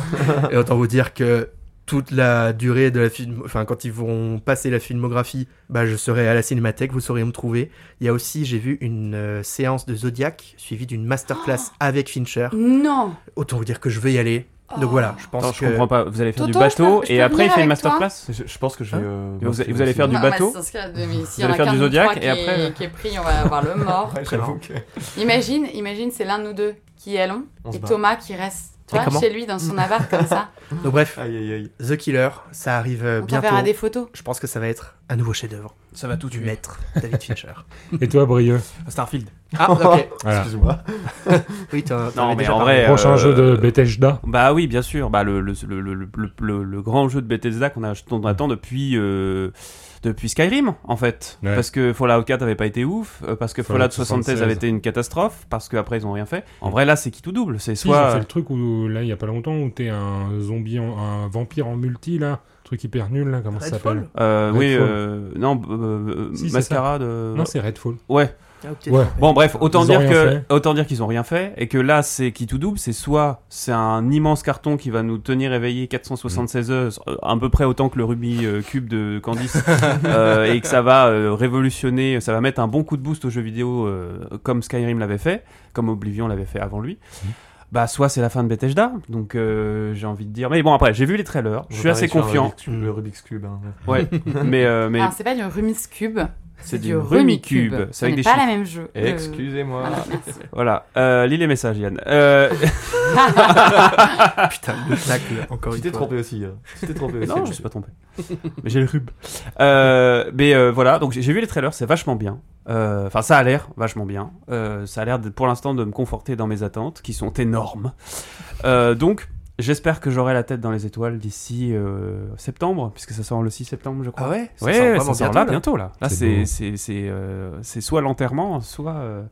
Speaker 6: et autant vous dire que toute la durée de la film, enfin quand ils vont passer la filmographie, bah je serai à la cinémathèque, vous saurez où me trouver. Il y a aussi, j'ai vu une euh, séance de Zodiac suivie d'une
Speaker 4: Oh.
Speaker 6: masterclass avec Fincher.
Speaker 4: Non.
Speaker 6: Autant vous dire que je vais y aller.
Speaker 4: Oh.
Speaker 6: Donc voilà, je pense
Speaker 5: Attends, je
Speaker 6: que
Speaker 5: comprends pas. Vous allez faire
Speaker 4: Toto,
Speaker 5: du bateau
Speaker 4: je peux- je
Speaker 5: et
Speaker 4: peux
Speaker 5: après il
Speaker 4: venir
Speaker 5: fait une
Speaker 4: avec toi
Speaker 5: masterclass
Speaker 3: Je, je pense que je
Speaker 6: Hein
Speaker 3: vais. euh,
Speaker 5: vous-
Speaker 3: motiver
Speaker 5: vous allez
Speaker 3: aussi.
Speaker 5: faire du
Speaker 4: Non,
Speaker 5: bateau
Speaker 4: mais c'est inscrit- mais
Speaker 5: Vous
Speaker 4: s'il y en
Speaker 5: allez
Speaker 4: a
Speaker 5: faire
Speaker 4: qu'un
Speaker 5: du
Speaker 4: de nous
Speaker 5: Zodiac
Speaker 4: trois
Speaker 5: et
Speaker 4: qui est-
Speaker 5: après- euh.
Speaker 4: qui est pris, on va avoir le
Speaker 5: [laughs]
Speaker 4: mort.
Speaker 3: Ouais, J'avoue que.
Speaker 4: Imagine, imagine, c'est l'un de nous deux qui allons
Speaker 3: On se
Speaker 4: et
Speaker 3: bat.
Speaker 4: Thomas qui reste. Tu
Speaker 6: Mais
Speaker 4: vois,
Speaker 6: comment
Speaker 4: chez lui dans son avare comme
Speaker 6: [laughs]
Speaker 4: ça.
Speaker 6: Donc bref,
Speaker 3: Aïe aïe aïe.
Speaker 6: The Killer, ça arrive euh,
Speaker 4: On t'enverra
Speaker 6: bientôt.
Speaker 4: des photos.
Speaker 6: Je pense que ça va être un nouveau chef-d'œuvre
Speaker 5: Ça va tout
Speaker 6: du maître David Fincher.
Speaker 4: hein.
Speaker 2: Et toi, Brieux
Speaker 5: Starfield.
Speaker 6: [laughs] ah ok.
Speaker 2: Voilà.
Speaker 3: Excuse-moi.
Speaker 6: Oui, t'en- t'en
Speaker 5: Non,
Speaker 6: avais
Speaker 5: mais
Speaker 6: déjà
Speaker 5: en
Speaker 6: parlé.
Speaker 5: vrai.
Speaker 2: Prochain
Speaker 5: euh,
Speaker 2: jeu de Bethesda.
Speaker 5: Bah oui, bien sûr. Bah le, le, le, le, le- le- le grand jeu de Bethesda qu'on a- dont on
Speaker 2: Mm.
Speaker 5: attend depuis euh, depuis Skyrim en fait.
Speaker 2: Ouais.
Speaker 5: Parce que Fallout 4 avait pas été ouf, euh, parce que
Speaker 2: Fallout
Speaker 5: Fallout 76 avait
Speaker 2: 76.
Speaker 5: été une catastrophe, parce qu'après ils ont rien fait. En vrai là c'est qui tout double. C'est
Speaker 2: Si, ils ont
Speaker 5: soit
Speaker 2: fait le truc où, là, il y a pas longtemps, où t'es un zombie, en- un vampire en multi, là. Truc hyper nul, là, comment ça
Speaker 6: Redfall
Speaker 2: s'appelle
Speaker 5: euh, oui
Speaker 2: Redfall.
Speaker 5: euh, non euh, euh,
Speaker 2: Si, c'est
Speaker 5: mascara de
Speaker 2: Non, c'est Redfall.
Speaker 5: ouais
Speaker 6: Ah, ok.
Speaker 2: Ouais.
Speaker 5: Bon bref, autant
Speaker 2: Ils ont
Speaker 5: dire
Speaker 2: rien
Speaker 5: que
Speaker 2: fait.
Speaker 5: autant dire qu'ils ont rien fait et que là c'est qui tout double, c'est soit c'est un immense carton qui va nous tenir éveillés 476 heures, euh, à peu près autant que le Ruby euh, cube de
Speaker 2: [laughs]
Speaker 5: Candice euh, et que ça va euh, révolutionner, ça va mettre un bon coup de boost aux jeux vidéo euh, comme Skyrim l'avait fait, comme Oblivion l'avait fait avant lui.
Speaker 2: Mhm.
Speaker 5: Bah soit c'est la fin de Bethesda, donc euh, j'ai envie de dire. Mais bon après j'ai vu les trailers, je suis
Speaker 3: Pareil,
Speaker 5: assez
Speaker 3: tu as un
Speaker 5: confiant.
Speaker 3: Rubik's
Speaker 5: Mm.
Speaker 3: Cube- Le Rubik's Cube. hein, ouais.
Speaker 5: Ouais, mais euh, mais
Speaker 4: Alors c'est pas du Rumis Cube,
Speaker 5: c'est
Speaker 4: Ah, du
Speaker 5: du Rumi cube,
Speaker 4: Rumicube. On
Speaker 5: c'est avec
Speaker 4: n'est
Speaker 5: des
Speaker 4: pas la
Speaker 5: chiffres.
Speaker 4: même jeu. Euh,
Speaker 3: Excusez-moi.
Speaker 4: voilà,
Speaker 5: [laughs]
Speaker 4: merci.
Speaker 5: Voilà, euh, lis les messages Yann. Euh,
Speaker 6: Putain, le tacle, encore
Speaker 3: Tu
Speaker 6: une
Speaker 3: t'es
Speaker 6: fois.
Speaker 3: trompé aussi. hein. Tu t'es
Speaker 5: [laughs]
Speaker 3: trompé
Speaker 5: Mais
Speaker 3: aussi.
Speaker 5: non, je suis pas trompé. mais j'ai le rub. Euh, mais euh, voilà, donc j'ai j'ai vu les trailers, c'est vachement bien. Euh, Enfin, ça a l'air vachement bien. Euh, ça a l'air de- pour l'instant de me conforter dans mes attentes, qui sont énormes. Euh, donc, j'espère que j'aurai la tête dans les étoiles d'ici euh, septembre, puisque ça sort le 6 septembre, je crois.
Speaker 6: Ah ouais, ça
Speaker 5: Ouais,
Speaker 6: sort
Speaker 5: ouais,
Speaker 6: vraiment
Speaker 5: ça sort
Speaker 6: bientôt,
Speaker 5: là,
Speaker 6: là.
Speaker 5: bientôt là. Là,
Speaker 2: C'est
Speaker 5: c'est
Speaker 2: beau.
Speaker 5: c'est c'est euh, c'est soit l'enterrement, soit euh,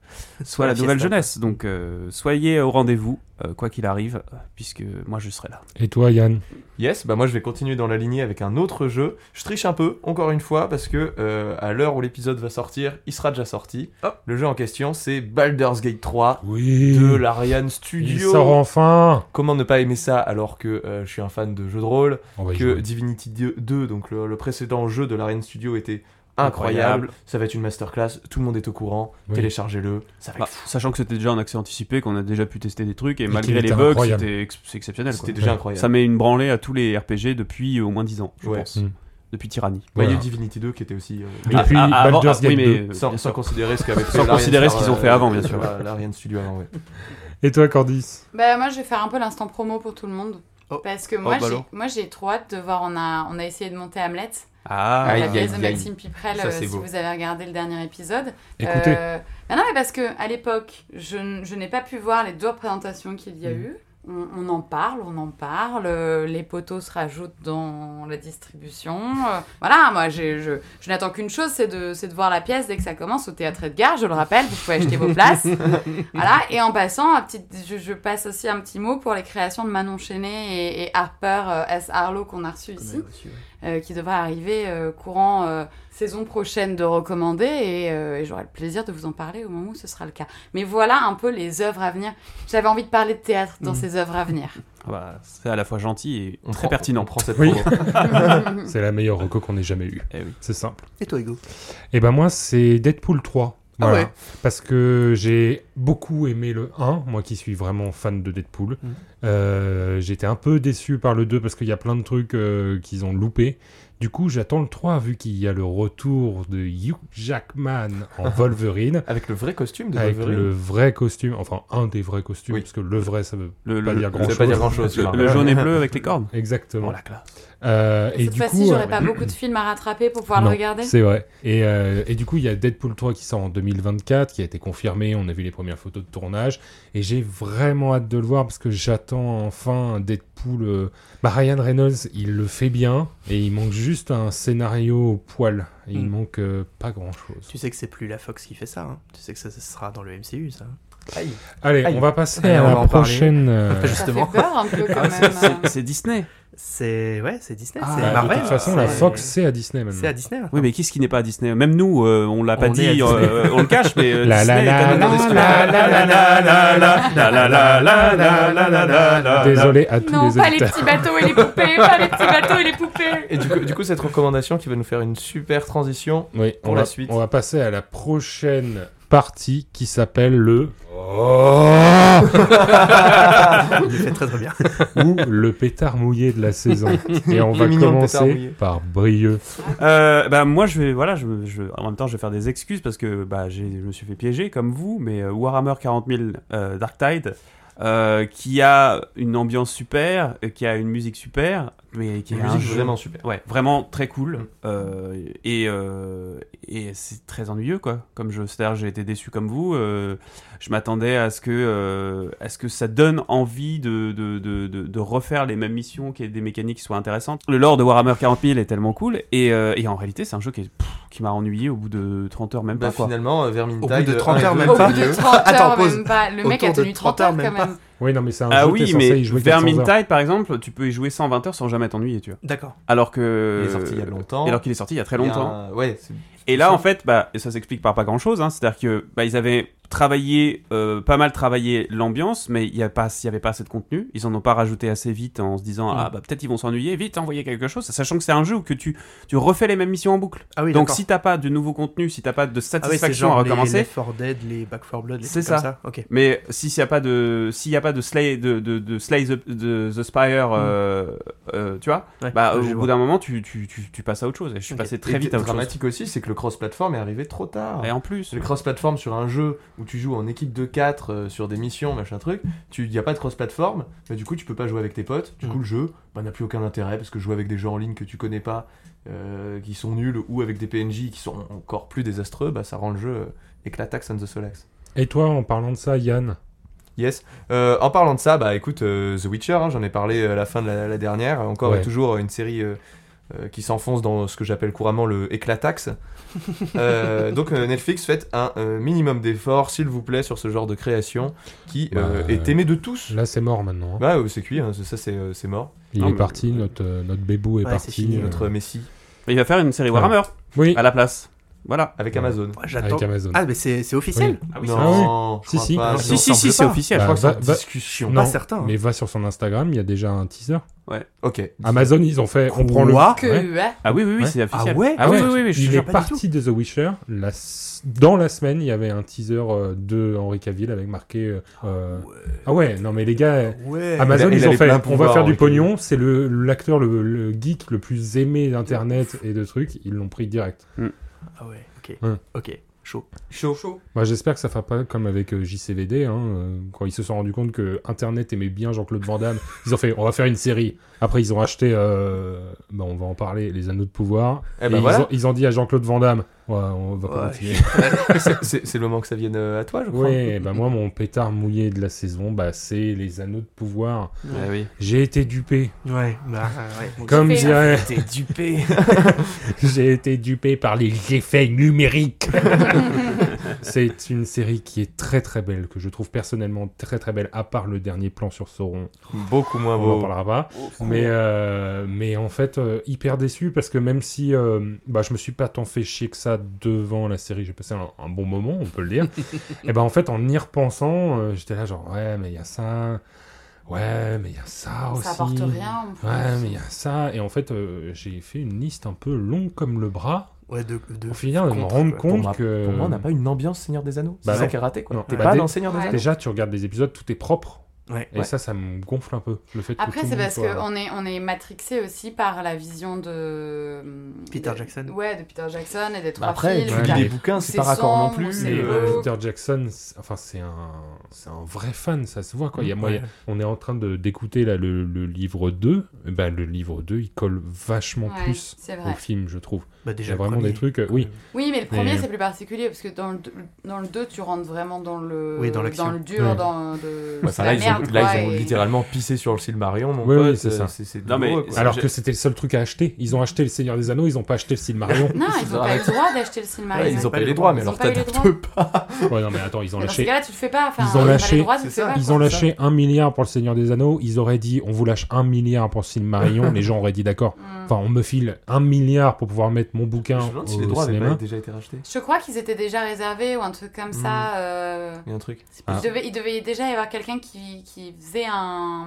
Speaker 5: soit la
Speaker 6: la
Speaker 5: nouvelle
Speaker 6: fiesta.
Speaker 5: jeunesse. Donc euh, soyez au rendez-vous. euh, quoi qu'il arrive, puisque moi je serai là.
Speaker 2: Et toi, Yann
Speaker 3: Yes, bah moi je vais continuer dans la lignée avec un autre jeu. Je triche un peu, encore une fois, parce que euh, à l'heure où l'épisode va sortir, il sera déjà sorti. Le jeu en question, c'est Baldur's Gate 3
Speaker 2: Oui.
Speaker 3: de l'Ariane
Speaker 2: Il
Speaker 3: Studio.
Speaker 2: sort enfin.
Speaker 3: Comment ne pas aimer ça alors que euh, je suis un fan de jeux de rôle,
Speaker 2: On va y
Speaker 3: que
Speaker 2: jouer.
Speaker 3: Divinity 2, donc le, le précédent jeu de l'Ariane Studio était incroyable. Ça va être une masterclass, tout le monde est au courant,
Speaker 2: Oui.
Speaker 3: téléchargez-le, ça va
Speaker 5: Bah,
Speaker 3: être fou.
Speaker 5: sachant que c'était déjà un accès anticipé, qu'on a déjà pu tester des trucs, et,
Speaker 2: qu'il
Speaker 5: malgré
Speaker 2: était
Speaker 5: les bugs,
Speaker 2: incroyable.
Speaker 5: c'était ex- c'est exceptionnel. quoi.
Speaker 3: C'était déjà
Speaker 2: Ouais.
Speaker 3: incroyable.
Speaker 5: Ça met une branlée à tous les RPG depuis euh, au moins 10 ans, je
Speaker 3: Ouais.
Speaker 5: pense.
Speaker 2: Mm.
Speaker 5: Depuis Tyranny.
Speaker 3: Bah, il y a eu
Speaker 2: Voilà.
Speaker 3: Divinity 2 qui était aussi... euh,
Speaker 2: Et puis
Speaker 5: Ah, avant-
Speaker 2: Baldur's
Speaker 5: oui,
Speaker 2: Gate
Speaker 5: mais,
Speaker 2: 2.
Speaker 5: euh,
Speaker 3: sans,
Speaker 5: bien
Speaker 3: sans
Speaker 5: sûr.
Speaker 3: considérer ce qu'avait fait
Speaker 5: Sans
Speaker 3: l'Ariane
Speaker 5: considérer
Speaker 3: Star,
Speaker 5: ce qu'ils ont
Speaker 3: euh,
Speaker 5: fait avant, bien sûr.
Speaker 3: voilà, L'Ariane Studio avant, ouais.
Speaker 2: Et toi, Cordis
Speaker 4: Bah, moi, je vais faire un peu l'instant promo pour tout le monde.
Speaker 6: Oh.
Speaker 4: Parce que moi,
Speaker 6: bah
Speaker 4: j'ai-
Speaker 6: alors.
Speaker 4: moi, j'ai trop hâte de voir. On a, on a essayé de monter Hamlet.
Speaker 5: Ah,
Speaker 3: Aïe,
Speaker 4: la
Speaker 3: aïe,
Speaker 4: pièce de
Speaker 3: aïe.
Speaker 4: Maxime Piprel,
Speaker 3: Ça,
Speaker 4: euh,
Speaker 3: c'est
Speaker 4: si
Speaker 3: beau.
Speaker 4: vous avez regardé le dernier épisode.
Speaker 2: Écoutez,
Speaker 4: Euh, bah non, mais parce que à l'époque, je, n- je n'ai pas pu voir les deux représentations qu'il y a eu. On, on en parle, on en parle. euh, Les poteaux se rajoutent dans la distribution. euh, voilà, moi, j'ai- je, je n'attends qu'une chose, c'est de, c'est de voir la pièce dès que ça commence au théâtre Edgar. Je le rappelle, vous pouvez acheter vos places. voilà. Et en passant, un petit, je, je passe aussi un petit mot pour les créations de Manon Chenet et, et Harper euh, S. Harlow qu'on a
Speaker 6: Ah,
Speaker 4: reçu ici euh, qui devrait arriver euh, courant euh, saison prochaine de recommander et, euh, et j'aurai le plaisir de vous en parler au moment où ce sera le cas. Mais voilà un peu les œuvres à venir. J'avais envie de parler de théâtre dans
Speaker 5: Mhm.
Speaker 4: ces œuvres à venir.
Speaker 5: Ah bah, c'est à la fois gentil et
Speaker 3: On
Speaker 5: très
Speaker 3: prend-
Speaker 5: pertinent.
Speaker 3: On prend cette
Speaker 2: Oui.
Speaker 3: promo.
Speaker 2: c'est la meilleure reco qu'on ait jamais eue.
Speaker 5: Eh oui.
Speaker 2: C'est simple.
Speaker 6: Et toi, Hugo
Speaker 2: Et ben moi, c'est Deadpool 3.
Speaker 6: Ah
Speaker 2: Voilà.
Speaker 6: ouais.
Speaker 2: Parce que j'ai beaucoup aimé le 1, moi qui suis vraiment fan de Deadpool.
Speaker 3: Mm.
Speaker 6: Mhm.
Speaker 2: Euh, J'étais un peu déçu par le 2 parce qu'il y a plein de trucs euh, qu'ils ont loupés. Du coup, j'attends le 3 vu qu'il y a le retour de Hugh Jackman
Speaker 3: [laughs]
Speaker 2: en Wolverine.
Speaker 3: Avec le vrai costume de
Speaker 2: Avec
Speaker 3: Wolverine.
Speaker 2: le vrai costume, enfin un des vrais costumes,
Speaker 3: Oui.
Speaker 2: parce que le vrai ça veut
Speaker 5: Le,
Speaker 2: Pas
Speaker 5: le-
Speaker 2: dire
Speaker 5: le-
Speaker 2: grand-chose.
Speaker 3: Ça veut pas dire hein. grand chose.
Speaker 5: le- le jaune et bleu avec les cornes.
Speaker 2: exactement.
Speaker 5: Oh la classe.
Speaker 2: Euh, et
Speaker 4: [laughs] Cette
Speaker 2: du
Speaker 4: fois-ci,
Speaker 2: coup,
Speaker 4: j'aurais
Speaker 2: euh,
Speaker 4: pas beaucoup de films à rattraper pour pouvoir
Speaker 2: Non,
Speaker 4: le regarder.
Speaker 2: C'est vrai. Et, euh, et du coup, il y a Deadpool 3 qui sort en 2024, qui a été confirmé. On a vu les premières photos de tournage. Et j'ai vraiment hâte de le voir parce que j'attends enfin un Deadpool. euh, bah, Ryan Reynolds, il le fait bien. Et il manque juste un scénario au poil. Il
Speaker 4: Hmm.
Speaker 6: Mm.
Speaker 2: manque euh, pas grand chose.
Speaker 6: Tu sais que c'est plus la Fox qui fait ça. hein. Tu sais que ça, ça sera dans le MCU, ça.
Speaker 3: Aïe.
Speaker 2: Allez,
Speaker 3: Aïe.
Speaker 2: on va passer
Speaker 6: Allez, on
Speaker 2: à
Speaker 6: va
Speaker 2: la
Speaker 6: en parler.
Speaker 2: prochaine. euh,
Speaker 6: Juste-
Speaker 4: Ça
Speaker 6: justement.
Speaker 4: fait peur un peu quand
Speaker 5: Ah, c'est-
Speaker 4: même. hein.
Speaker 5: c'est- C'est Disney.
Speaker 6: C'est ouais, c'est Disney,
Speaker 5: Ah,
Speaker 6: c'est
Speaker 2: bah,
Speaker 6: Marvel. hein,
Speaker 2: de toute façon, la
Speaker 6: c'est-
Speaker 2: Fox, c'est à Disney maintenant.
Speaker 6: c'est à Disney. hein.
Speaker 5: Oui, mais qu'est-ce qui n'est pas à Disney Même nous, euh, on l'a pas
Speaker 6: On est à
Speaker 5: dit,
Speaker 6: Disney.
Speaker 5: euh, on le cache, mais euh,
Speaker 2: La la
Speaker 5: Disney est
Speaker 2: la
Speaker 5: un
Speaker 2: la
Speaker 5: des-
Speaker 2: la la la la la la.
Speaker 5: La la la la la la la la la.
Speaker 2: Désolé à tous
Speaker 4: non,
Speaker 2: les
Speaker 4: pas les
Speaker 2: auditeurs.
Speaker 4: petits bateaux et les poupées, pas les petits bateaux et les poupées.
Speaker 3: Et du coup, du coup, cette recommandation qui va nous faire une super transition.
Speaker 2: Oui,
Speaker 3: Pour
Speaker 2: on
Speaker 3: la
Speaker 2: va,
Speaker 3: suite.
Speaker 2: On va passer à la prochaine partie qui s'appelle le
Speaker 6: Il le fait très
Speaker 5: [laughs]
Speaker 6: très bien.
Speaker 2: ou le pétard mouillé de la
Speaker 6: [laughs]
Speaker 2: saison. Et on
Speaker 3: Il
Speaker 2: va
Speaker 3: est mignon, le pétard
Speaker 2: commencer
Speaker 3: mouillé.
Speaker 2: par Brieux.
Speaker 5: Euh, bah, moi, je vais, voilà, je, je- en même temps, je vais faire des excuses parce que bah, j'ai- je me suis fait piéger comme vous, mais euh, Warhammer 40 000 euh, Dark Tide, euh, qui a une ambiance super, euh, qui a une musique super, mais qui
Speaker 3: Une
Speaker 5: est un
Speaker 3: musique
Speaker 5: jeu-
Speaker 3: vraiment super.
Speaker 5: Ouais, vraiment très cool.
Speaker 3: Mm.
Speaker 5: euh, et euh, et c'est très ennuyeux, quoi, comme jeu. C'est-à-dire, j'ai été déçu comme vous. euh, je m'attendais à, ce que, euh, à ce que ça donne envie de, de, de, de, de refaire les mêmes missions, qu'il y ait des mécaniques qui soient intéressantes. Le lore de Warhammer 40 000 est tellement cool. Et, euh, et en réalité, c'est un jeu qui, est- pff, qui m'a ennuyé au bout de 30 heures, même
Speaker 3: Bah,
Speaker 5: pas, quoi.
Speaker 3: finalement, euh, Vermintide.
Speaker 6: Au bout de 30
Speaker 3: un et
Speaker 6: heures,
Speaker 3: deux,
Speaker 6: même
Speaker 4: Au
Speaker 6: pas.
Speaker 4: bout de
Speaker 6: vieux.
Speaker 4: 30 heures,
Speaker 6: Attends, pause.
Speaker 4: même pas. Le mec a
Speaker 6: Autour de
Speaker 4: tenu 30
Speaker 6: heures,
Speaker 4: heures quand
Speaker 6: même pas.
Speaker 4: même.
Speaker 2: Oui, non, mais c'est un
Speaker 5: Ah
Speaker 2: jeu
Speaker 5: oui,
Speaker 2: qui est censé
Speaker 5: mais
Speaker 2: y jouer 400 heures.
Speaker 5: Vermintide, par exemple, tu peux y jouer 120 heures sans jamais t'ennuyer, tu vois.
Speaker 6: D'accord.
Speaker 5: Alors que.
Speaker 3: Il est sorti il y a longtemps.
Speaker 5: Et alors qu'il est sorti il y a très
Speaker 3: Il y a
Speaker 5: longtemps.
Speaker 3: un- Ouais, c'est-
Speaker 5: Et là, en fait, bah, ça s'explique par pas grand chose. C'est-à-dire que bah, ils avaient travaillé, euh, pas mal travaillé l'ambiance, mais il n'y avait, pas- il y avait pas assez de contenu. Ils en ont pas rajouté assez vite en se disant
Speaker 6: Mm.
Speaker 5: Ah, bah, peut-être ils vont s'ennuyer, vite, envoyer quelque chose. Sachant que c'est un jeu où que tu, tu refais les mêmes missions en boucle.
Speaker 6: Ah oui,
Speaker 5: Donc,
Speaker 6: d'accord.
Speaker 5: si t'as pas de nouveau contenu, si t'as pas de
Speaker 6: ah oui, c'est
Speaker 5: satisfaction
Speaker 6: genre
Speaker 5: à
Speaker 6: les- les
Speaker 5: recommencer.
Speaker 6: For Dead, les Back for Blood, les
Speaker 5: C'est
Speaker 6: trucs comme ça. Ok.
Speaker 5: Mais si s'il n'y a pas de s'il y a pas de slay de, de, de slay the, de the spire euh, euh, tu vois
Speaker 6: Mm. Ouais,
Speaker 5: bah
Speaker 6: je
Speaker 5: au
Speaker 6: vois.
Speaker 5: bout d'un moment tu, tu, tu, tu passes à autre chose et je suis
Speaker 6: Ok.
Speaker 5: passé très
Speaker 3: et
Speaker 5: vite à autre chose
Speaker 3: dramatique aussi, c'est que le cross-platform est arrivé trop tard.
Speaker 5: et en plus
Speaker 3: Le cross-platform sur un jeu où tu joues en équipe de 4 euh, sur des missions, machin truc, il n'y a pas de cross-platform, mais du coup tu peux pas jouer avec tes potes, du
Speaker 6: Mm.
Speaker 3: coup le jeu bah, n'a plus aucun intérêt parce que jouer avec des gens en ligne que tu connais pas, euh, qui sont nuls, ou avec des PNJ qui sont encore plus désastreux, bah, ça rend le jeu euh, éclatax and the solax.
Speaker 2: Et toi, en parlant de ça, Yann
Speaker 3: Yes. Euh, en parlant de ça, bah écoute, euh, The Witcher, hein, j'en ai parlé euh, à la fin de la, la dernière, encore
Speaker 2: Ouais.
Speaker 3: et toujours euh, une série euh, euh, qui s'enfonce dans ce que j'appelle couramment le
Speaker 2: [laughs]
Speaker 3: éclataxe. Euh, donc euh, Netflix, faites un euh, minimum d'efforts, s'il vous plaît, sur ce genre de création qui euh,
Speaker 2: Bah,
Speaker 3: est aimé de tous.
Speaker 2: Là, c'est mort maintenant. hein.
Speaker 3: Bah, euh, c'est cuit, hein, ça c'est euh, c'est mort.
Speaker 2: Il
Speaker 5: non,
Speaker 2: est
Speaker 5: mais-
Speaker 2: parti, notre, euh, notre bébou est
Speaker 6: Ouais, c'est
Speaker 2: parti.
Speaker 6: fini,
Speaker 2: euh,
Speaker 3: Notre Messi
Speaker 5: Il va faire une série
Speaker 2: Ouais.
Speaker 5: Warhammer
Speaker 2: Oui,
Speaker 5: à la place. Voilà.
Speaker 3: avec
Speaker 2: Ouais.
Speaker 3: Amazon.
Speaker 6: Moi, J'attends.
Speaker 2: avec Amazon.
Speaker 6: Ah, mais c'est c'est officiel
Speaker 5: Ah
Speaker 2: c'est
Speaker 3: non, je
Speaker 2: Si,
Speaker 3: crois
Speaker 2: si.
Speaker 3: pas,
Speaker 2: Ah,
Speaker 3: non.
Speaker 5: si, si, si,
Speaker 6: semble
Speaker 5: c'est
Speaker 6: pas.
Speaker 5: officiel.
Speaker 3: Je
Speaker 5: je
Speaker 3: crois
Speaker 2: Bah,
Speaker 5: crois.
Speaker 3: que c'est en
Speaker 2: va- va-
Speaker 3: discussion.
Speaker 2: Non.
Speaker 6: Pas certain. hein.
Speaker 2: Mais va sur son Instagram, il y a déjà un teaser.
Speaker 3: Ok.
Speaker 2: Amazon, ils ont fait. On prend le.
Speaker 6: Quoi
Speaker 4: Que.
Speaker 2: Ouais.
Speaker 4: ouais.
Speaker 5: Ah oui, oui, oui,
Speaker 2: Ouais.
Speaker 5: c'est officiel.
Speaker 6: Ah ouais
Speaker 5: oui,
Speaker 2: Ouais.
Speaker 5: oui, oui, je suis
Speaker 2: il est
Speaker 5: sûr.
Speaker 6: pas du
Speaker 2: parti de The Witcher. La s- Dans la semaine, il y avait un teaser euh, de Henri Cavill avec marqué. euh, euh, Ah ouais, non mais les gars, euh,
Speaker 6: Ouais.
Speaker 2: Amazon,
Speaker 3: Il a- il
Speaker 2: ils ont
Speaker 3: avait
Speaker 2: fait.
Speaker 3: plein
Speaker 2: On va
Speaker 3: pouvoir,
Speaker 2: faire du
Speaker 3: Henri
Speaker 2: pognon. C'est le l'acteur le, le geek le plus aimé d'internet et de trucs. Ils l'ont pris direct.
Speaker 6: Ah ouais, ok.
Speaker 2: Ouais.
Speaker 6: Ok, chaud.
Speaker 3: Chaud. Chaud.
Speaker 2: Moi, j'espère que ça fera pas comme avec euh, JCVD, hein, euh, quand ils se sont rendus compte que Internet aimait bien Jean-Claude
Speaker 3: [laughs]
Speaker 2: Van Damme. Ils ont fait, on va faire une série. Après, ils ont acheté, euh, bah, on va en parler, les anneaux de pouvoir.
Speaker 3: Eh
Speaker 2: Et
Speaker 3: ben
Speaker 2: ils,
Speaker 3: voilà.
Speaker 2: ont, ils ont dit à Jean-Claude Van Damme, ouais, on va pas
Speaker 6: Ouais.
Speaker 2: continuer.
Speaker 3: [laughs] C'est- c'est c'est le moment que ça vienne euh, à toi, je crois.
Speaker 2: Ouais, bah moi, mon pétard mouillé de la saison, bah, c'est les anneaux de pouvoir.
Speaker 5: Ah oui.
Speaker 2: J'ai été dupé.
Speaker 6: Ouais, bah ouais. Bon,
Speaker 2: Comme
Speaker 4: Dupé.
Speaker 2: dirait,
Speaker 6: T'es
Speaker 2: [laughs]
Speaker 6: dupé.
Speaker 2: j'ai été dupé par les effets numériques. c'est une série qui est très très belle, que je trouve personnellement très très belle, à part le dernier plan sur Sauron.
Speaker 3: Beaucoup moins
Speaker 2: on en
Speaker 3: beau.
Speaker 2: parlera pas.
Speaker 5: Oh.
Speaker 2: Mais, euh, mais en fait, euh, hyper déçu parce que même si euh, bah, je me suis pas tant fait chier que ça devant la série, j'ai passé un, un bon moment, on peut le dire. et ben en fait, en y repensant, euh, j'étais là genre ouais, mais il y a ça, ouais, mais il y a ça aussi.
Speaker 4: Ça apporte rien.
Speaker 2: Ouais, mais il y a ça. Et en fait, euh, j'ai fait une liste un peu longue comme le bras.
Speaker 6: Ouais, de, de
Speaker 2: Au final, de me
Speaker 6: contre,
Speaker 2: rendre
Speaker 6: ouais.
Speaker 2: compte
Speaker 3: Pour moi-
Speaker 2: que.
Speaker 3: Pour moi, on n'a pas une ambiance Seigneur des Anneaux.
Speaker 2: Bah
Speaker 3: c'est ça
Speaker 2: non.
Speaker 3: qui est raté, quoi.
Speaker 2: Non.
Speaker 3: T'es
Speaker 2: Bah,
Speaker 3: pas
Speaker 2: dé-
Speaker 3: dans Seigneur des
Speaker 4: Ouais.
Speaker 3: Anneaux.
Speaker 2: Déjà, tu regardes les épisodes, tout est propre.
Speaker 6: Ouais.
Speaker 2: Et ça, ça me gonfle un peu. Le fait que
Speaker 4: Après,
Speaker 2: tout
Speaker 4: c'est
Speaker 2: le monde
Speaker 4: parce
Speaker 2: soit-
Speaker 4: qu'on est, on est matrixé aussi par la vision de.
Speaker 6: Peter
Speaker 4: de-
Speaker 6: Jackson.
Speaker 4: Ouais, de Peter Jackson et des trois
Speaker 3: Bah, après,
Speaker 4: films.
Speaker 3: tu
Speaker 2: Ouais.
Speaker 3: lis
Speaker 4: t'as-
Speaker 3: les bouquins, c'est
Speaker 4: c'est
Speaker 3: pas raccord non
Speaker 4: sombre,
Speaker 3: plus.
Speaker 4: c'est
Speaker 2: Mais
Speaker 4: beau.
Speaker 3: euh,
Speaker 2: euh, Peter Jackson, c'est- enfin c'est un, c'est un vrai fan, ça se voit quoi. Il y a moyen- On est en train de d'écouter là le, le livre 2. Eh ben, le livre 2, il colle vachement
Speaker 4: Ouais,
Speaker 2: plus
Speaker 4: c'est
Speaker 2: au
Speaker 4: vrai.
Speaker 2: film, je trouve. Il
Speaker 6: Bah,
Speaker 2: y
Speaker 6: déjà,
Speaker 2: a
Speaker 6: le
Speaker 2: vraiment
Speaker 6: premier.
Speaker 2: des trucs. euh, oui,
Speaker 4: Oui, mais le premier,
Speaker 2: Mais-
Speaker 4: c'est plus particulier parce que dans le, deux- dans le 2, tu rentres vraiment dans le,
Speaker 6: Oui, dans l'action.
Speaker 4: le dur,
Speaker 2: Ouais.
Speaker 4: dans le.
Speaker 3: bah,
Speaker 4: c'est
Speaker 3: enfin,
Speaker 4: la
Speaker 3: là, ils ont,
Speaker 4: merde,
Speaker 3: là,
Speaker 4: quoi,
Speaker 3: ils ont
Speaker 4: et-
Speaker 3: littéralement pissé sur le Silmarion, mon
Speaker 2: Oui,
Speaker 3: pote. euh,
Speaker 2: oui, c'est ça.
Speaker 3: C'est, c'est
Speaker 5: Non, mais-
Speaker 3: douloureux, quoi.
Speaker 5: Ça,
Speaker 2: alors
Speaker 5: j'ai-
Speaker 2: que c'était le seul truc à acheter. Ils ont acheté le Seigneur des Anneaux, ils ont pas acheté le
Speaker 4: [laughs]
Speaker 2: Silmarion.
Speaker 4: Non, ils n'ont pas eu le droit d'acheter le cinéma.
Speaker 3: Ouais, ils ont pas eu les droits, mais
Speaker 4: Ah, Ils
Speaker 3: alors [laughs]
Speaker 4: ont pas eu les
Speaker 3: t'adaptes
Speaker 4: droits.
Speaker 3: pas.
Speaker 2: ouais, non mais attends, ils ont
Speaker 4: Dans ces
Speaker 2: lâché.
Speaker 4: cas-là, tu le fais pas. Enfin,
Speaker 2: Ils ont
Speaker 4: pas
Speaker 2: lâché,
Speaker 4: les droits, tu le
Speaker 3: c'est
Speaker 4: fais
Speaker 3: ça.
Speaker 4: pas,
Speaker 2: Ils
Speaker 4: quoi.
Speaker 2: ont lâché un milliard pour le Seigneur des Anneaux. Ils auraient dit, on vous lâche un milliard pour le Silmarion. Les gens auraient dit d'accord.
Speaker 4: Mm.
Speaker 2: Enfin, on me file un milliard pour pouvoir mettre mon
Speaker 3: Je
Speaker 2: bouquin
Speaker 3: me demande si les
Speaker 2: au
Speaker 3: droits avaient pas
Speaker 2: cinéma.
Speaker 3: déjà été rachetés.
Speaker 4: Je crois qu'ils étaient déjà réservés ou un truc
Speaker 3: mm.
Speaker 4: comme ça. euh,
Speaker 3: Il y a un truc.
Speaker 2: Ah.
Speaker 4: Il, devait, il devait déjà y avoir quelqu'un qui, qui faisait un.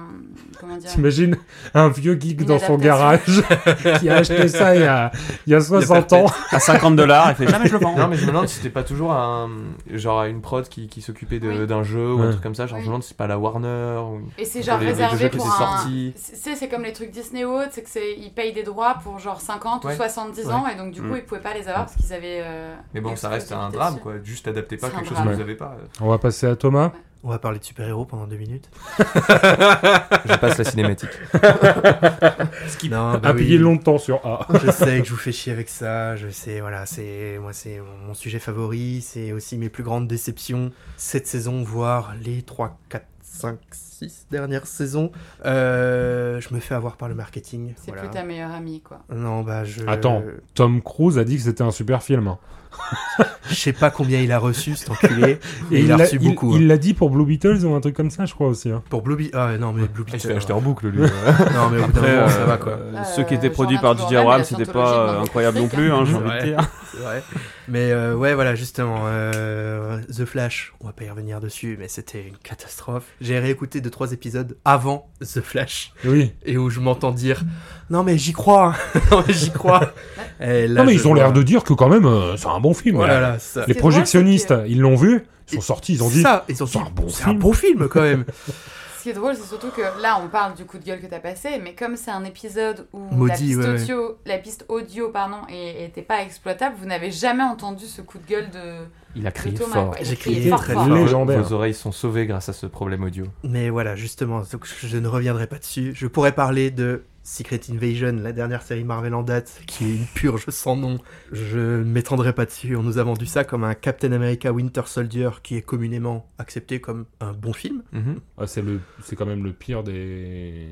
Speaker 4: Comment
Speaker 2: [laughs]
Speaker 4: dire
Speaker 2: T'imagines un vieux geek
Speaker 4: Une
Speaker 2: dans son
Speaker 4: adaptation.
Speaker 2: garage qui a acheté ça il y a, il y a 60 ans.
Speaker 5: À 50 dollars, il fait jamais je le vends.
Speaker 3: Non, mais je me demande si c'était pas toujours un. Genre à une prod qui, qui s'occupait de-
Speaker 4: Oui.
Speaker 3: d'un jeu ou
Speaker 2: Ouais.
Speaker 3: un truc comme ça. Genre, je me demande si c'est pas la Warner ou.
Speaker 4: Et c'est genre
Speaker 3: les- les
Speaker 4: réservé
Speaker 3: jeux qui
Speaker 4: pour
Speaker 3: étaient
Speaker 4: un.
Speaker 3: sortis.
Speaker 4: C'est- C'est c'est comme les trucs Disney ou autres, c'est que c'est ils payent des droits pour genre 50
Speaker 3: Ouais.
Speaker 4: ou 70 ans et donc du coup
Speaker 5: Mm.
Speaker 4: ils pouvaient pas les avoir parce qu'ils avaient. euh,
Speaker 3: Mais bon, ça reste un
Speaker 4: l'exclusivité
Speaker 3: drame,
Speaker 4: dessus.
Speaker 3: quoi. Juste adaptez pas
Speaker 4: C'est
Speaker 3: quelque
Speaker 4: un
Speaker 3: chose
Speaker 4: drame.
Speaker 3: que vous avez pas.
Speaker 2: On va passer à Thomas.
Speaker 6: On va parler de super-héros pendant deux minutes.
Speaker 3: Je passe la cinématique.
Speaker 6: Non, bah
Speaker 2: Appuyez
Speaker 6: oui.
Speaker 2: longtemps sur A.
Speaker 6: je sais que je vous fais chier avec ça, je sais, voilà, c'est moi c'est mon mon sujet favori, c'est aussi mes plus grandes déceptions cette saison, voire les 3, 4, 5, 6 dernières saisons. Euh, je me fais avoir par le marketing.
Speaker 4: C'est
Speaker 6: Voilà.
Speaker 4: plus ta meilleure amie quoi.
Speaker 6: Non, bah je.
Speaker 2: Attends. Tom Cruise a dit que c'était un super film.
Speaker 6: Je sais pas combien il a reçu cet
Speaker 2: [laughs]
Speaker 6: enculé, mais il,
Speaker 2: il
Speaker 6: a
Speaker 2: l'a-
Speaker 6: reçu
Speaker 2: il-
Speaker 6: beaucoup.
Speaker 2: Il
Speaker 6: hein.
Speaker 2: l'a dit pour Blue Beatles ou un truc comme ça, je crois aussi. hein.
Speaker 6: Pour Blue Be- Ah non, mais Blue
Speaker 3: Je
Speaker 6: Beetle,
Speaker 3: vais acheter en boucle, lui.
Speaker 6: [laughs] Non, mais au bout d'un
Speaker 5: Après,
Speaker 6: moment,
Speaker 5: euh,
Speaker 6: ça va quoi.
Speaker 5: euh,
Speaker 4: Euh,
Speaker 5: ceux qui étaient
Speaker 4: Jordan
Speaker 5: produits par DJ
Speaker 4: Jordan,
Speaker 5: Abrams,
Speaker 4: la
Speaker 5: c'était
Speaker 4: scientologie
Speaker 5: pas
Speaker 4: de
Speaker 5: euh,
Speaker 4: Morgan
Speaker 5: incroyable non
Speaker 4: Freeman.
Speaker 5: plus, hein, j'ai
Speaker 6: C'est
Speaker 5: envie de
Speaker 6: vrai.
Speaker 5: dire.
Speaker 6: C'est vrai. Mais euh, ouais, voilà, justement, euh, The Flash, on va pas y revenir dessus, mais c'était une catastrophe. J'ai réécouté deux trois épisodes avant The Flash
Speaker 2: Oui.
Speaker 6: et où je m'entends dire non mais j'y crois, hein. [laughs] non mais j'y crois. Et là,
Speaker 2: non mais
Speaker 6: je
Speaker 2: ils ont
Speaker 6: vois-
Speaker 2: l'air de dire que quand même euh, c'est un bon film.
Speaker 6: Voilà, là, ça.
Speaker 2: Les
Speaker 4: C'est
Speaker 2: projectionnistes,
Speaker 4: drôle,
Speaker 2: ils l'ont vu, ils sont
Speaker 6: Et
Speaker 2: sortis, ils ont dit.
Speaker 6: ça, ils ont dit,
Speaker 2: c'est un bon
Speaker 6: c'est un
Speaker 2: film.
Speaker 6: bon film quand même.
Speaker 4: Ce qui est drôle, c'est surtout que là, on parle du coup de gueule que t'as passé, mais comme c'est un épisode où
Speaker 6: Maudit,
Speaker 4: la, piste
Speaker 6: ouais, ouais.
Speaker 4: audio, la piste audio pardon, est- était pas exploitable, vous n'avez jamais entendu ce coup de gueule de,
Speaker 3: Il a
Speaker 4: de
Speaker 3: crié
Speaker 4: Thomas.
Speaker 3: fort.
Speaker 4: quoi. Il
Speaker 6: J'ai
Speaker 4: criait
Speaker 6: crié
Speaker 4: fort,
Speaker 6: très
Speaker 4: fort.
Speaker 6: fort.
Speaker 2: Légendaire.
Speaker 3: Vos oreilles sont sauvées grâce à ce problème audio.
Speaker 6: Mais voilà, justement, donc je ne reviendrai pas dessus. Je pourrais parler de Secret Invasion, la dernière série Marvel en date, qui est une purge sans nom. Je ne m'étendrai pas dessus. On nous a vendu ça comme un Captain America Winter Soldier, qui est communément accepté comme un bon film.
Speaker 2: Ah, c'est le, c'est quand même le pire des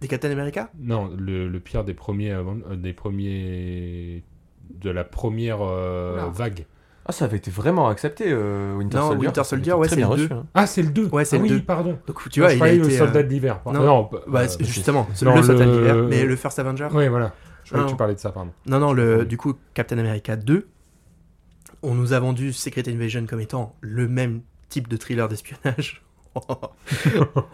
Speaker 6: Des Captain America
Speaker 2: Non, le, le pire des premiers, avant- euh, des premiers, de la première euh,
Speaker 4: Oula.
Speaker 2: vague.
Speaker 3: Ah, ça avait été vraiment accepté, euh, Winter
Speaker 6: Non,
Speaker 3: Soldier.
Speaker 6: Winter
Speaker 3: Ça avait
Speaker 6: Soldier,
Speaker 3: été
Speaker 6: ouais,
Speaker 3: très
Speaker 6: c'est
Speaker 3: bien
Speaker 6: les
Speaker 3: reçu.
Speaker 6: deux.
Speaker 3: hein.
Speaker 2: Ah, c'est le 2
Speaker 6: Ouais, c'est
Speaker 2: ah,
Speaker 6: le
Speaker 2: oui,
Speaker 6: deux.
Speaker 2: pardon.
Speaker 6: Donc tu vois,
Speaker 2: je
Speaker 6: il a
Speaker 2: croyais le
Speaker 6: été, euh,
Speaker 2: soldat de l'hiver. pardon.
Speaker 6: non.
Speaker 2: Non,
Speaker 6: bah,
Speaker 2: euh,
Speaker 6: justement, c'est
Speaker 2: dans
Speaker 6: le Soldat
Speaker 2: le-
Speaker 6: d'hiver, mais le First Avenger. Ah,
Speaker 2: Oui, voilà. Je croyais
Speaker 6: Non.
Speaker 2: que tu parlais de ça, pardon.
Speaker 6: Non, non, le, du coup, Captain America 2, on nous a vendu Secret Invasion comme étant le même type de thriller d'espionnage.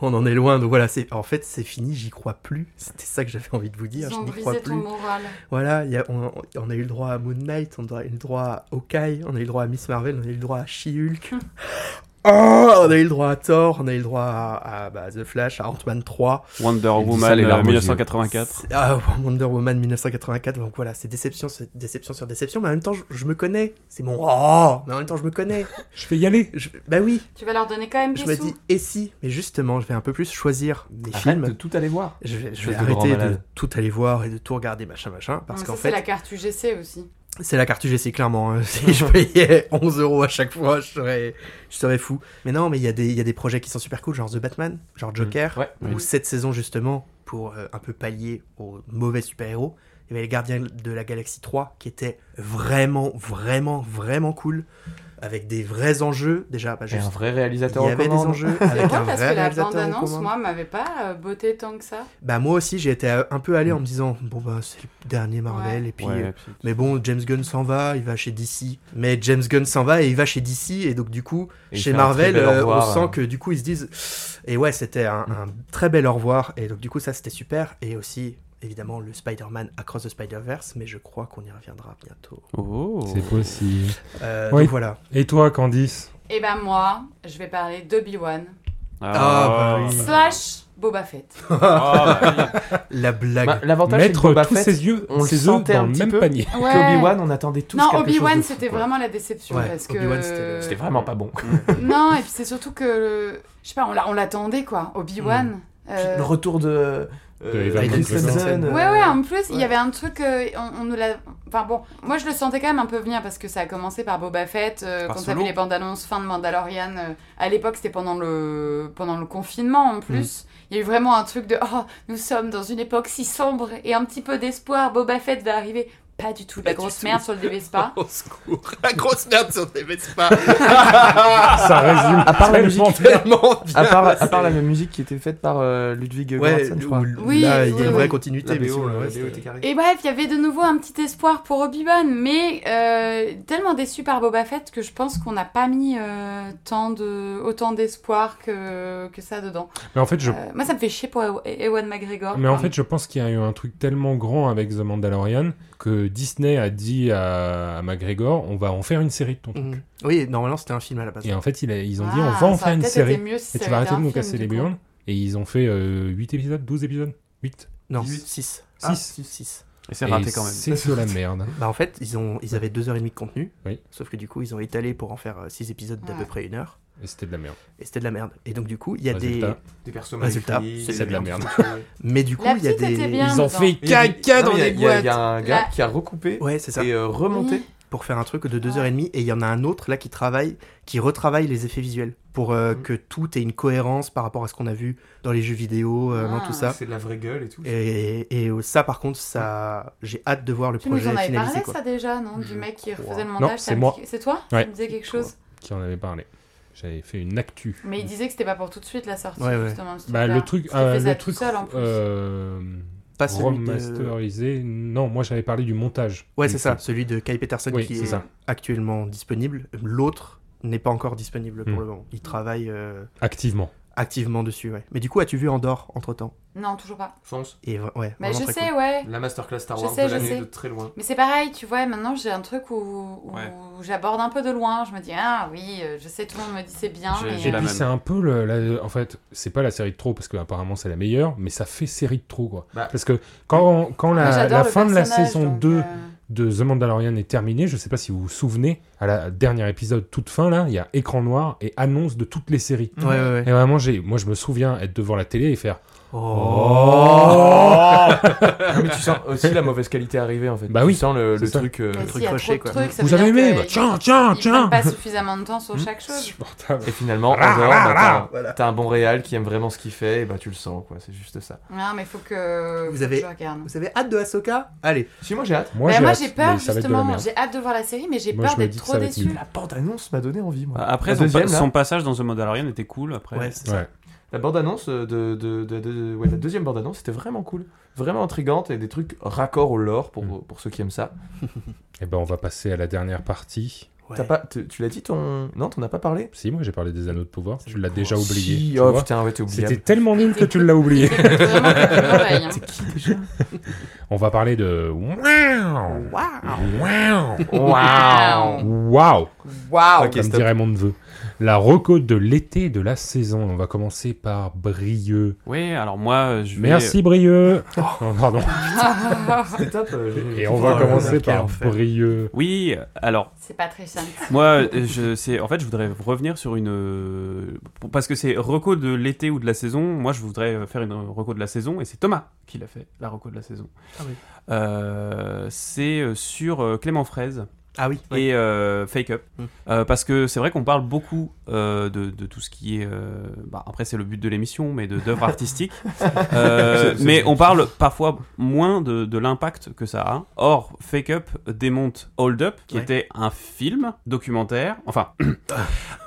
Speaker 6: on en est loin, donc voilà, c'est en fait c'est fini, j'y crois plus. C'était ça que j'avais envie de vous dire,
Speaker 4: Ils
Speaker 6: je
Speaker 4: ont
Speaker 6: n'y crois
Speaker 4: brisé ton
Speaker 6: plus.
Speaker 4: moral.
Speaker 6: Voilà, il y a- on, on a eu le droit à Moon Knight, on a eu le droit à Hawkeye, on a eu le droit à Miss Marvel, on a eu le droit
Speaker 4: [laughs]
Speaker 6: à She-Hulk. Oh, on a eu le droit à Thor, on a eu le droit à, à, bah, The Flash, à Ant-Man 3.
Speaker 5: Wonder
Speaker 2: Il dit ça,
Speaker 5: Woman
Speaker 2: les
Speaker 5: euh,
Speaker 2: larmes aux yeux.
Speaker 5: 1984.
Speaker 6: C'est- Ah, [laughs] Wonder Woman 1984, donc voilà, c'est déception, sur- déception sur déception, mais en même temps, je, je me connais. C'est mon oh, mais en même temps, je me connais.
Speaker 2: Je vais y aller.
Speaker 6: Je- bah oui,
Speaker 4: Tu vas leur donner quand même
Speaker 6: je
Speaker 4: des
Speaker 6: me
Speaker 4: sous.
Speaker 6: dis, et si Mais justement, je vais un peu plus choisir des
Speaker 3: Arrête
Speaker 6: films.
Speaker 3: de tout aller voir.
Speaker 6: Je vais, je
Speaker 3: Espèce
Speaker 6: vais
Speaker 3: de grand
Speaker 6: arrêter de
Speaker 3: malade.
Speaker 6: tout aller voir et de tout regarder, machin, machin, parce
Speaker 4: Ouais,
Speaker 6: qu'en
Speaker 4: ça, c'est
Speaker 6: fait,
Speaker 4: la carte UGC aussi.
Speaker 6: c'est la carte UGC, clairement.
Speaker 4: [laughs]
Speaker 6: hein. [laughs] Si je payais 11 euros à chaque fois, je serais, je serais fou. Mais non, mais il y, a des- il y a des projets qui sont super cool, genre The Batman,
Speaker 3: Mm.
Speaker 6: genre Joker,
Speaker 3: Ouais.
Speaker 6: où cette saison, justement, pour euh, un peu pallier aux mauvais super-héros, il y avait les Gardiens de la Galaxie 3, qui était vraiment, vraiment, vraiment cool, avec des vrais enjeux. Déjà, pas
Speaker 3: J'ai un
Speaker 6: juste.
Speaker 3: vrai
Speaker 6: Il
Speaker 3: réalisateur
Speaker 6: y
Speaker 3: en
Speaker 6: avait des
Speaker 3: commande. [laughs]
Speaker 6: enjeux
Speaker 4: C'est
Speaker 6: avec
Speaker 4: drôle parce
Speaker 6: un vrai
Speaker 4: que la
Speaker 6: réalisateur en
Speaker 4: bande-annonce,
Speaker 6: commande.
Speaker 4: moi, m'avait pas euh, botté tant que ça.
Speaker 6: Bah moi aussi, j'ai été euh, un peu
Speaker 3: Mm.
Speaker 6: allé en me disant bon bah c'est le dernier Marvel et puis
Speaker 5: Ouais,
Speaker 6: euh,
Speaker 5: puis-
Speaker 6: Mais bon, James Gunn s'en va, il va chez DC. Mais James Gunn s'en va et il va chez DC. Et donc, du coup,
Speaker 3: Et il fait
Speaker 6: chez
Speaker 3: un très
Speaker 6: Marvel,
Speaker 3: bel au
Speaker 6: euh,
Speaker 3: revoir, Mm.
Speaker 6: on
Speaker 3: euh.
Speaker 6: sent que du coup, ils se disent. Et ouais, c'était un, un très bel au revoir. Et donc, du coup, ça, c'était super. Et aussi, évidemment, le Spider-Man Across the Spider-Verse. Mais je crois qu'on y reviendra bientôt.
Speaker 5: Oh.
Speaker 2: C'est possible.
Speaker 6: Euh,
Speaker 2: Oui.
Speaker 6: donc voilà.
Speaker 2: Et toi, Candice
Speaker 4: Et ben moi, je vais parler d'Obi-Wan.
Speaker 6: Ah, bah oui.
Speaker 4: Slash Boba Fett.
Speaker 5: Ah, bah [laughs] oui.
Speaker 6: La blague.
Speaker 3: Bah, L'avantage, c'est que
Speaker 2: Mettre
Speaker 3: Boba
Speaker 2: tous
Speaker 3: Fett,
Speaker 2: ses yeux,
Speaker 3: on le
Speaker 2: ses œufs
Speaker 3: sentait un
Speaker 2: dans le
Speaker 3: petit
Speaker 2: même
Speaker 3: peu.
Speaker 4: [laughs]
Speaker 2: panier.
Speaker 3: qu'Obi-Wan, on attendait tous
Speaker 4: Non,
Speaker 3: quelque chose de
Speaker 4: Obi-Wan,
Speaker 3: fou,
Speaker 4: c'était
Speaker 3: quoi.
Speaker 4: vraiment la déception.
Speaker 6: Ouais,
Speaker 4: parce que...
Speaker 6: Obi-Wan, c'était le-
Speaker 3: C'était vraiment pas bon.
Speaker 4: Non, et puis c'est surtout que. le- Je sais pas, on l'a- on l'attendait quoi. Obi-Wan.
Speaker 6: Hmm.
Speaker 4: euh,
Speaker 3: Le retour de. euh,
Speaker 2: De Evan
Speaker 3: Hayden
Speaker 2: Christensen.
Speaker 3: Christensen, euh,
Speaker 4: Ouais, ouais, en plus, il
Speaker 3: ouais.
Speaker 4: y avait un truc, euh, on, on nous l'a... Enfin bon, moi je le sentais quand même un peu venir parce que ça a commencé par Boba Fett, euh,
Speaker 5: Par
Speaker 4: quand t'as vu
Speaker 5: Solo.
Speaker 4: les bandes annonces fin de Mandalorian, euh, à l'époque c'était pendant le... pendant le confinement en plus. Il y a eu vraiment un truc de « Oh, nous sommes dans une époque si sombre et un petit peu d'espoir, Boba Fett va arriver ». Pas du tout, de la
Speaker 6: Pas du
Speaker 4: grosse
Speaker 6: tout.
Speaker 4: merde sur le DB [laughs]
Speaker 5: [laughs]
Speaker 4: Spa.
Speaker 6: Au secours. La grosse merde sur tes pas
Speaker 2: Ça résume
Speaker 3: À part la
Speaker 2: tellement
Speaker 3: musique.
Speaker 6: [laughs]
Speaker 2: bien.
Speaker 6: [laughs] Tellement bien
Speaker 3: À part, à
Speaker 6: passé.
Speaker 3: part la même musique qui était faite par euh, Ludwig
Speaker 6: Ouais,
Speaker 3: Göransson, Ah, je crois.
Speaker 6: où-
Speaker 4: Oui,
Speaker 6: là, il y
Speaker 4: oui,
Speaker 6: a une
Speaker 4: oui.
Speaker 6: vraie
Speaker 3: La
Speaker 6: continuité. mais
Speaker 3: BO,
Speaker 6: sinon, le
Speaker 3: euh,
Speaker 6: reste,
Speaker 3: BO
Speaker 6: euh,
Speaker 3: était carré.
Speaker 4: Et bref, il y avait de nouveau un petit espoir pour Obi-Wan, mais euh, tellement déçu par Boba Fett que je pense qu'on n'a pas mis euh, tant de, autant d'espoir que, que ça dedans.
Speaker 2: Mais en fait, je
Speaker 4: Euh, moi, ça me fait chier pour Ew- Ewan McGregor.
Speaker 2: Mais en fait, je pense qu'il y a eu un truc tellement grand avec The Mandalorian que Disney a dit à, à McGregor on va en faire une série de ton truc.
Speaker 6: Mhm. Oui, normalement, c'était un film à la base.
Speaker 2: Et en fait, il a- ils ont
Speaker 4: Ah,
Speaker 2: dit on va en faire
Speaker 4: ça aurait
Speaker 2: une
Speaker 4: peut-être été
Speaker 2: série.
Speaker 4: mieux si
Speaker 2: Et
Speaker 4: ça
Speaker 2: tu vas
Speaker 4: avait
Speaker 2: arrêter
Speaker 4: été
Speaker 2: de nous
Speaker 4: un film,
Speaker 2: casser
Speaker 4: du
Speaker 2: les
Speaker 4: coup.
Speaker 2: burnes. Et ils ont fait 8 épisodes, 12 épisodes 8
Speaker 6: Non,
Speaker 3: Dix-huit.
Speaker 6: 6.
Speaker 3: Ah,
Speaker 6: 6.
Speaker 3: six.
Speaker 6: 6.
Speaker 5: Et c'est raté quand même.
Speaker 2: C'est de la merde.
Speaker 6: Bah en fait, ils, ont, ils avaient deux heures et demie de contenu.
Speaker 2: Oui.
Speaker 6: Sauf que du coup, ils ont étalé pour en faire euh, six épisodes d'à
Speaker 4: Ouais.
Speaker 6: peu près une heure.
Speaker 2: Et c'était de la merde.
Speaker 6: Et c'était de la merde. Et donc du coup, il y a
Speaker 2: Résultat,
Speaker 6: des...
Speaker 3: Des personnages.
Speaker 6: Résultat,
Speaker 2: c'est de la merde.
Speaker 6: Mais du coup,
Speaker 4: La
Speaker 6: il y a
Speaker 4: petite
Speaker 6: des...
Speaker 4: était bien.
Speaker 2: Ils ont
Speaker 4: dedans.
Speaker 2: fait
Speaker 3: Il y a des-
Speaker 2: caca
Speaker 3: non,
Speaker 2: dans
Speaker 3: mais
Speaker 2: les
Speaker 3: il y a-
Speaker 2: boîtes.
Speaker 3: Il y a un
Speaker 4: La-
Speaker 3: gars qui a recoupé
Speaker 6: Ouais, c'est ça.
Speaker 3: et euh, remonté.
Speaker 6: Pour faire un truc de deux heures et demie. Et il y en a un autre là qui travaille, qui retravaille les effets visuels. Pour euh,
Speaker 3: Mhm.
Speaker 6: que tout ait une cohérence par rapport à ce qu'on a vu dans les jeux vidéo, euh, dans
Speaker 4: Ah.
Speaker 6: tout ça.
Speaker 3: C'est de la vraie gueule et tout.
Speaker 6: Et, et ça, par contre, ça, j'ai hâte de voir le
Speaker 4: Tu nous
Speaker 6: projet
Speaker 4: en avais
Speaker 6: finalisé.
Speaker 4: parlé
Speaker 6: quoi.
Speaker 4: ça déjà, non Du
Speaker 6: Je
Speaker 4: mec qui
Speaker 6: crois.
Speaker 4: refaisait le
Speaker 2: Hmm. Non,
Speaker 4: montage. ça
Speaker 2: c'est
Speaker 4: me
Speaker 2: moi.
Speaker 4: dit- C'est toi
Speaker 2: Ouais.
Speaker 4: Ça me disait quelque
Speaker 6: C'est toi.
Speaker 4: chose
Speaker 2: Qui en avait parlé. J'avais fait une actu.
Speaker 4: Mais il disait que c'était pas pour tout de suite la sortie,
Speaker 6: Ouais, ouais.
Speaker 4: justement. ce
Speaker 2: Bah,
Speaker 4: truc-là.
Speaker 2: le truc.
Speaker 4: Parce qu'il
Speaker 2: euh,
Speaker 4: fait ça
Speaker 2: le
Speaker 4: tout
Speaker 2: truc.
Speaker 4: seul, en plus.
Speaker 2: euh,
Speaker 6: Pas Ah, celui de...
Speaker 2: Remasterisé. Non, moi j'avais parlé du montage.
Speaker 6: Ouais,
Speaker 2: Du
Speaker 6: c'est
Speaker 2: film.
Speaker 6: ça, celui de Kai Peterson
Speaker 2: Oui,
Speaker 6: qui
Speaker 2: c'est
Speaker 6: est,
Speaker 2: ça.
Speaker 6: actuellement disponible. L'autre n'est pas encore disponible pour
Speaker 2: Mm.
Speaker 6: le moment. Il travaille euh,
Speaker 2: Activement.
Speaker 6: activement dessus, ouais. Mais du coup, as-tu vu Andorre entre-temps
Speaker 4: Non, toujours pas.
Speaker 3: Fonce.
Speaker 6: Et vra- ouais,
Speaker 4: Mais Bah,
Speaker 6: vraiment
Speaker 4: je
Speaker 6: très
Speaker 4: sais,
Speaker 6: cool.
Speaker 4: ouais.
Speaker 3: La masterclass Star
Speaker 4: Je
Speaker 3: Wars
Speaker 4: sais,
Speaker 3: de
Speaker 4: je
Speaker 3: l'année
Speaker 4: sais.
Speaker 3: de très loin.
Speaker 4: Mais c'est pareil, tu vois, maintenant j'ai un truc où, où
Speaker 5: Ouais.
Speaker 4: j'aborde un peu de loin. Je me dis, ah oui, euh, je sais, tout le monde me dit c'est bien,
Speaker 5: J'ai-
Speaker 4: mais.
Speaker 5: j'ai
Speaker 2: Et
Speaker 5: la
Speaker 4: euh,
Speaker 2: puis
Speaker 5: même.
Speaker 2: c'est un peu le, la- en fait, c'est pas la série de trop parce que apparemment c'est la meilleure, mais ça fait série de trop quoi.
Speaker 3: Bah.
Speaker 2: parce que quand quand
Speaker 4: moi,
Speaker 2: la,
Speaker 4: j'adore
Speaker 2: la
Speaker 4: le
Speaker 2: fin de la
Speaker 4: personnage,
Speaker 2: saison
Speaker 4: donc,
Speaker 2: 2
Speaker 4: euh,
Speaker 2: de The Mandalorian est terminée, je sais pas si vous vous souvenez, à la dernier épisode toute fin là, il y a écran noir et annonce de toutes les séries.
Speaker 6: Ouais, ouais, ouais.
Speaker 2: Oh Et vraiment j'ai, moi je me souviens être devant la télé et faire
Speaker 6: Oh,
Speaker 3: mais tu sens aussi la mauvaise qualité arriver en fait.
Speaker 2: Bah
Speaker 3: tu
Speaker 2: oui,
Speaker 3: sens le, le
Speaker 2: c'est ça.
Speaker 3: truc. euh,
Speaker 4: Mais
Speaker 6: le
Speaker 4: s'il
Speaker 6: truc
Speaker 4: y a trop
Speaker 6: rocher,
Speaker 4: de
Speaker 6: quoi.
Speaker 4: trucs, ça
Speaker 2: Vous
Speaker 4: veut
Speaker 2: avez
Speaker 4: dire
Speaker 2: aimé
Speaker 4: que
Speaker 2: bah,
Speaker 4: ils-
Speaker 2: Tiens, tiens,
Speaker 4: ils
Speaker 2: tiens Hmm.
Speaker 4: prennent pas suffisamment de temps sur chaque chose.
Speaker 2: Supportable.
Speaker 3: Et finalement, en
Speaker 2: Ah,
Speaker 3: dehors,
Speaker 2: ah,
Speaker 3: bah,
Speaker 2: ah.
Speaker 3: t'as- t'as un bon réal qui aime vraiment ce qu'il fait, et bah tu le sens, quoi. C'est juste ça.
Speaker 4: Non, mais faut que,
Speaker 6: Vous
Speaker 4: faut que
Speaker 6: avez-
Speaker 4: je regarde.
Speaker 6: Vous avez hâte de Ahsoka Allez.
Speaker 3: Si, moi j'ai hâte.
Speaker 2: Moi,
Speaker 4: Bah,
Speaker 2: j'ai
Speaker 4: moi
Speaker 2: hâte,
Speaker 4: j'ai
Speaker 2: mais
Speaker 4: peur
Speaker 2: ça va être de la
Speaker 4: justement,
Speaker 2: merde.
Speaker 4: j'ai hâte de voir la série, mais j'ai
Speaker 2: Moi,
Speaker 4: peur
Speaker 2: je me
Speaker 4: d'être
Speaker 2: dis que
Speaker 4: trop
Speaker 2: ça va être
Speaker 4: déçue. [laughs]
Speaker 2: nul.
Speaker 3: La bande-annonce m'a donné envie, moi.
Speaker 5: Bah, Après,
Speaker 3: La
Speaker 5: son,
Speaker 3: deuxième,
Speaker 5: pa-
Speaker 3: là.
Speaker 5: son passage dans The Mandalorian était cool. Après,
Speaker 6: Ouais,
Speaker 5: c'est-
Speaker 6: c'est ça.
Speaker 2: Ouais.
Speaker 3: La bande-annonce de, de, de- de- ouais, la deuxième bande-annonce était vraiment cool. Vraiment intrigante et des trucs raccords au lore pour,
Speaker 2: Mm.
Speaker 3: pour ceux qui aiment ça.
Speaker 2: Et ben, on va passer à la dernière partie.
Speaker 3: T'as pas, tu tu l'as dit ton. Non, t'en as pas parlé
Speaker 2: Si, moi, j'ai parlé des anneaux de pouvoir. Tu l'as
Speaker 6: Oh,
Speaker 2: déjà oublié.
Speaker 3: Si,
Speaker 2: tu
Speaker 3: oh
Speaker 2: vois.
Speaker 3: putain, ouais, t'es
Speaker 2: C'était
Speaker 3: oublié.
Speaker 2: tellement nul que tu l'as oublié.
Speaker 4: Écoute, vraiment, c'est une oreille, hein.
Speaker 2: [laughs] On va parler de. Waouh Waouh
Speaker 3: Waouh
Speaker 2: Waouh
Speaker 6: Waouh
Speaker 3: Ah, Ok,
Speaker 2: Comme
Speaker 3: stop.
Speaker 2: dirait mon neveu. La reco de l'été de la saison. On va commencer par Brieux.
Speaker 5: Oui, alors moi, euh, je vais.
Speaker 2: Merci Brieux Oh, Pardon.
Speaker 4: Ah,
Speaker 3: C'était top. euh, j'ai-
Speaker 2: Et on va
Speaker 6: Oh là
Speaker 2: commencer
Speaker 6: là,
Speaker 2: par
Speaker 6: quel enfer.
Speaker 2: Brieux.
Speaker 5: euh, Oui, alors
Speaker 4: C'est pas très simple.
Speaker 5: moi, euh, je, c'est, en fait, je voudrais revenir sur une euh, pour- parce que c'est reco de l'été ou de la saison. Moi, je voudrais faire une reco de la saison et c'est Thomas qui l'a fait la reco de la saison.
Speaker 6: Ah oui.
Speaker 5: Euh, c'est euh, sur euh, Clément Fraise.
Speaker 6: Ah oui.
Speaker 5: et euh, Fake Up.
Speaker 6: Mm.
Speaker 5: Euh, parce que c'est vrai qu'on parle beaucoup euh, de, de tout ce qui est. euh, bah, après, c'est le but de l'émission, mais de- d'œuvres
Speaker 6: [laughs]
Speaker 5: artistiques. Euh,
Speaker 3: C'est- c'est-
Speaker 5: mais on parle parfois moins de, de l'impact que ça a. Or, Fake Up démonte Hold Up, qui
Speaker 6: Ouais.
Speaker 5: était un film documentaire,
Speaker 6: [coughs]
Speaker 5: enfin,
Speaker 6: Ouais.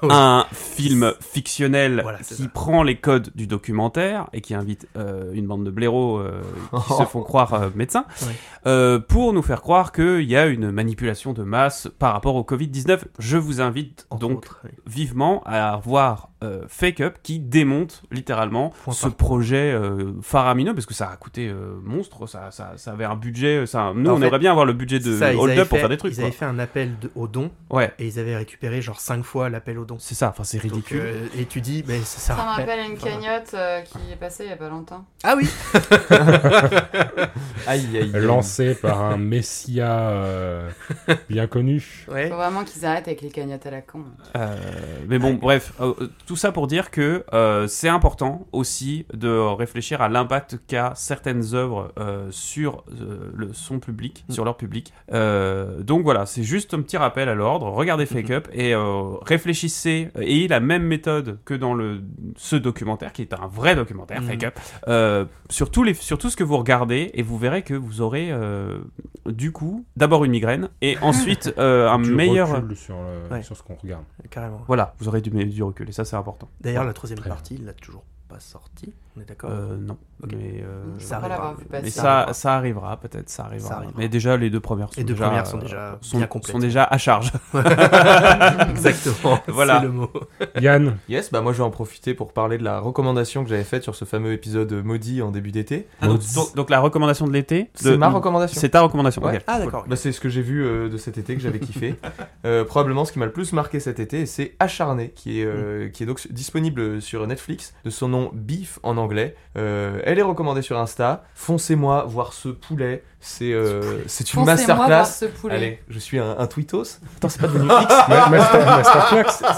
Speaker 5: un film fictionnel
Speaker 6: Voilà, c'est
Speaker 5: qui
Speaker 6: ça.
Speaker 5: prend les codes du documentaire et qui invite euh, une bande de blaireaux euh,
Speaker 6: [laughs]
Speaker 5: qui se font croire euh, médecins
Speaker 6: Ouais.
Speaker 5: euh, pour nous faire croire qu'il y a une manipulation de masse par rapport au Covid-19. Je vous invite
Speaker 6: Entre
Speaker 5: donc
Speaker 6: autres, oui.
Speaker 5: vivement à voir euh, Fake Up qui démonte littéralement
Speaker 6: Point
Speaker 5: ce
Speaker 6: par-
Speaker 5: projet euh, faramineux parce que ça a coûté euh, monstre, ça, ça, ça avait un budget. euh, Ça, nous,
Speaker 6: En
Speaker 5: on
Speaker 6: fait,
Speaker 5: aimerait bien avoir le budget de
Speaker 6: Ça, ils
Speaker 5: Hold
Speaker 6: avaient
Speaker 5: Up pour
Speaker 6: fait-
Speaker 5: faire des trucs.
Speaker 6: Ils
Speaker 5: quoi.
Speaker 6: avaient fait un appel de, aux dons
Speaker 5: Ouais,
Speaker 6: et ils avaient récupéré genre 5 fois l'appel aux dons.
Speaker 5: c'est ça, enfin, c'est
Speaker 6: Donc,
Speaker 5: ridicule.
Speaker 6: euh, et tu dis, mais ça
Speaker 4: Ça
Speaker 6: sert
Speaker 4: me
Speaker 6: à rien.
Speaker 4: rappelle une cagnotte euh, qui est passée il y a pas longtemps.
Speaker 6: Ah oui
Speaker 3: Aïe, aïe. aïe.
Speaker 2: Lancé par un messia euh, bien connu.
Speaker 6: Ouais.
Speaker 4: Faut vraiment qu'ils arrêtent avec les cagnottes à la con.
Speaker 5: Euh, mais bon, bref, euh, euh, tout ça pour dire que euh, c'est important aussi de réfléchir à l'impact qu'a certaines œuvres euh, sur euh, le, son public,
Speaker 2: Mm.
Speaker 5: sur leur public. Euh, donc voilà, c'est juste un petit rappel à l'ordre. Regardez
Speaker 2: Mm-hmm.
Speaker 5: Fake Up et euh, réfléchissez. Ayez la même méthode que dans le, ce documentaire, qui est un vrai documentaire,
Speaker 6: Mhm.
Speaker 2: Mm.
Speaker 5: Fake Up, euh, sur, tous les, sur tout ce que vous regardez et vous verrez que vous aurez euh, du coup d'abord une migraine et ensuite euh,
Speaker 2: [laughs]
Speaker 5: un
Speaker 2: Du
Speaker 5: meilleur.
Speaker 2: recul sur, le-
Speaker 6: Ouais.
Speaker 2: sur ce qu'on regarde.
Speaker 6: Carrément.
Speaker 5: Voilà, vous aurez du, du recul et ça c'est important.
Speaker 6: D'ailleurs, la troisième
Speaker 2: Très bien.
Speaker 6: partie, il l'a toujours pas sortie. On est d'accord
Speaker 5: Euh, non,
Speaker 6: Ok.
Speaker 5: mais, euh,
Speaker 6: Ça
Speaker 4: Faut pas
Speaker 6: arrivera.
Speaker 4: l'avoir vu passer.
Speaker 5: mais
Speaker 6: ça
Speaker 5: ça,
Speaker 6: arrivera.
Speaker 5: ça arrivera peut-être, ça arrivera.
Speaker 6: Ça arrivera.
Speaker 5: Mais déjà les deux premières sont
Speaker 6: Les deux
Speaker 5: déjà,
Speaker 6: premières sont
Speaker 5: euh,
Speaker 6: déjà
Speaker 5: sont,
Speaker 6: bien complètes.
Speaker 5: sont [laughs] déjà à charge.
Speaker 6: Exactement.
Speaker 5: Voilà.
Speaker 6: [laughs] C'est le mot.
Speaker 2: Yann,
Speaker 3: Yes, bah moi je vais en profiter pour parler de la recommandation que j'avais faite sur ce fameux épisode maudit en début d'été.
Speaker 5: Ah, donc, donc- donc la recommandation de l'été, de-
Speaker 3: C'est ma recommandation.
Speaker 5: c'est ta recommandation.
Speaker 3: Ouais.
Speaker 5: ok.
Speaker 6: Ah d'accord.
Speaker 3: Bah, c'est ce que j'ai vu euh, de cet été que j'avais [laughs] kiffé. Euh, probablement ce qui m'a le plus marqué cet été, c'est Acharné, qui est, euh, qui est donc disponible sur Netflix, de son nom Beef en anglais. Euh, elle est recommandée sur Insta. Foncez-moi voir ce poulet. C'est euh, c'est une
Speaker 4: Foncez-moi voir
Speaker 3: masterclass.
Speaker 4: ce poulet.
Speaker 3: Allez, je suis un, un tweetos. Attends,
Speaker 2: [laughs]
Speaker 3: c'est pas devenu
Speaker 2: ma- master- masterclass.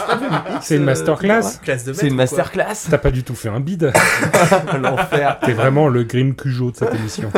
Speaker 2: C'est
Speaker 3: euh,
Speaker 2: une masterclass.
Speaker 6: Classe de
Speaker 3: C'est une
Speaker 6: master
Speaker 3: masterclass.
Speaker 2: T'as pas du tout fait un bide.
Speaker 3: [laughs] L'enfer.
Speaker 2: T'es vraiment le Grim Cujo de cette émission.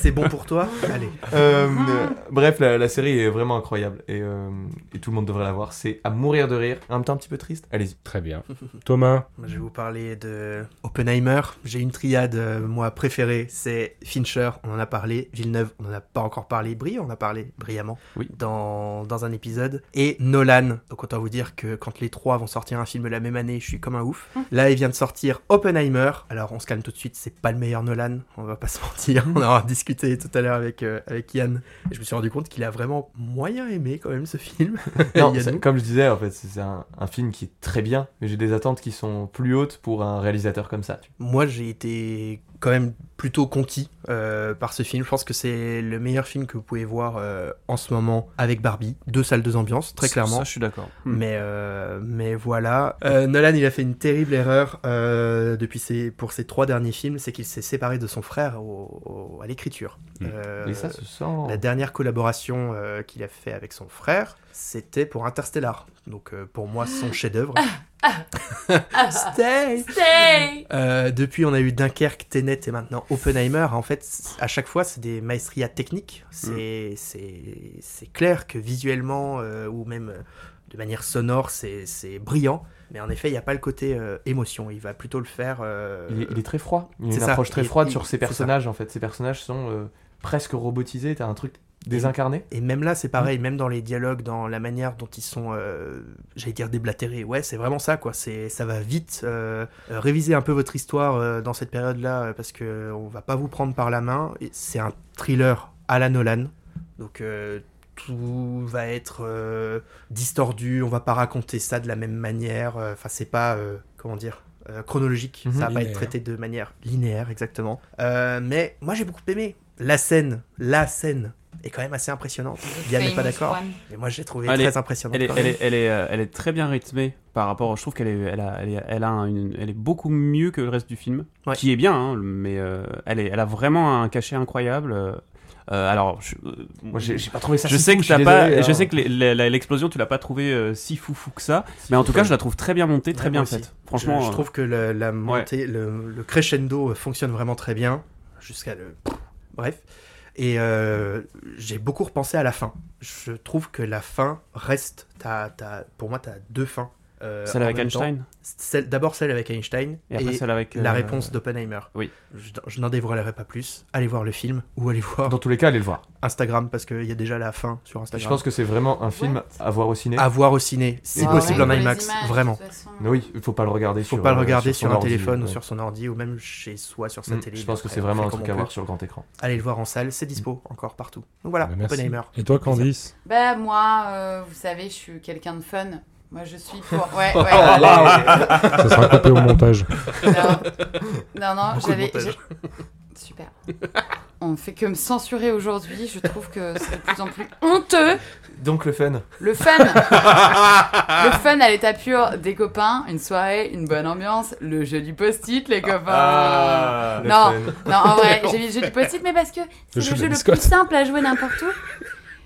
Speaker 6: C'est bon pour toi Allez.
Speaker 3: Euh, euh, bref, la, la série est vraiment incroyable et, euh, et tout le monde devrait la voir. C'est à mourir de rire, en même temps un petit peu triste.
Speaker 6: [laughs]
Speaker 3: Allez-y.
Speaker 2: [laughs] Très bien. Thomas,
Speaker 6: Moi, Je vais vous parler de Mm. Oppenheimer. J'ai une triade, euh, moi, préférée. C'est Fincher, on en a parlé. Villeneuve, on n'en a pas encore parlé. Brie, on en a parlé brillamment
Speaker 5: Oui.
Speaker 6: dans, dans un épisode. Et Nolan. Donc, autant vous dire que quand les trois vont sortir un film la même année, je suis comme un ouf. Là, il vient de sortir Oppenheimer. Alors, on se calme tout de suite. C'est pas le meilleur Nolan. On va pas se mentir. On en a discuté tout à l'heure avec, euh, avec Yann. Et je me suis rendu compte qu'il a vraiment moyen aimé, quand même, ce film.
Speaker 3: Non,
Speaker 6: Yannou.
Speaker 3: c'est- comme je disais, en fait, c'est c'est un, un film qui est très bien, mais j'ai des attentes qui sont plus hautes pour un réalisateur comme ça.
Speaker 6: Moi, j'ai été quand même plutôt conquis euh, par ce film. Je pense que c'est le meilleur film que vous pouvez voir euh, en ce moment avec Barbie. Deux salles, deux ambiances, très
Speaker 5: Ça-
Speaker 6: clairement.
Speaker 5: Ça, je hmm. suis d'accord.
Speaker 6: Mais, euh, mais voilà. Euh, Nolan, il a fait une terrible erreur euh, depuis ses, pour ses trois derniers films, c'est qu'il s'est séparé de son frère au- au- à l'écriture.
Speaker 5: Hmm.
Speaker 2: Mm.
Speaker 6: Euh,
Speaker 3: Et ça se sent.
Speaker 6: la dernière collaboration euh, qu'il a fait avec son frère, c'était pour Interstellar. Donc euh, pour moi, son chef-d'œuvre. Stay
Speaker 4: Stay
Speaker 6: Euh, depuis, on a eu Dunkerque, Tenet et maintenant Oppenheimer. En fait, c- à chaque fois, c'est des maestria techniques. C'est
Speaker 3: Mm.
Speaker 6: c'est- c'est clair que visuellement euh, ou même euh, de manière sonore, c'est c'est brillant. Mais en effet, il n'y a pas le côté euh, émotion. Il va plutôt le faire. euh,
Speaker 3: Il est, il est très froid. Il y a
Speaker 6: C'est
Speaker 3: une
Speaker 6: ça.
Speaker 3: approche très
Speaker 6: Il-
Speaker 3: froide
Speaker 6: il-
Speaker 3: sur ces
Speaker 6: c'est ça.
Speaker 3: personnages en fait. Ces personnages sont euh, presque robotisés. T'as un truc désincarné.
Speaker 6: Et même là, c'est pareil,
Speaker 3: Mm.
Speaker 6: même dans les dialogues, dans la manière dont ils sont, euh, j'allais dire déblatérés. Ouais, c'est vraiment ça, quoi. C'est, ça va vite. euh, euh, révisez un peu votre histoire euh, dans cette période-là, euh, parce que on va pas vous prendre par la main. Et C'est un thriller à la Nolan, donc euh, tout va être euh, distordu. On va pas raconter ça de la même manière. euh, Enfin, c'est pas, euh, comment dire. euh, chronologique,
Speaker 3: Mhm.
Speaker 6: ça va pas être
Speaker 2: Linéaire.
Speaker 6: traité de manière linéaire exactement. Euh, mais moi j'ai beaucoup aimé la scène, la scène est quand même assez impressionnante. Yann n'est pas
Speaker 4: Famous
Speaker 6: d'accord.
Speaker 4: One.
Speaker 6: Mais moi, je l'ai trouvé
Speaker 5: Elle est-
Speaker 6: très impressionnante.
Speaker 5: Elle est,
Speaker 6: quand
Speaker 5: elle,
Speaker 6: même.
Speaker 5: est, elle, est, euh, elle est très bien rythmée par rapport. Je trouve qu'elle est, elle a, elle est, elle a un- une- elle est beaucoup mieux que le reste du film,
Speaker 6: Ouais.
Speaker 5: qui est bien, hein, mais euh, elle, est, elle a vraiment un cachet incroyable. euh, euh, alors, je, euh,
Speaker 3: Moi j'ai j'ai pas trouvé ça.
Speaker 5: je
Speaker 3: si
Speaker 5: sais
Speaker 3: fou,
Speaker 5: que
Speaker 3: je suis
Speaker 5: t'as pas,
Speaker 3: désolé,
Speaker 5: je
Speaker 3: hein.
Speaker 5: sais que les- les- la- l'explosion, tu l'as pas trouvé euh, si foufou que ça, mais en tout cas, je la trouve très bien montée, très
Speaker 6: Ouais,
Speaker 5: bien
Speaker 6: moi aussi.
Speaker 5: faite. Franchement,
Speaker 6: je, je
Speaker 5: euh,
Speaker 6: trouve que le, la montée, le, le crescendo euh, fonctionne vraiment très bien jusqu'à le. Bref. Et euh, j'ai beaucoup repensé à la fin. Je trouve que la fin reste. t'as- t'as- pour moi, tu as deux fins. euh,
Speaker 5: celle
Speaker 6: en
Speaker 5: avec
Speaker 6: même temps.
Speaker 5: Einstein,
Speaker 6: Celle- D'abord celle avec Einstein
Speaker 5: et après celle avec
Speaker 6: la
Speaker 5: euh,
Speaker 6: réponse d'Oppenheimer.
Speaker 5: oui.
Speaker 6: Je, je n'en dévoilerai pas plus. Allez voir le film ou allez voir
Speaker 3: Dans tous les cas, allez le voir.
Speaker 6: Instagram parce qu'il y a déjà la fin sur Instagram.
Speaker 3: Je pense que c'est vraiment un film
Speaker 4: What
Speaker 3: à voir au ciné.
Speaker 6: à voir au ciné, si
Speaker 4: Ouais,
Speaker 6: possible
Speaker 4: Ah ouais,
Speaker 6: en
Speaker 4: pour les
Speaker 6: IMAX,
Speaker 4: images, de
Speaker 6: vraiment.
Speaker 4: toute façon.
Speaker 3: Mais oui, il faut pas le regarder.
Speaker 6: Faut
Speaker 3: sur,
Speaker 6: pas le
Speaker 3: euh,
Speaker 6: regarder sur,
Speaker 3: son
Speaker 6: un
Speaker 3: ordi,
Speaker 6: téléphone
Speaker 3: ouais.
Speaker 6: ou sur son ordi ou même chez soi sur sa
Speaker 3: Mm,
Speaker 6: télé.
Speaker 3: Je pense que
Speaker 6: Après,
Speaker 3: c'est
Speaker 6: on
Speaker 3: vraiment
Speaker 6: fait
Speaker 3: un
Speaker 6: comme
Speaker 3: truc
Speaker 6: on
Speaker 3: à
Speaker 6: peut.
Speaker 3: voir Mm. sur le grand écran.
Speaker 6: Allez le voir en salle, c'est dispo encore partout. Donc voilà,
Speaker 3: Ah,
Speaker 2: Bah, merci.
Speaker 6: Oppenheimer.
Speaker 2: Et toi, Candice
Speaker 4: Bah moi, euh, vous savez, je suis quelqu'un de fun. Moi, je suis pour. Ouais, ouais.
Speaker 3: Ah,
Speaker 2: Ça sera coupé au montage.
Speaker 4: Non, non, non,
Speaker 6: Beaucoup de
Speaker 4: j'avais.
Speaker 6: montage.
Speaker 4: j'ai- Super. [laughs] On fait que me censurer aujourd'hui. Je trouve que c'est de plus en plus honteux.
Speaker 3: Donc le fun.
Speaker 4: Le fun. le fun à l'état pur des copains, une soirée, une bonne ambiance, le jeu du post-it, les copains.
Speaker 5: Ah.
Speaker 3: Le
Speaker 4: non,
Speaker 3: fun.
Speaker 4: non, en vrai, j'ai mis le jeu du post-it, mais parce que c'est
Speaker 2: jeu
Speaker 4: le
Speaker 2: de
Speaker 4: jeu
Speaker 2: la
Speaker 4: le
Speaker 2: biscotte.
Speaker 4: plus simple à jouer n'importe où.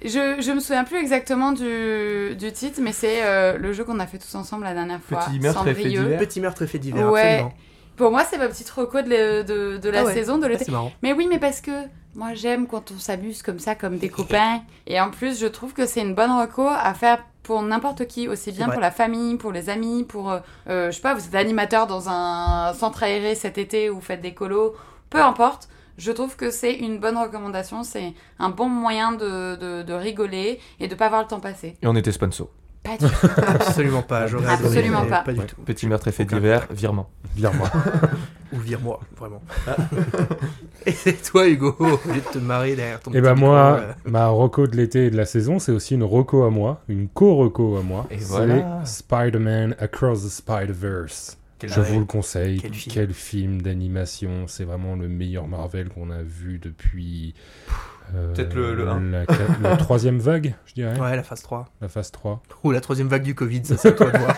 Speaker 4: Je, je me souviens plus exactement du, du titre, mais c'est euh, le jeu qu'on a fait tous ensemble la dernière fois.
Speaker 3: Petit meurtre et fait
Speaker 4: Cendrilleux.
Speaker 3: divers.
Speaker 6: Petit meurtre et fait divers,
Speaker 4: Ouais.
Speaker 6: absolument.
Speaker 4: Pour moi, c'est ma petite reco de, la- de- de la
Speaker 6: Ah ouais.
Speaker 4: saison, de
Speaker 6: Ah,
Speaker 4: l'été. [laughs]
Speaker 6: C'est marrant.
Speaker 4: Mais oui, mais parce que moi, j'aime quand on s'amuse comme ça, comme des copains. Et en plus, je trouve que c'est une bonne reco à faire pour n'importe qui, aussi bien
Speaker 6: vrai.
Speaker 4: pour la famille, pour les amis, pour, euh, euh, je sais pas, vous êtes animateur dans un centre aéré cet été ou vous faites des colos, peu importe. Je trouve que c'est une bonne recommandation, c'est un bon moyen de, de, de rigoler et de pas voir le temps passer.
Speaker 3: Et on était sponsor.
Speaker 4: Pas du tout.
Speaker 6: Absolument pas, j'aurais adoré,
Speaker 4: Absolument
Speaker 6: mais
Speaker 4: pas.
Speaker 6: du
Speaker 2: Ouais.
Speaker 6: tout.
Speaker 3: Petit meurtre et fait
Speaker 6: Aucun
Speaker 3: divers, virement.
Speaker 2: Vire-moi.
Speaker 6: Ou vire-moi, vraiment.
Speaker 3: Ah.
Speaker 6: [laughs] et toi, Hugo, au lieu de te marrer derrière ton
Speaker 2: Et
Speaker 6: petit
Speaker 2: ben
Speaker 6: micro,
Speaker 2: moi,
Speaker 6: euh,
Speaker 2: ma reco de l'été et de la saison, c'est aussi une reco à moi, une co-reco à moi.
Speaker 3: Et
Speaker 2: C'est
Speaker 3: voilà.
Speaker 2: Spider-Man Across the Spider-Verse.
Speaker 6: quel
Speaker 2: Je
Speaker 6: arrêt.
Speaker 2: vous le conseille.
Speaker 6: Quel
Speaker 2: Quel
Speaker 6: film.
Speaker 2: film, d'animation. C'est vraiment le meilleur Marvel qu'on a vu depuis. euh,
Speaker 3: Peut-être le- le un.
Speaker 2: La, quat- la troisième vague, je dirais.
Speaker 6: Ouais, la phase 3.
Speaker 2: La phase 3.
Speaker 6: Ou la troisième vague du Covid, ça c'est à toi de voir.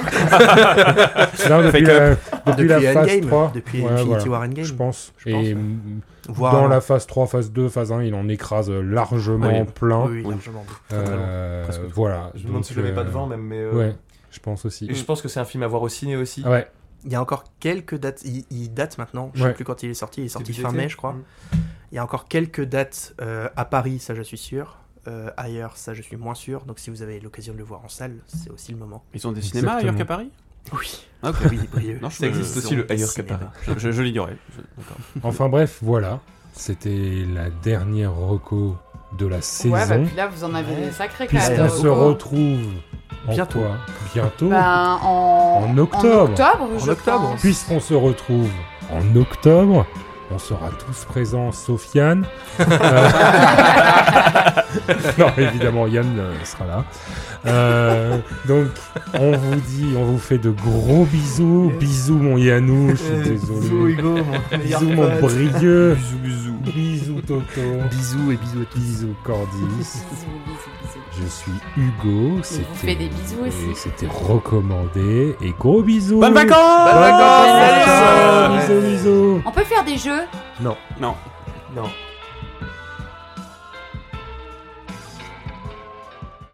Speaker 2: Non, depuis, la, [laughs] depuis la phase
Speaker 6: Endgame,
Speaker 2: 3.
Speaker 6: depuis
Speaker 2: Ouais,
Speaker 6: Infinity
Speaker 2: voilà.
Speaker 6: War Endgame,
Speaker 2: Je pense.
Speaker 6: je pense,
Speaker 2: Et
Speaker 6: ouais.
Speaker 2: mm,
Speaker 6: Voir
Speaker 2: dans
Speaker 6: un-
Speaker 2: la phase 3, phase 2, phase 1, il en écrase largement
Speaker 5: Oui.
Speaker 2: plein.
Speaker 6: Oui, oui, largement. Très, très loin.
Speaker 2: Euh,
Speaker 6: presque tout.
Speaker 2: voilà.
Speaker 3: Je me demande
Speaker 2: Donc,
Speaker 3: si je l'avais pas
Speaker 2: euh,
Speaker 3: devant même, mais. euh,
Speaker 2: Ouais, je pense aussi.
Speaker 3: Et je pense que c'est un film à voir au ciné aussi. [laughs]
Speaker 2: Ah ouais,
Speaker 6: Il y a encore quelques dates. Il, il date maintenant. Je sais
Speaker 2: Ouais.
Speaker 6: plus quand il est sorti. Il est sorti
Speaker 3: Début
Speaker 6: fin
Speaker 3: d'été.
Speaker 6: mai, je crois.
Speaker 3: Mm.
Speaker 6: Il y a encore quelques dates euh, à Paris, ça je suis sûr. Euh, ailleurs, ça je suis moins sûr. Donc si vous avez l'occasion de le voir en salle, c'est aussi le
Speaker 5: [laughs]
Speaker 6: moment.
Speaker 5: Ils ont des cinémas ailleurs
Speaker 2: Exactement.
Speaker 5: qu'à Paris.
Speaker 6: Oui.
Speaker 5: Ok.
Speaker 6: Oui, Brieux.
Speaker 5: Non, je-
Speaker 3: Ça existe
Speaker 5: je-
Speaker 3: aussi le ailleurs qu'à
Speaker 6: cinéma.
Speaker 3: Paris.
Speaker 5: Je, je- je l'ignorais. Je- d'accord.
Speaker 2: enfin bref, voilà. C'était la dernière reco de la saison.
Speaker 4: Ouais, bah euh, puis là, vous en avez
Speaker 3: Ouais.
Speaker 4: des sacrés quand même.
Speaker 2: Puisqu'on
Speaker 4: des
Speaker 2: se
Speaker 4: recos.
Speaker 2: retrouve en
Speaker 6: Bientôt.
Speaker 2: quoi bientôt.
Speaker 4: Ben, en...
Speaker 2: En octobre.
Speaker 4: En octobre, je
Speaker 6: octobre.
Speaker 4: pense.
Speaker 2: Puisqu'on se retrouve en octobre, on sera tous présents, sauf Yann. Euh, [laughs] non, évidemment, Yann euh, sera là. Euh, donc, on vous dit, on vous fait de gros bisous. Bisous, mon Yannou, je
Speaker 3: Euh,
Speaker 2: suis
Speaker 3: Bisous
Speaker 2: désolé.
Speaker 3: Hugo, mon meilleur
Speaker 2: Bisous, mon
Speaker 3: pote.
Speaker 2: brieux.
Speaker 5: Bisous, bisous.
Speaker 2: Bisous, Toto.
Speaker 6: Bisous et bisous à tous.
Speaker 2: Bisous, Cordis.
Speaker 4: Bisous, bisous, bisous.
Speaker 2: Je suis Hugo.
Speaker 4: Il vous fait des bisous aussi.
Speaker 2: et C'était recommandé. Et gros bisous.
Speaker 5: Bonnes vacances.
Speaker 3: Bonnes vacances,
Speaker 4: vacances.
Speaker 3: salut
Speaker 2: Bisous, bisous.
Speaker 4: On peut faire des jeux
Speaker 5: Non.
Speaker 3: Non.